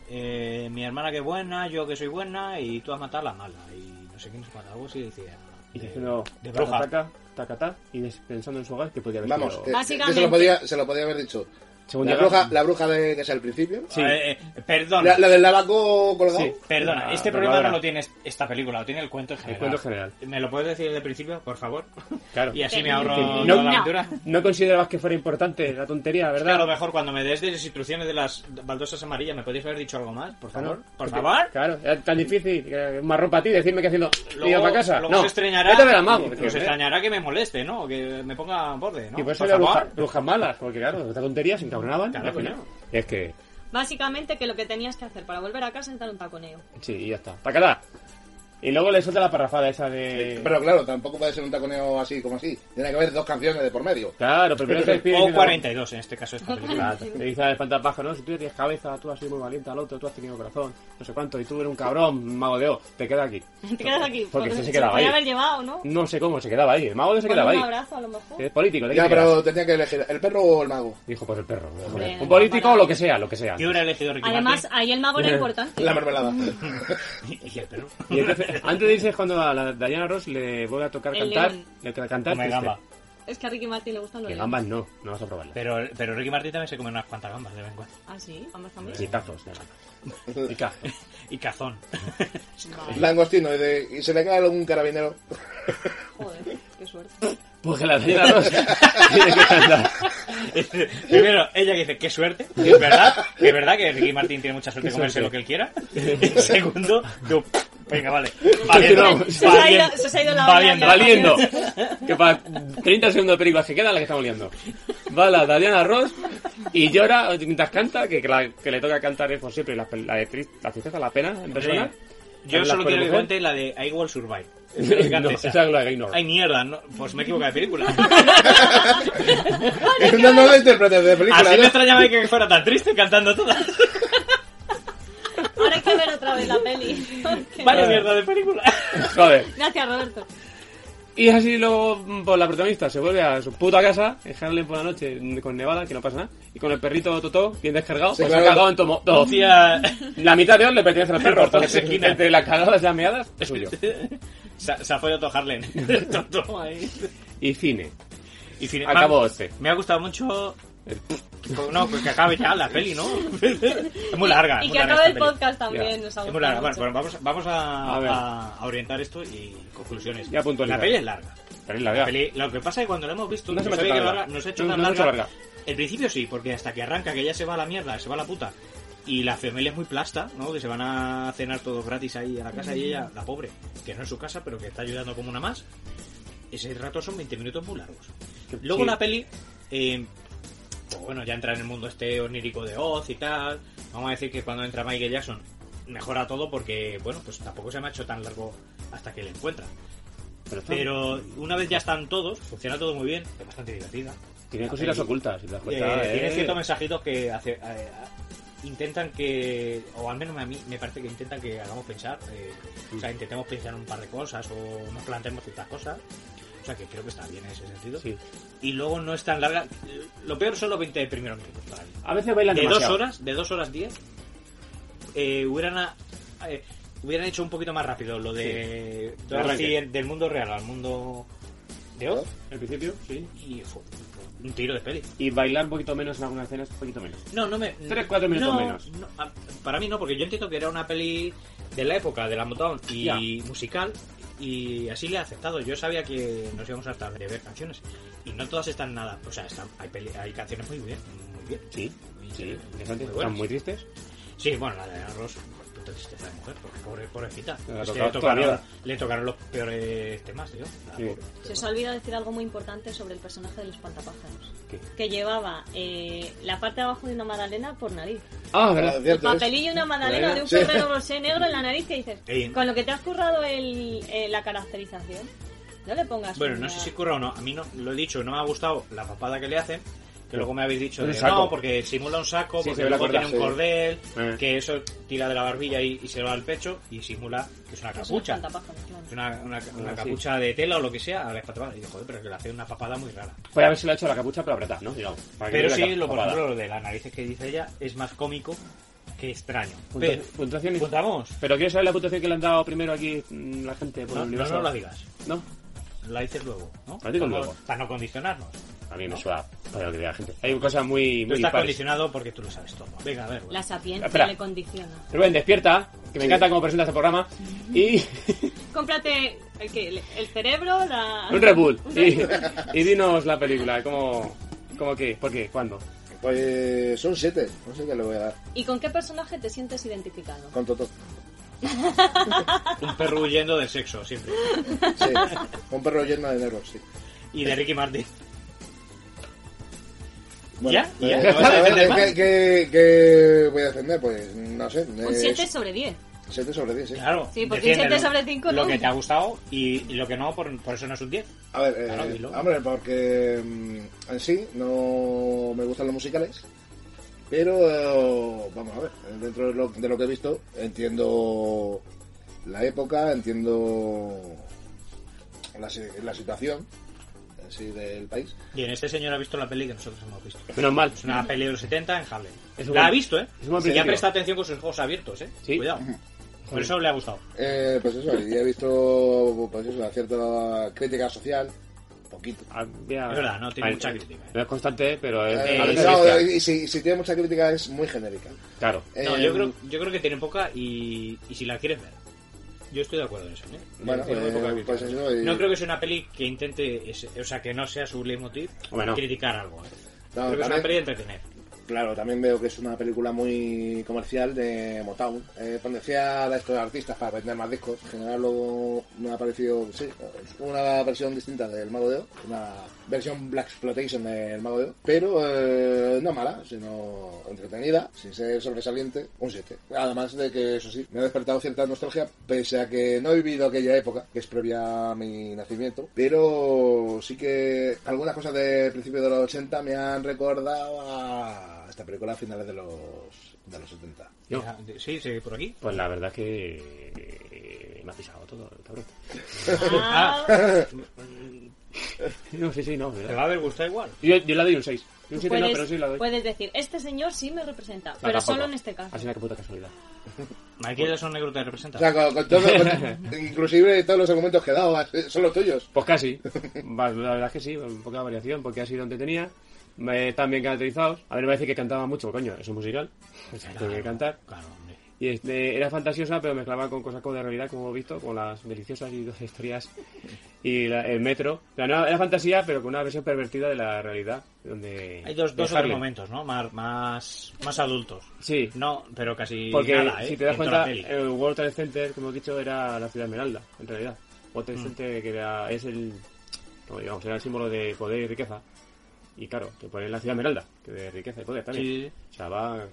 [SPEAKER 7] Eh, mi hermana que es buena, yo que soy buena y tú has matado a la mala. Y no sé quién es mata algo así decía.
[SPEAKER 6] Y
[SPEAKER 7] de-
[SPEAKER 6] diciendo,
[SPEAKER 7] de
[SPEAKER 6] taca,
[SPEAKER 7] bruja.
[SPEAKER 6] taca, taca, taca, y des- pensando en su hogar que podía haber
[SPEAKER 5] Vamos,
[SPEAKER 6] sido-
[SPEAKER 5] que- que
[SPEAKER 8] Básicamente.
[SPEAKER 5] se, lo podía, se lo podía haber dicho.
[SPEAKER 6] Según
[SPEAKER 5] la,
[SPEAKER 6] llega-
[SPEAKER 5] bruja, la bruja de que es al principio.
[SPEAKER 6] Sí. Ah,
[SPEAKER 7] Eh, eh, perdona.
[SPEAKER 5] La, la del lavaco colgado.
[SPEAKER 6] Sí.
[SPEAKER 7] Perdona,
[SPEAKER 6] La
[SPEAKER 7] este problema
[SPEAKER 6] colgadora.
[SPEAKER 7] no lo tiene esta película, lo tiene el cuento en general.
[SPEAKER 6] cuento en general.
[SPEAKER 7] ¿Me lo puedes decir desde el principio, por favor?
[SPEAKER 6] Claro.
[SPEAKER 7] Y así me ahorro
[SPEAKER 6] No.
[SPEAKER 7] toda la aventura.
[SPEAKER 6] No considerabas que fuera importante la tontería,
[SPEAKER 7] Es que a
[SPEAKER 6] ¿verdad?
[SPEAKER 7] lo mejor cuando me des instrucciones de las baldosas amarillas, ¿me podéis haber dicho algo más? Por favor,
[SPEAKER 6] Claro.
[SPEAKER 7] por
[SPEAKER 6] Porque-
[SPEAKER 7] favor.
[SPEAKER 6] Claro, era tan difícil. que Un marrón para ti decirme que haciendo.
[SPEAKER 7] Luego-
[SPEAKER 6] iba para casa.
[SPEAKER 7] luego
[SPEAKER 6] no,
[SPEAKER 7] se extrañará,
[SPEAKER 6] vete a ver al mago.
[SPEAKER 7] nos
[SPEAKER 6] Decirme, ¿eh?
[SPEAKER 7] extrañará que me moleste, ¿no? O Que me ponga a borde, ¿no?
[SPEAKER 6] Y por eso
[SPEAKER 7] Por
[SPEAKER 6] eran
[SPEAKER 7] favor.
[SPEAKER 6] bruja- brujas malas, porque claro, esta tontería se encabronaban.
[SPEAKER 7] Claro,
[SPEAKER 6] y al
[SPEAKER 7] coño.
[SPEAKER 6] final- Y es que.
[SPEAKER 8] Básicamente que lo que tenías que hacer para volver a casa es dar un taconeo.
[SPEAKER 6] Sí, y ya está. ¡Tacala! Y luego le suelta la parrafada esa de.
[SPEAKER 5] Pero claro, tampoco puede ser un taconeo así como así. Tiene que haber dos canciones de por medio.
[SPEAKER 6] Claro, pero primero se despide.
[SPEAKER 7] O
[SPEAKER 6] diciendo-
[SPEAKER 7] 42 en este caso. Esta película.
[SPEAKER 6] Claro, Le dice al espantapájaro, no, si tú tienes cabeza, tú has sido muy valiente al otro, tú has tenido corazón, no sé cuánto, y tú eres un cabrón, un mago de O, te quedas aquí.
[SPEAKER 8] Te quedas aquí.
[SPEAKER 6] Porque se, se
[SPEAKER 8] lo
[SPEAKER 6] quedaba ahí.
[SPEAKER 8] podía haber llevado, ¿no?
[SPEAKER 6] No sé cómo, se quedaba ahí. El mago de O se
[SPEAKER 8] Con
[SPEAKER 6] quedaba
[SPEAKER 8] un
[SPEAKER 6] ahí.
[SPEAKER 8] abrazo a lo mejor.
[SPEAKER 6] Es político, ¿de qué
[SPEAKER 5] Ya,
[SPEAKER 6] te
[SPEAKER 5] pero
[SPEAKER 6] quedas?
[SPEAKER 5] tenía que elegir el perro o el mago.
[SPEAKER 6] Dijo, pues el perro. joder.
[SPEAKER 8] Hombre,
[SPEAKER 6] un político o
[SPEAKER 8] para-
[SPEAKER 6] lo que sea, lo que sea.
[SPEAKER 7] Yo hubiera elegido Ricky
[SPEAKER 8] Además, ahí el mago era importante.
[SPEAKER 5] La mermelada.
[SPEAKER 6] Mm.
[SPEAKER 7] Martin y el perro.
[SPEAKER 6] Y entonces, antes de irse es cuando a la Diana Ross le vuelve a tocar
[SPEAKER 8] El
[SPEAKER 6] cantar,
[SPEAKER 8] león.
[SPEAKER 6] le toca cantar.
[SPEAKER 7] Come
[SPEAKER 6] triste.
[SPEAKER 7] gamba.
[SPEAKER 8] Es que a Ricky Martin le gustan los
[SPEAKER 6] Que
[SPEAKER 8] leones.
[SPEAKER 6] gambas no, no vas a probarla.
[SPEAKER 7] Pero, pero Ricky Martin también se come unas cuantas gambas de vez en cuando.
[SPEAKER 8] Ah, sí, gambas también.
[SPEAKER 6] Y cazos, de gambas. Y cazos.
[SPEAKER 7] Y cazón.
[SPEAKER 8] Vale,
[SPEAKER 5] Langostino. Y, de- y se le cae algún carabinero.
[SPEAKER 8] joder, qué suerte.
[SPEAKER 6] Pues que la Diana Ross tiene que cantar.
[SPEAKER 7] Primero, ella que dice, qué suerte. que Es verdad, que es verdad que Ricky Martin tiene mucha suerte de comerse lo que él quiera. Y segundo, yo, venga, vale.
[SPEAKER 6] Continuamos.
[SPEAKER 8] Se os ha ido- se os ha ido la
[SPEAKER 7] va
[SPEAKER 8] olla
[SPEAKER 7] bien,
[SPEAKER 8] ya.
[SPEAKER 7] va bien.
[SPEAKER 6] Valiendo. Que para 30 segundos de película se queda la que estamos liando. Va la Daliana Ross y llora mientras canta, que, que la- que le toca cantar es por siempre la, la, de tri- la tristeza, la pena en persona.
[SPEAKER 7] Yo
[SPEAKER 6] Las
[SPEAKER 7] solo quiero que
[SPEAKER 6] mujer.
[SPEAKER 7] cuente la de I Will Survive.
[SPEAKER 6] No,
[SPEAKER 7] Elegante
[SPEAKER 6] esa es la que ignoro.
[SPEAKER 7] Ay, mierda, no, pues me he equivocado de película.
[SPEAKER 5] no, no lo interpretes de película. ¿eh?
[SPEAKER 7] Así
[SPEAKER 5] ¿no?
[SPEAKER 7] me extrañaba que fuera tan triste cantando todas.
[SPEAKER 8] Ahora hay que ver otra vez la peli. porque-
[SPEAKER 6] Ah.
[SPEAKER 7] Vaya mierda de película.
[SPEAKER 6] Joder.
[SPEAKER 8] Gracias, Roberto.
[SPEAKER 6] Y es así luego mm, pues, la protagonista se vuelve a su puta casa, en Harlem por la noche, mm, con Nevada, que no pasa nada, y con el perrito Totó, bien descargado,
[SPEAKER 5] Sí,
[SPEAKER 6] pues se
[SPEAKER 5] claro.
[SPEAKER 6] ha cagado en tomo. todo.
[SPEAKER 7] Hostia.
[SPEAKER 6] La mitad de él le pertenece al perro,
[SPEAKER 7] Por toda
[SPEAKER 6] entonces,
[SPEAKER 7] esquina.
[SPEAKER 6] entre las cagadas y las meadas, es suyo.
[SPEAKER 7] Se, ha- se ha follado todo Harlem. Todo ahí.
[SPEAKER 6] Y cine.
[SPEAKER 7] Y cine-
[SPEAKER 6] Acabó
[SPEAKER 7] me ha-
[SPEAKER 6] este.
[SPEAKER 7] Me ha gustado mucho. No, pues que acabe ya la peli, ¿no? Es muy larga.
[SPEAKER 8] Y
[SPEAKER 7] muy
[SPEAKER 8] que
[SPEAKER 7] larga
[SPEAKER 8] acabe
[SPEAKER 7] esta
[SPEAKER 8] el
[SPEAKER 7] peli.
[SPEAKER 8] podcast también.
[SPEAKER 6] Ya.
[SPEAKER 8] Nos ha
[SPEAKER 7] Es muy
[SPEAKER 8] gustado
[SPEAKER 7] larga. Bueno,
[SPEAKER 8] mucho.
[SPEAKER 7] bueno, vamos, vamos a,
[SPEAKER 6] A ver.
[SPEAKER 7] a- a orientar esto y conclusiones.
[SPEAKER 6] Ya puntualizar.
[SPEAKER 7] La peli es larga.
[SPEAKER 6] Pero es la
[SPEAKER 7] La
[SPEAKER 6] verdad.
[SPEAKER 7] peli- lo que pasa es que cuando la hemos visto,
[SPEAKER 6] No se me ha
[SPEAKER 7] sabía
[SPEAKER 6] hecho
[SPEAKER 7] que
[SPEAKER 6] larga.
[SPEAKER 7] ahora nos ha hecho
[SPEAKER 6] No,
[SPEAKER 7] tan
[SPEAKER 6] no se me ha
[SPEAKER 7] larga.
[SPEAKER 6] hecho
[SPEAKER 7] El principio sí, porque hasta que arranca, que ya se va a la mierda, se va a la puta. Y la familia es muy plasta, ¿no? Que se van a cenar todos gratis ahí a la casa y ella, la pobre, que no es su casa, pero que está ayudando como una más. Ese rato son 20 minutos muy largos. Luego
[SPEAKER 6] Sí.
[SPEAKER 7] la peli, eh, pues bueno, ya entra en el mundo este onírico de Oz y tal. Vamos a decir que cuando entra Michael Jackson mejora todo porque, bueno, pues tampoco se me ha hecho tan largo hasta que le encuentra.
[SPEAKER 6] Pero está-
[SPEAKER 7] Pero una vez ya están todos, funciona todo muy bien, es bastante divertida.
[SPEAKER 6] Tiene cositas ocultas, si te das
[SPEAKER 7] Eh,
[SPEAKER 6] cuenta. eh.
[SPEAKER 7] Tiene ciertos mensajitos que hace, eh, eh, intentan que, o al menos a mí me parece que intentan que hagamos pensar, eh, o sea, intentemos pensar un par de cosas o nos planteemos ciertas cosas. O sea, que creo que está bien en ese sentido.
[SPEAKER 6] Sí.
[SPEAKER 7] Y luego no es tan larga. Lo peor son los 20 primeros minutos para mí
[SPEAKER 6] A veces bailan
[SPEAKER 7] de
[SPEAKER 6] demasiado.
[SPEAKER 7] dos horas, de dos horas diez, eh, hubieran, a- eh, hubieran hecho un poquito más rápido lo de
[SPEAKER 6] Sí.
[SPEAKER 7] todo
[SPEAKER 6] Arranque.
[SPEAKER 7] así, el- del mundo real al mundo de Oz
[SPEAKER 6] Al principio, sí.
[SPEAKER 7] y fue un tiro de peli.
[SPEAKER 6] Y bailar un poquito menos en algunas escenas, un poquito menos.
[SPEAKER 7] No, no me.
[SPEAKER 6] Tres, cuatro minutos
[SPEAKER 7] no,
[SPEAKER 6] menos.
[SPEAKER 7] no, a- para mí no, porque yo entiendo que era una peli de la época, de la Motown y
[SPEAKER 6] Ya.
[SPEAKER 7] musical, y así le he aceptado. Yo sabía que nos íbamos a hartar de ver canciones, y no todas están nada. O sea, están, hay, peli- hay canciones muy bien, muy bien.
[SPEAKER 6] Sí, sí. interesante.
[SPEAKER 7] Muy
[SPEAKER 6] Están
[SPEAKER 7] buenas.
[SPEAKER 6] muy tristes.
[SPEAKER 7] Sí, bueno, la de Ana Ross, puta tristeza de mujer, porque pobre, pobrecita.
[SPEAKER 6] Le ha
[SPEAKER 7] Es que
[SPEAKER 6] tocado
[SPEAKER 7] le, tocaron,
[SPEAKER 6] todavía.
[SPEAKER 7] le tocaron los peores temas, tío. La
[SPEAKER 6] Sí.
[SPEAKER 7] pobre.
[SPEAKER 8] Se os ha olvidado decir algo muy importante sobre el personaje del espantapájaros.
[SPEAKER 6] ¿Qué?
[SPEAKER 8] Que llevaba eh, la parte de abajo de una magdalena por nariz.
[SPEAKER 6] Ah,
[SPEAKER 5] Ah,
[SPEAKER 6] verdad.
[SPEAKER 8] El
[SPEAKER 5] cierto, es-
[SPEAKER 8] papelillo y una magdalena de un
[SPEAKER 5] Sí.
[SPEAKER 8] ferrero rosé negro en la nariz que dices,
[SPEAKER 7] Sí.
[SPEAKER 8] con lo que te has currado el, eh, la caracterización, no le pongas
[SPEAKER 7] Bueno,
[SPEAKER 8] una-
[SPEAKER 7] no sé si curra o no. A mí no, lo he dicho, no me ha gustado la papada que le hacen. Que luego me habéis dicho,
[SPEAKER 6] Es un
[SPEAKER 7] de,
[SPEAKER 6] saco.
[SPEAKER 7] no, porque simula un saco,
[SPEAKER 6] Sí, se
[SPEAKER 7] porque
[SPEAKER 6] ve la
[SPEAKER 7] luego
[SPEAKER 6] cuerda,
[SPEAKER 7] tiene un cordel,
[SPEAKER 6] Eh.
[SPEAKER 7] que eso tira de la barbilla y, y se lo da al pecho, y simula que es una
[SPEAKER 8] Es un
[SPEAKER 7] capucha.
[SPEAKER 8] espantapájaros, claro.
[SPEAKER 7] Es una, una- una
[SPEAKER 6] Ah, sí.
[SPEAKER 7] capucha de tela o lo que sea, a la espantapájaros. Y digo, joder, pero que le hace una papada muy rara.
[SPEAKER 6] Puede haberse le ha hecho la capucha para apretar, ¿no? Digamos, para que
[SPEAKER 7] Pero
[SPEAKER 6] no le
[SPEAKER 7] sí,
[SPEAKER 6] haga
[SPEAKER 7] lo, por
[SPEAKER 6] papada.
[SPEAKER 7] ejemplo, lo de las narices que dice ella es más cómico que extraño.
[SPEAKER 6] Puntu-
[SPEAKER 7] Pero,
[SPEAKER 6] puntuación y-
[SPEAKER 7] ¿Puntamos?
[SPEAKER 6] Pero quiero saber la puntuación que le han dado primero aquí mm, la gente por
[SPEAKER 7] No, no,
[SPEAKER 6] el universo.
[SPEAKER 7] no la digas.
[SPEAKER 6] No,
[SPEAKER 7] La dices luego, ¿no?
[SPEAKER 6] La digo
[SPEAKER 7] Como-
[SPEAKER 6] luego.
[SPEAKER 7] Para no condicionarnos.
[SPEAKER 6] a mí me suda. Para lo que diga la gente. Hay cosas muy,
[SPEAKER 7] Tú
[SPEAKER 6] muy
[SPEAKER 7] estás
[SPEAKER 6] dispares.
[SPEAKER 7] condicionado porque tú lo sabes todo. Venga, a ver.
[SPEAKER 8] La sapiencia
[SPEAKER 6] Espera.
[SPEAKER 8] le condiciona.
[SPEAKER 6] Rubén, despierta, que me encanta cómo presentas el programa. Y
[SPEAKER 8] Cómprate el, que- el cerebro,
[SPEAKER 7] Ah,
[SPEAKER 8] la...
[SPEAKER 6] un Red Bull. Y, y dinos la película, ¿cómo, cómo qué? ¿Por qué? ¿Cuándo?
[SPEAKER 5] Pues son siete, no sé qué le voy a dar.
[SPEAKER 8] ¿Y con qué personaje te sientes identificado?
[SPEAKER 5] Con Totó.
[SPEAKER 7] Un perro huyendo del sexo, siempre.
[SPEAKER 5] Sí, un perro lleno de negros, sí.
[SPEAKER 7] Y de Ricky Martin.
[SPEAKER 5] Bueno,
[SPEAKER 7] ¿Ya? ¿Y ya?
[SPEAKER 5] eh,
[SPEAKER 7] ¿No vas a
[SPEAKER 5] a ver,
[SPEAKER 7] defender más?
[SPEAKER 5] ¿qué, qué, qué voy a defender? Pues no sé.
[SPEAKER 8] Un 7 sobre 10.
[SPEAKER 5] 7 sobre 10, sí.
[SPEAKER 7] Claro.
[SPEAKER 8] Sí, porque un
[SPEAKER 7] defiéndelo.
[SPEAKER 8] 7 sobre 5
[SPEAKER 7] Lo
[SPEAKER 8] no.
[SPEAKER 7] que te ha gustado y, y lo que no, por, por eso no es un 10.
[SPEAKER 5] A ver, eh,
[SPEAKER 7] Claro, dilo.
[SPEAKER 5] hombre, porque mm, en sí no me gustan los musicales, pero eh, vamos a ver, eh, dentro de lo, de lo que he visto entiendo la época, entiendo la, si- la situación en sí del país.
[SPEAKER 7] Bien, este señor ha visto la peli que nosotros hemos visto.
[SPEAKER 6] Menos mal.
[SPEAKER 7] Es una peli de los 70 en Harlem.
[SPEAKER 6] Es
[SPEAKER 7] la
[SPEAKER 6] un buen-
[SPEAKER 7] ha visto, ¿eh?
[SPEAKER 6] es un buen
[SPEAKER 7] y ha
[SPEAKER 6] principio.
[SPEAKER 7] prestado atención con sus ojos abiertos, ¿eh?
[SPEAKER 6] Sí.
[SPEAKER 7] Cuidado. Por eso le ha gustado.
[SPEAKER 5] Eh, pues eso, y he visto pues eso, una cierta crítica social, poquito.
[SPEAKER 6] Ah, Había-
[SPEAKER 7] Es verdad, no tiene
[SPEAKER 6] Ay,
[SPEAKER 7] mucha
[SPEAKER 6] eh,
[SPEAKER 7] crítica.
[SPEAKER 6] No es constante, pero es,
[SPEAKER 5] Eh,
[SPEAKER 6] a veces
[SPEAKER 5] no,
[SPEAKER 6] bestia.
[SPEAKER 5] y si, si tiene mucha crítica es muy genérica.
[SPEAKER 6] Claro.
[SPEAKER 7] No,
[SPEAKER 5] Eh,
[SPEAKER 7] yo creo, yo creo que tiene poca y, y si la quieres ver. Yo estoy de acuerdo en eso. ¿eh?
[SPEAKER 5] Bueno,
[SPEAKER 7] Tiene muy
[SPEAKER 5] eh,
[SPEAKER 7] poca crítica.
[SPEAKER 5] pues eso, y-
[SPEAKER 7] No creo que sea una peli que intente, ese- o sea, que no sea su leitmotiv
[SPEAKER 6] Bueno.
[SPEAKER 7] criticar algo. ¿eh?
[SPEAKER 5] No,
[SPEAKER 7] creo que es
[SPEAKER 5] también-
[SPEAKER 7] una peli de entretener.
[SPEAKER 5] Claro, también veo que es una película muy comercial de Motown, eh, potenciada a estos artistas para vender más discos. En general luego me ha parecido, sí, una versión distinta del Mago de Oz, una versión Black Exploitation del Mago de Oz, pero eh, no mala, sino entretenida, sin ser sobresaliente, un 7. Además de que, eso sí, me ha despertado cierta nostalgia, pese a que no he vivido aquella época, que es previa a mi nacimiento, pero sí que algunas cosas de principios de los 80 me han recordado a esta película a finales de los, de los 70.
[SPEAKER 6] Yo,
[SPEAKER 7] Mira, Eh, ah, de- Sí, sí, por aquí.
[SPEAKER 6] pues la verdad es que eh, me ha pisado todo, cabrón.
[SPEAKER 8] Ah,
[SPEAKER 6] No, sí, sí, no.
[SPEAKER 7] Te
[SPEAKER 6] ¿verdad?
[SPEAKER 7] va a haber gustado igual.
[SPEAKER 6] Yo, yo la doy un 6. Un 7 no,
[SPEAKER 8] puedes,
[SPEAKER 6] pero sí la doy.
[SPEAKER 8] puedes decir, este señor sí me representa,
[SPEAKER 6] No,
[SPEAKER 8] pero
[SPEAKER 6] tampoco.
[SPEAKER 8] solo en este caso.
[SPEAKER 6] Así una que puta casualidad.
[SPEAKER 7] Michael Jackson negro te representa.
[SPEAKER 5] O sea, con, con todo- con- inclusive todos los argumentos que he dado eh, son los tuyos.
[SPEAKER 6] Pues casi. Va, La verdad es que sí, un poca variación, porque ha sido entretenida. Me- Están bien caracterizados. A ver, me parece que cantaba mucho, coño, es un musical. Pues tengo que cantar.
[SPEAKER 7] Claro, hombre.
[SPEAKER 6] Y este, era fantasiosa, pero mezclaba con cosas como de realidad, como hemos visto, con las deliciosas y dos historias y la- el metro. La nueva- era fantasía, pero con una versión pervertida de la realidad. Donde
[SPEAKER 7] Hay dos,
[SPEAKER 6] de
[SPEAKER 7] dos o tres
[SPEAKER 6] Harlem.
[SPEAKER 7] momentos, ¿no? Más, más, más adultos.
[SPEAKER 6] Sí.
[SPEAKER 7] No, pero casi
[SPEAKER 6] Porque
[SPEAKER 7] nada, ¿eh?
[SPEAKER 6] si te das
[SPEAKER 7] En toda
[SPEAKER 6] cuenta,
[SPEAKER 7] la peli.
[SPEAKER 6] el World Trade Center, como he dicho, era la ciudad esmeralda, en realidad. World
[SPEAKER 7] Mm.
[SPEAKER 6] Trade Center que era, es el, como digamos, era el símbolo de poder y riqueza. Y claro, te ponen la ciudad esmeralda, que de riqueza y poder también.
[SPEAKER 7] Sí.
[SPEAKER 6] O sea, va...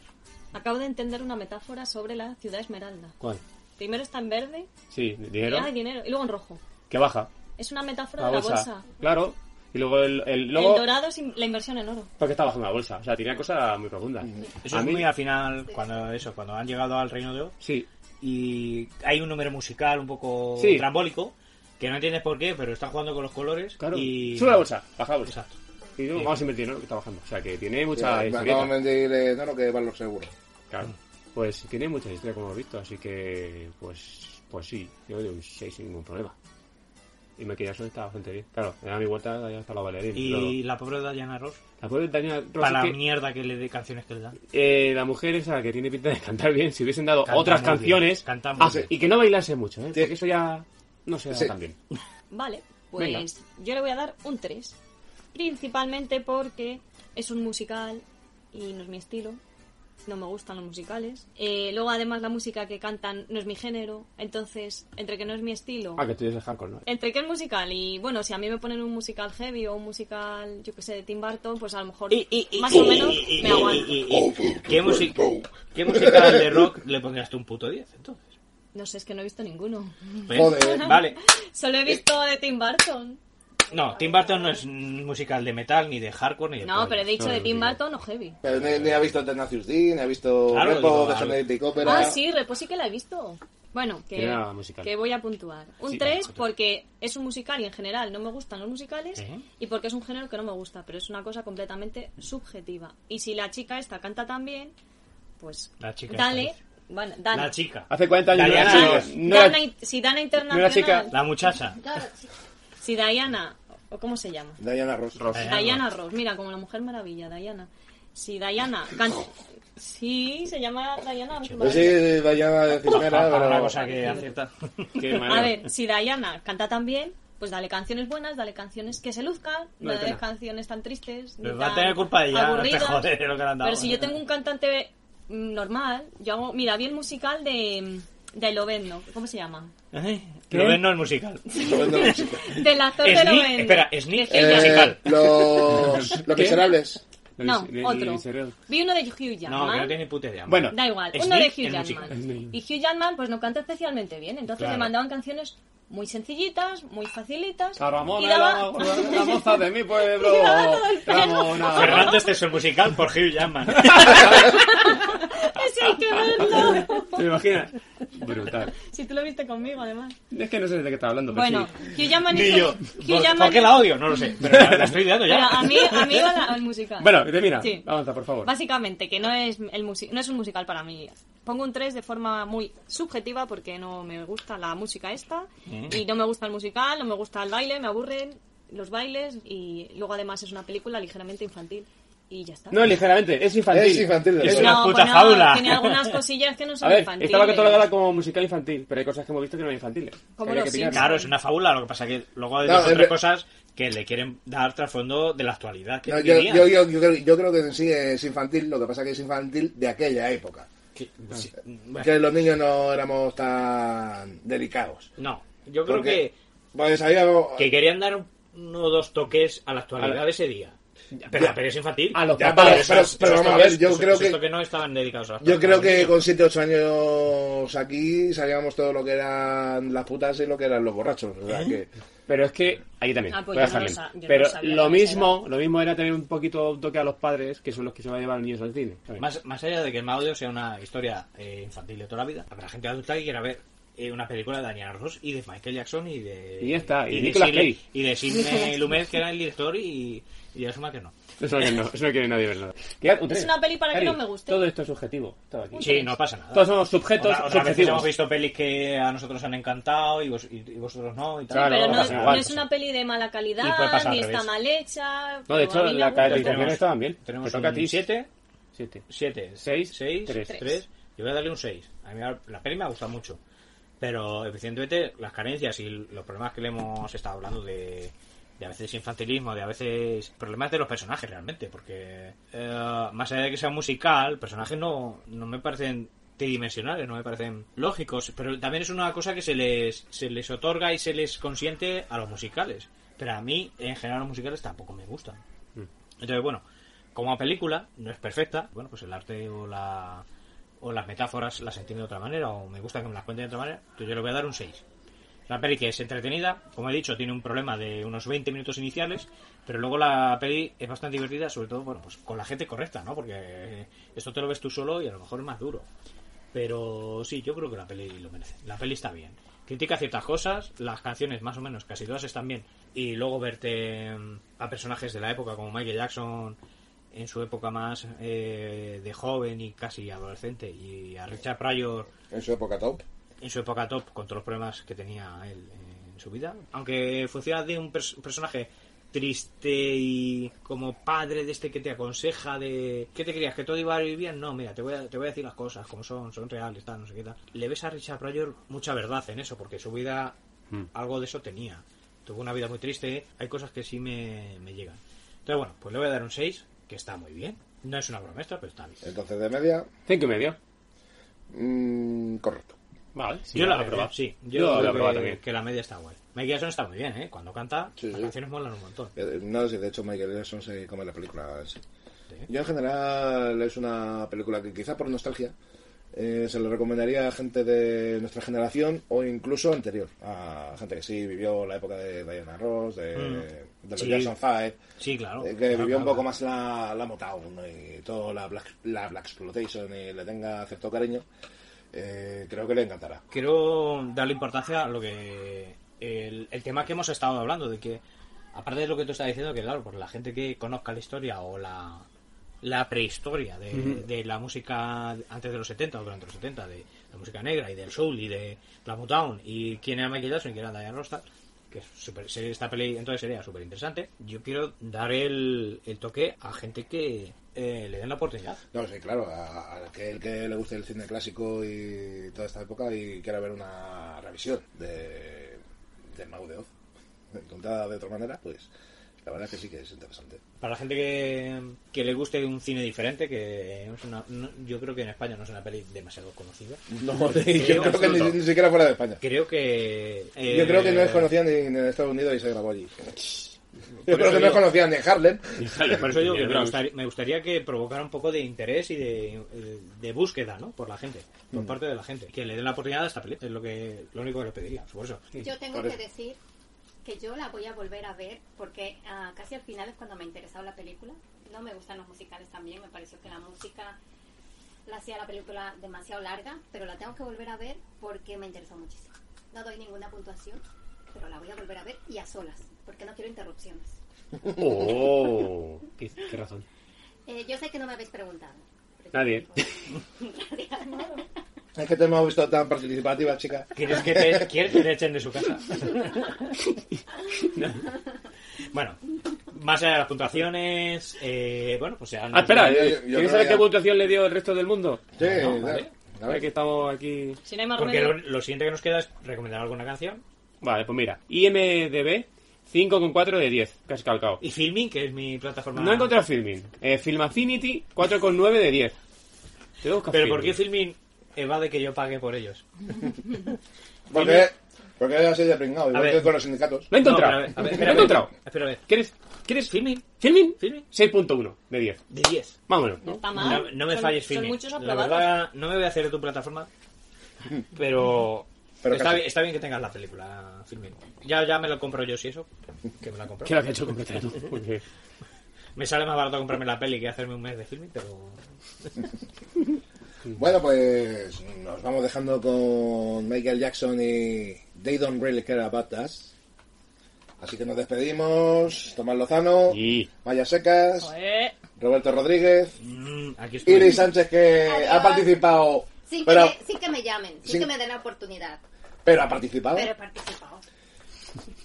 [SPEAKER 8] Acabo de entender una metáfora sobre la ciudad esmeralda.
[SPEAKER 6] ¿Cuál?
[SPEAKER 8] Primero está en verde,
[SPEAKER 6] Sí, dinero,
[SPEAKER 8] y, ah, dinero, y luego en rojo.
[SPEAKER 6] que baja.
[SPEAKER 8] Es una metáfora
[SPEAKER 6] La
[SPEAKER 8] de la
[SPEAKER 6] bolsa.
[SPEAKER 8] bolsa.
[SPEAKER 6] Claro. Y luego el, el
[SPEAKER 8] El
[SPEAKER 6] logo...
[SPEAKER 8] dorado es in- la inversión en oro.
[SPEAKER 6] porque está bajo una bolsa. O sea, tenía cosas muy profundas.
[SPEAKER 7] Eso
[SPEAKER 6] A
[SPEAKER 7] es
[SPEAKER 6] mí-
[SPEAKER 7] muy al final, cuando eso, cuando han llegado al Reino de Oz
[SPEAKER 6] Sí.
[SPEAKER 7] y hay un número musical un poco
[SPEAKER 6] Sí.
[SPEAKER 7] trambólico, que no entiendes por qué, pero están jugando con los colores
[SPEAKER 6] Claro.
[SPEAKER 7] y...
[SPEAKER 6] Sube la bolsa, baja la bolsa.
[SPEAKER 7] Exacto.
[SPEAKER 6] Y luego
[SPEAKER 7] Sí.
[SPEAKER 6] vamos a invertir, ¿no? Que está bajando. O sea, que tiene mucha
[SPEAKER 5] Eh, me
[SPEAKER 6] historieta.
[SPEAKER 5] acaban de decir, eh, no, no, que van los seguros.
[SPEAKER 6] Claro. Pues tiene mucha historia, como hemos visto, así que, pues, pues sí, yo le doy un 6 sin ningún problema. Y me quedé solo, estaba bastante bien. Claro, me da mi vuelta ya hasta la bailarina.
[SPEAKER 7] Y
[SPEAKER 6] luego.
[SPEAKER 7] la pobre Diana Ross,
[SPEAKER 6] La pobre Tania Ross
[SPEAKER 7] para la
[SPEAKER 6] es que,
[SPEAKER 7] mierda que le dé canciones que le dan.
[SPEAKER 6] eh, la mujer esa que tiene pinta de cantar bien, si hubiesen dado
[SPEAKER 7] Canta
[SPEAKER 6] otras
[SPEAKER 7] muy bien,
[SPEAKER 6] canciones.
[SPEAKER 7] canta muy
[SPEAKER 6] Ah,
[SPEAKER 7] bien.
[SPEAKER 6] Y que no bailase mucho, ¿eh?
[SPEAKER 5] Sí.
[SPEAKER 6] Porque eso ya no se da
[SPEAKER 5] Sí.
[SPEAKER 6] tan bien.
[SPEAKER 8] Vale, pues yo le voy a dar un 3. Principalmente porque es un musical y no es mi estilo. No me gustan los musicales. Eh, luego, además, la música que cantan no es mi género. Entonces, entre que no es mi estilo,
[SPEAKER 6] Ah, que tú eres el hardcore, ¿no?
[SPEAKER 8] entre que es musical y, bueno, si a mí me ponen un musical heavy o un musical, yo que sé, de Tim Burton, pues a lo mejor más o menos
[SPEAKER 7] y- y-
[SPEAKER 8] me
[SPEAKER 7] y-
[SPEAKER 8] aguanto.
[SPEAKER 7] y- y- y- ¿Qué, musi- ¿Qué musical de rock le pondrías tú un puto 10, entonces?
[SPEAKER 8] No sé, es que no he visto ninguno.
[SPEAKER 7] ¿Ves?
[SPEAKER 5] Joder.
[SPEAKER 7] Vale.
[SPEAKER 8] Solo he visto de Tim Burton.
[SPEAKER 7] No, Tim Burton no es un musical de metal, ni de hardcore, ni de...
[SPEAKER 8] No,
[SPEAKER 7] prog.
[SPEAKER 8] pero he dicho
[SPEAKER 6] no,
[SPEAKER 8] de
[SPEAKER 6] no,
[SPEAKER 8] Tim
[SPEAKER 6] no.
[SPEAKER 8] Burton o heavy.
[SPEAKER 5] Pero ni, ni ha visto Tenacious D, ni ha visto
[SPEAKER 7] Claro,
[SPEAKER 5] Repo,
[SPEAKER 7] digo,
[SPEAKER 5] de
[SPEAKER 7] al-
[SPEAKER 5] Genetic Opera.
[SPEAKER 8] Ah, sí, Repo sí que la he visto. Bueno, que,
[SPEAKER 6] Era musical.
[SPEAKER 8] que voy a puntuar. Un
[SPEAKER 6] Sí,
[SPEAKER 8] 3
[SPEAKER 6] escucha.
[SPEAKER 8] porque es un musical y en general no me gustan los musicales
[SPEAKER 7] Ujú.
[SPEAKER 8] y porque es un género que no me gusta, pero es una cosa completamente subjetiva. Y si la chica esta canta tan bien, pues
[SPEAKER 7] La chica
[SPEAKER 8] dale,
[SPEAKER 7] esta es.
[SPEAKER 8] bueno, dale.
[SPEAKER 7] La chica.
[SPEAKER 6] Hace 40 años
[SPEAKER 7] Diana
[SPEAKER 6] no era-
[SPEAKER 7] Ross.
[SPEAKER 6] no era-
[SPEAKER 8] Dana- si Dana Internacional,
[SPEAKER 6] chica.
[SPEAKER 7] La muchacha.
[SPEAKER 9] Claro, sí.
[SPEAKER 8] si Diana ¿O cómo se llama?
[SPEAKER 5] Diana Ross.
[SPEAKER 8] Diana Ross, mira, como la Mujer Maravilla, Diana. Si Diana can- Sí, se llama Diana Ross.
[SPEAKER 5] Pues sí, Diana de Cismera,
[SPEAKER 7] Para una
[SPEAKER 5] pero...
[SPEAKER 7] cosa que acierta.
[SPEAKER 6] Qué
[SPEAKER 8] A
[SPEAKER 6] manera.
[SPEAKER 8] ver, si Diana canta tan bien, pues dale canciones buenas, dale canciones que se luzcan,
[SPEAKER 6] No
[SPEAKER 8] no
[SPEAKER 6] hay
[SPEAKER 8] dale
[SPEAKER 6] pena.
[SPEAKER 8] canciones tan tristes. ni
[SPEAKER 7] Pues va a
[SPEAKER 8] tan
[SPEAKER 7] tener culpa ella,
[SPEAKER 8] aburridas.
[SPEAKER 7] te jode lo que le han dado.
[SPEAKER 8] Pero si yo tengo un cantante mm, normal, yo hago. Mira, vi el musical de. De Lovendo, ¿cómo se llama?
[SPEAKER 7] Ay, Lo ven, no el musical.
[SPEAKER 8] Del actor de
[SPEAKER 7] Sneak-
[SPEAKER 8] Lovendo.
[SPEAKER 7] espera, Sneak
[SPEAKER 8] De
[SPEAKER 7] es
[SPEAKER 8] Hugh Jack-
[SPEAKER 7] musical.
[SPEAKER 5] Eh, los, los
[SPEAKER 6] ¿Qué?
[SPEAKER 5] miserables.
[SPEAKER 8] No,
[SPEAKER 6] Li- li-
[SPEAKER 8] otro.
[SPEAKER 6] Liserel.
[SPEAKER 8] Vi uno de Hugh Jackman.
[SPEAKER 7] No, que no tiene ni puta idea.
[SPEAKER 6] Bueno.
[SPEAKER 8] Da igual,
[SPEAKER 7] Es
[SPEAKER 8] uno de
[SPEAKER 7] Nick
[SPEAKER 8] Hugh
[SPEAKER 7] el
[SPEAKER 8] Jackman.
[SPEAKER 6] musical.
[SPEAKER 8] Y Hugh Jackman pues no canta especialmente bien, entonces
[SPEAKER 7] Claro.
[SPEAKER 8] le mandaban canciones muy sencillitas, muy facilitas. y
[SPEAKER 6] Ramona,
[SPEAKER 8] daba-
[SPEAKER 6] la, la moza de mi pueblo.
[SPEAKER 8] Y daba todo el pelo.
[SPEAKER 6] Ramona.
[SPEAKER 7] Fernando, este es el musical por Hugh Jackman.
[SPEAKER 8] Ese hay que verlo.
[SPEAKER 6] ¿Te imaginas? Brutal.
[SPEAKER 8] si tú lo viste conmigo, además.
[SPEAKER 6] Es que no sé de qué está hablando, pero
[SPEAKER 8] Bueno,
[SPEAKER 6] sí.
[SPEAKER 8] Hugh Jackman
[SPEAKER 7] Pues Ni
[SPEAKER 8] hizo-
[SPEAKER 7] yo.
[SPEAKER 8] Hugh
[SPEAKER 7] ¿Por,
[SPEAKER 8] Jackman-
[SPEAKER 7] por qué la odio? No lo sé. Pero la, la estoy odiando
[SPEAKER 8] Pero
[SPEAKER 7] ya.
[SPEAKER 8] a mí, a mí va la- el musical.
[SPEAKER 6] Bueno, te mira,
[SPEAKER 8] Sí.
[SPEAKER 6] avanza, por favor.
[SPEAKER 8] Básicamente, que no es, el musi- no es un musical para mí. Pongo un 3 de forma muy subjetiva porque no me gusta la música esta. Y no me gusta el musical, no me gusta el baile, me aburren los bailes. Y luego además es una película ligeramente infantil. Y ya está.
[SPEAKER 6] No, ligeramente, es infantil.
[SPEAKER 5] Es infantil, de
[SPEAKER 6] Es
[SPEAKER 7] Es
[SPEAKER 5] verdad.
[SPEAKER 7] una
[SPEAKER 8] No,
[SPEAKER 7] puta
[SPEAKER 8] bueno,
[SPEAKER 7] jaula.
[SPEAKER 8] Tiene algunas cosillas que no
[SPEAKER 6] A
[SPEAKER 8] son
[SPEAKER 6] ver,
[SPEAKER 8] infantiles.
[SPEAKER 6] estaba catalogada como musical infantil, pero hay cosas que hemos visto que no eran infantiles.
[SPEAKER 8] Como
[SPEAKER 6] Habría
[SPEAKER 8] los
[SPEAKER 6] que pillarlas.
[SPEAKER 7] Claro, es una fábula, lo que pasa que luego hay
[SPEAKER 5] No,
[SPEAKER 7] dos o
[SPEAKER 5] es
[SPEAKER 7] tres
[SPEAKER 5] ver-
[SPEAKER 7] cosas que le quieren dar trasfondo de la actualidad. que
[SPEAKER 5] No, yo,
[SPEAKER 7] vivían.
[SPEAKER 5] yo, yo, yo creo, yo creo que en sí es infantil, lo que pasa que es infantil de aquella época.
[SPEAKER 7] Que- sí, bueno,
[SPEAKER 5] Que los niños no éramos tan delicados.
[SPEAKER 7] no, yo creo
[SPEAKER 5] Porque-
[SPEAKER 7] que,
[SPEAKER 5] Pues sabíamos...
[SPEAKER 7] que querían dar un- uno o dos toques a la actualidad
[SPEAKER 6] A la-
[SPEAKER 7] de ese día. Pero la peli es infantil.
[SPEAKER 6] A los
[SPEAKER 5] Ya,
[SPEAKER 6] papás.
[SPEAKER 5] pero- pero
[SPEAKER 7] Esos
[SPEAKER 5] vamos a ver,
[SPEAKER 7] toques-
[SPEAKER 5] yo
[SPEAKER 7] esos-
[SPEAKER 5] creo
[SPEAKER 7] esos
[SPEAKER 5] que-
[SPEAKER 7] toques no estaban dedicados a las
[SPEAKER 5] Yo creo que
[SPEAKER 7] personas.
[SPEAKER 5] con 7 8 años aquí sabíamos todo lo que eran las putas y lo que eran los borrachos. O
[SPEAKER 7] ¿Eh?
[SPEAKER 5] sea, que...
[SPEAKER 6] Pero es que ahí también.
[SPEAKER 8] Ah, pues
[SPEAKER 6] voy a
[SPEAKER 8] yo no lo
[SPEAKER 6] Harlem.
[SPEAKER 8] sa- yo no
[SPEAKER 6] pero
[SPEAKER 8] lo sabía
[SPEAKER 6] lo
[SPEAKER 8] que era.
[SPEAKER 6] mismo, lo mismo era tener un poquito un toque a los padres, que son los que se van a llevar a los niños al cine. ¿sabes?
[SPEAKER 7] Más, más allá de que el Maudio sea una historia eh, infantil de toda la vida, habrá gente adulta que quiera ver eh, una película de Daniel Ross y de Michael Jackson y de.
[SPEAKER 6] Y ya está, y
[SPEAKER 7] de
[SPEAKER 6] Nicolas
[SPEAKER 7] Sidney-
[SPEAKER 6] Cage.
[SPEAKER 7] Y de Sidney Lumet, que era el director, y. Y Asuma que no.
[SPEAKER 6] Eso, no, no- eso no quiere nadie ver nada. Quedad- un tres.
[SPEAKER 8] una peli para que
[SPEAKER 6] Cari,
[SPEAKER 8] no me guste.
[SPEAKER 6] Todo esto es subjetivo. todo aquí.
[SPEAKER 7] Sí, no pasa nada.
[SPEAKER 6] Todos somos sujetos
[SPEAKER 7] Otra- otras veces
[SPEAKER 6] subjetivos.
[SPEAKER 7] hemos visto pelis que a nosotros han encantado y, vos- y- y vosotros no y tal.
[SPEAKER 6] Claro,
[SPEAKER 8] pero
[SPEAKER 6] no
[SPEAKER 8] no,
[SPEAKER 6] pasa
[SPEAKER 8] no
[SPEAKER 6] igual,
[SPEAKER 8] es
[SPEAKER 6] pasa.
[SPEAKER 8] una peli de mala
[SPEAKER 7] Y puede
[SPEAKER 8] calidad,
[SPEAKER 7] pasar
[SPEAKER 8] ni
[SPEAKER 7] al
[SPEAKER 8] está
[SPEAKER 7] revés.
[SPEAKER 8] mal hecha.
[SPEAKER 6] No, de
[SPEAKER 8] pero a
[SPEAKER 6] hecho,
[SPEAKER 8] mí me
[SPEAKER 6] la
[SPEAKER 8] gusta.
[SPEAKER 6] caracterización estaban bien.
[SPEAKER 7] Tenemos
[SPEAKER 6] Te toca a ti.
[SPEAKER 7] un 7,
[SPEAKER 6] Siete.
[SPEAKER 7] 7,
[SPEAKER 6] Seis,
[SPEAKER 7] 6,
[SPEAKER 6] tres.
[SPEAKER 7] 3. Yo voy a darle un 6. A mí la- la peli me ha gustado mucho. Pero evidentemente las carencias y los problemas que le hemos estado hablando de, de a veces infantilismo, de a veces problemas de los personajes realmente, porque eh, más allá de que sea musical, personajes no, no me parecen tridimensionales, no me parecen lógicos, pero también es una cosa que se les, se les otorga y se les consiente a los musicales. Pero a mí, en general, los musicales tampoco me gustan. Entonces, bueno, como película no es perfecta, bueno, pues el arte o la o las metáforas las entiendo de otra manera o me gusta que me las cuenten de otra manera, entonces yo le voy a dar un 6. La peli que es entretenida, como he dicho, tiene un problema de unos 20 minutos iniciales, pero luego la peli es bastante divertida, sobre todo bueno, pues con la gente correcta, ¿no? Porque eh, esto te lo ves tú solo y a lo mejor es más duro. Pero sí, yo creo que la peli lo merece. La peli está bien. Critica ciertas cosas, las canciones más o menos casi todas están bien. Y luego verte mm, a personajes de la época como Michael Jackson en su época más eh, de joven y casi adolescente y a Richard Pryor
[SPEAKER 5] En su época top.
[SPEAKER 7] en su época top con todos los problemas que tenía él eh, en su vida. Aunque funciona de un pers- personaje triste y como padre de este que te aconseja de ¿qué te creías? ¿Que todo iba a ir bien? No, mira, te voy a, te voy a decir las cosas como son, son reales, tal, no sé qué tal. Le ves a Richard Pryor mucha verdad en eso, porque su vida algo de eso tenía. Tuvo una vida muy triste, hay cosas que sí me, me llegan. Entonces, bueno, pues le voy a dar un 6, que está muy bien. No es una obra maestra, pero está bien.
[SPEAKER 5] Entonces de media,
[SPEAKER 6] Cinco y medio.
[SPEAKER 5] mm, correcto.
[SPEAKER 6] Vale. sí,
[SPEAKER 7] yo la
[SPEAKER 6] vale,
[SPEAKER 7] he probado,
[SPEAKER 6] vale.
[SPEAKER 7] sí.
[SPEAKER 6] Yo,
[SPEAKER 7] Yo,
[SPEAKER 6] la he
[SPEAKER 7] creo
[SPEAKER 6] probado
[SPEAKER 7] que,
[SPEAKER 6] también.
[SPEAKER 7] que la media está guay. Mike Jackson está muy bien, ¿eh? Cuando canta,
[SPEAKER 5] Sí,
[SPEAKER 7] las
[SPEAKER 5] sí.
[SPEAKER 7] canciones molan un montón.
[SPEAKER 5] Eh, No, si de hecho Michael Jackson se come la película. en sí. Yo en general es una película que quizá por nostalgia eh, se le recomendaría a gente de nuestra generación o incluso anterior. A gente que sí vivió la época de Diana Ross, de,
[SPEAKER 7] Mm.
[SPEAKER 5] de los
[SPEAKER 7] Sí.
[SPEAKER 5] Jackson Five.
[SPEAKER 7] Sí, claro.
[SPEAKER 5] Eh, que
[SPEAKER 7] Claro,
[SPEAKER 5] vivió un
[SPEAKER 7] claro.
[SPEAKER 5] poco más la, la Motown ¿no? y toda la Black, la Black Exploitation y le tenga cierto cariño, eh, creo que le encantará.
[SPEAKER 7] Quiero darle importancia a lo que. El, el tema que hemos estado hablando, de que. Aparte de lo que tú estás diciendo, que claro, por la gente que conozca la historia o la, la prehistoria de, de la música antes de los 70 o durante los 70, de la música negra y del soul y de la Motown y quién era Michael Jackson y quién era Diana Ross, tal, que es súper- se- esta peli entonces sería súper interesante. Yo quiero dar el, el toque a gente que eh, le den la oportunidad.
[SPEAKER 5] No, sí, claro, a, a aquel que le guste el cine clásico y toda esta época y quiera ver una revisión de, del Mago de Oz, contada de otra manera, pues la verdad es que sí que es interesante.
[SPEAKER 7] Para la gente que, que le guste un cine diferente, que es una- no- yo creo que en España no es una peli demasiado conocida.
[SPEAKER 5] No, yo creo que ni,
[SPEAKER 7] absoluto.
[SPEAKER 5] ni siquiera fuera de España.
[SPEAKER 7] Creo que...
[SPEAKER 5] Yo creo que no es
[SPEAKER 7] eh,
[SPEAKER 5] conocida ni ni en Estados Unidos y se grabó allí. Yo creo
[SPEAKER 7] Por eso
[SPEAKER 5] que no es
[SPEAKER 7] digo-
[SPEAKER 5] conocida ni en Harlem.
[SPEAKER 7] Por eso digo que me,
[SPEAKER 6] Bronx.
[SPEAKER 7] gustar- me gustaría que provocara un poco de interés y de, eh, de búsqueda, ¿no? Por la gente, por
[SPEAKER 5] Mm.
[SPEAKER 7] parte de la gente. Que le den la oportunidad a esta película. Es lo, que, lo único que le pediría, por eso.
[SPEAKER 9] Yo tengo
[SPEAKER 5] Por
[SPEAKER 9] que
[SPEAKER 5] eso.
[SPEAKER 9] decir que yo la voy a volver a ver porque ah, casi al final es cuando me ha interesado la película. No me gustan los musicales también, me pareció que la música la hacía la película demasiado larga, pero la tengo que volver a ver porque me interesó muchísimo. No doy ninguna puntuación, pero la voy a volver a ver y a solas, porque no quiero interrupciones.
[SPEAKER 6] ¡Oh! ¿Qué, qué razón?
[SPEAKER 9] Eh, yo sé que no me habéis preguntado. pero yo
[SPEAKER 6] Nadie.
[SPEAKER 9] digo-
[SPEAKER 5] Es que te hemos visto tan participativa, chica.
[SPEAKER 7] ¿Quieres que te, quieres que te echen de su casa? bueno, más allá de las puntuaciones, eh, bueno, pues se han...
[SPEAKER 6] Ah, espera,
[SPEAKER 5] yo- yo- yo
[SPEAKER 6] eh,
[SPEAKER 5] creo
[SPEAKER 6] ¿quieres saber
[SPEAKER 5] ya-
[SPEAKER 6] qué puntuación le dio el resto del mundo?
[SPEAKER 5] Sí,
[SPEAKER 7] No,
[SPEAKER 5] da- a
[SPEAKER 7] vale.
[SPEAKER 6] A ver
[SPEAKER 5] ver.
[SPEAKER 6] que estamos aquí.
[SPEAKER 8] Si no hay más
[SPEAKER 7] Porque lo,
[SPEAKER 8] remedio.
[SPEAKER 7] lo siguiente que nos queda es recomendar alguna canción.
[SPEAKER 6] Vale, pues mira, IMDB 5,4 de 10, que has calcado.
[SPEAKER 7] Y Filming, que es mi plataforma...
[SPEAKER 6] No he encontrado Filming. Eh, Film Affinity 4,9 de 10. Te voy a buscar
[SPEAKER 7] Pero ¿por qué
[SPEAKER 6] Filmin.
[SPEAKER 7] Filming evade que yo pague por ellos?
[SPEAKER 5] Porque, porque ya se haya pringado, igual
[SPEAKER 7] ver.
[SPEAKER 5] que con los sindicatos.
[SPEAKER 6] Lo he
[SPEAKER 7] No,
[SPEAKER 6] encontrado.
[SPEAKER 7] pero a ver, a ver,
[SPEAKER 6] lo
[SPEAKER 7] espera,
[SPEAKER 6] he encontrado.
[SPEAKER 7] Espera, a ver.
[SPEAKER 6] ¿Quieres? ¿Quieres?
[SPEAKER 7] Filming,
[SPEAKER 6] ¿Filming?
[SPEAKER 7] Filming.
[SPEAKER 6] 6.1 de 10.
[SPEAKER 7] de 10.
[SPEAKER 6] Vámonos,
[SPEAKER 8] No
[SPEAKER 6] ¿no?
[SPEAKER 8] está mal.
[SPEAKER 7] No, no me
[SPEAKER 8] Ah, Son-
[SPEAKER 7] falles,
[SPEAKER 8] Son
[SPEAKER 7] Filming.
[SPEAKER 8] muchos
[SPEAKER 7] La
[SPEAKER 8] aprobados.
[SPEAKER 7] verdad, no me voy a hacer de tu plataforma, pero...
[SPEAKER 5] Pero
[SPEAKER 7] está,
[SPEAKER 5] casi.
[SPEAKER 7] bien, está bien que tengas la película, Filming. Ya, ya me lo compro yo, si eso. Que me la compro.
[SPEAKER 6] ¿Qué lo has hecho completar tú? Porque
[SPEAKER 7] Me sale más barato comprarme la peli que hacerme un mes de filming, pero.
[SPEAKER 5] Bueno, pues nos vamos dejando con Michael Jackson y They Don't Really Care About Us. Así que nos despedimos. Tomás Lozano,
[SPEAKER 6] Y-
[SPEAKER 5] Maya Secas,
[SPEAKER 8] Joder.
[SPEAKER 5] Roberto Rodríguez,
[SPEAKER 7] Mm, aquí estoy.
[SPEAKER 5] Iris Sánchez que
[SPEAKER 9] Adiós.
[SPEAKER 5] ha participado,
[SPEAKER 9] Sin,
[SPEAKER 5] pero,
[SPEAKER 9] que me, sin que me llamen, sin,
[SPEAKER 5] sin-
[SPEAKER 9] que me den la oportunidad,
[SPEAKER 5] pero ha participado.
[SPEAKER 9] pero he participado.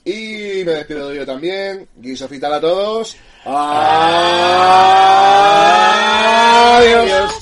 [SPEAKER 5] Y me despido yo también. Guiso fital a todos. Adiós.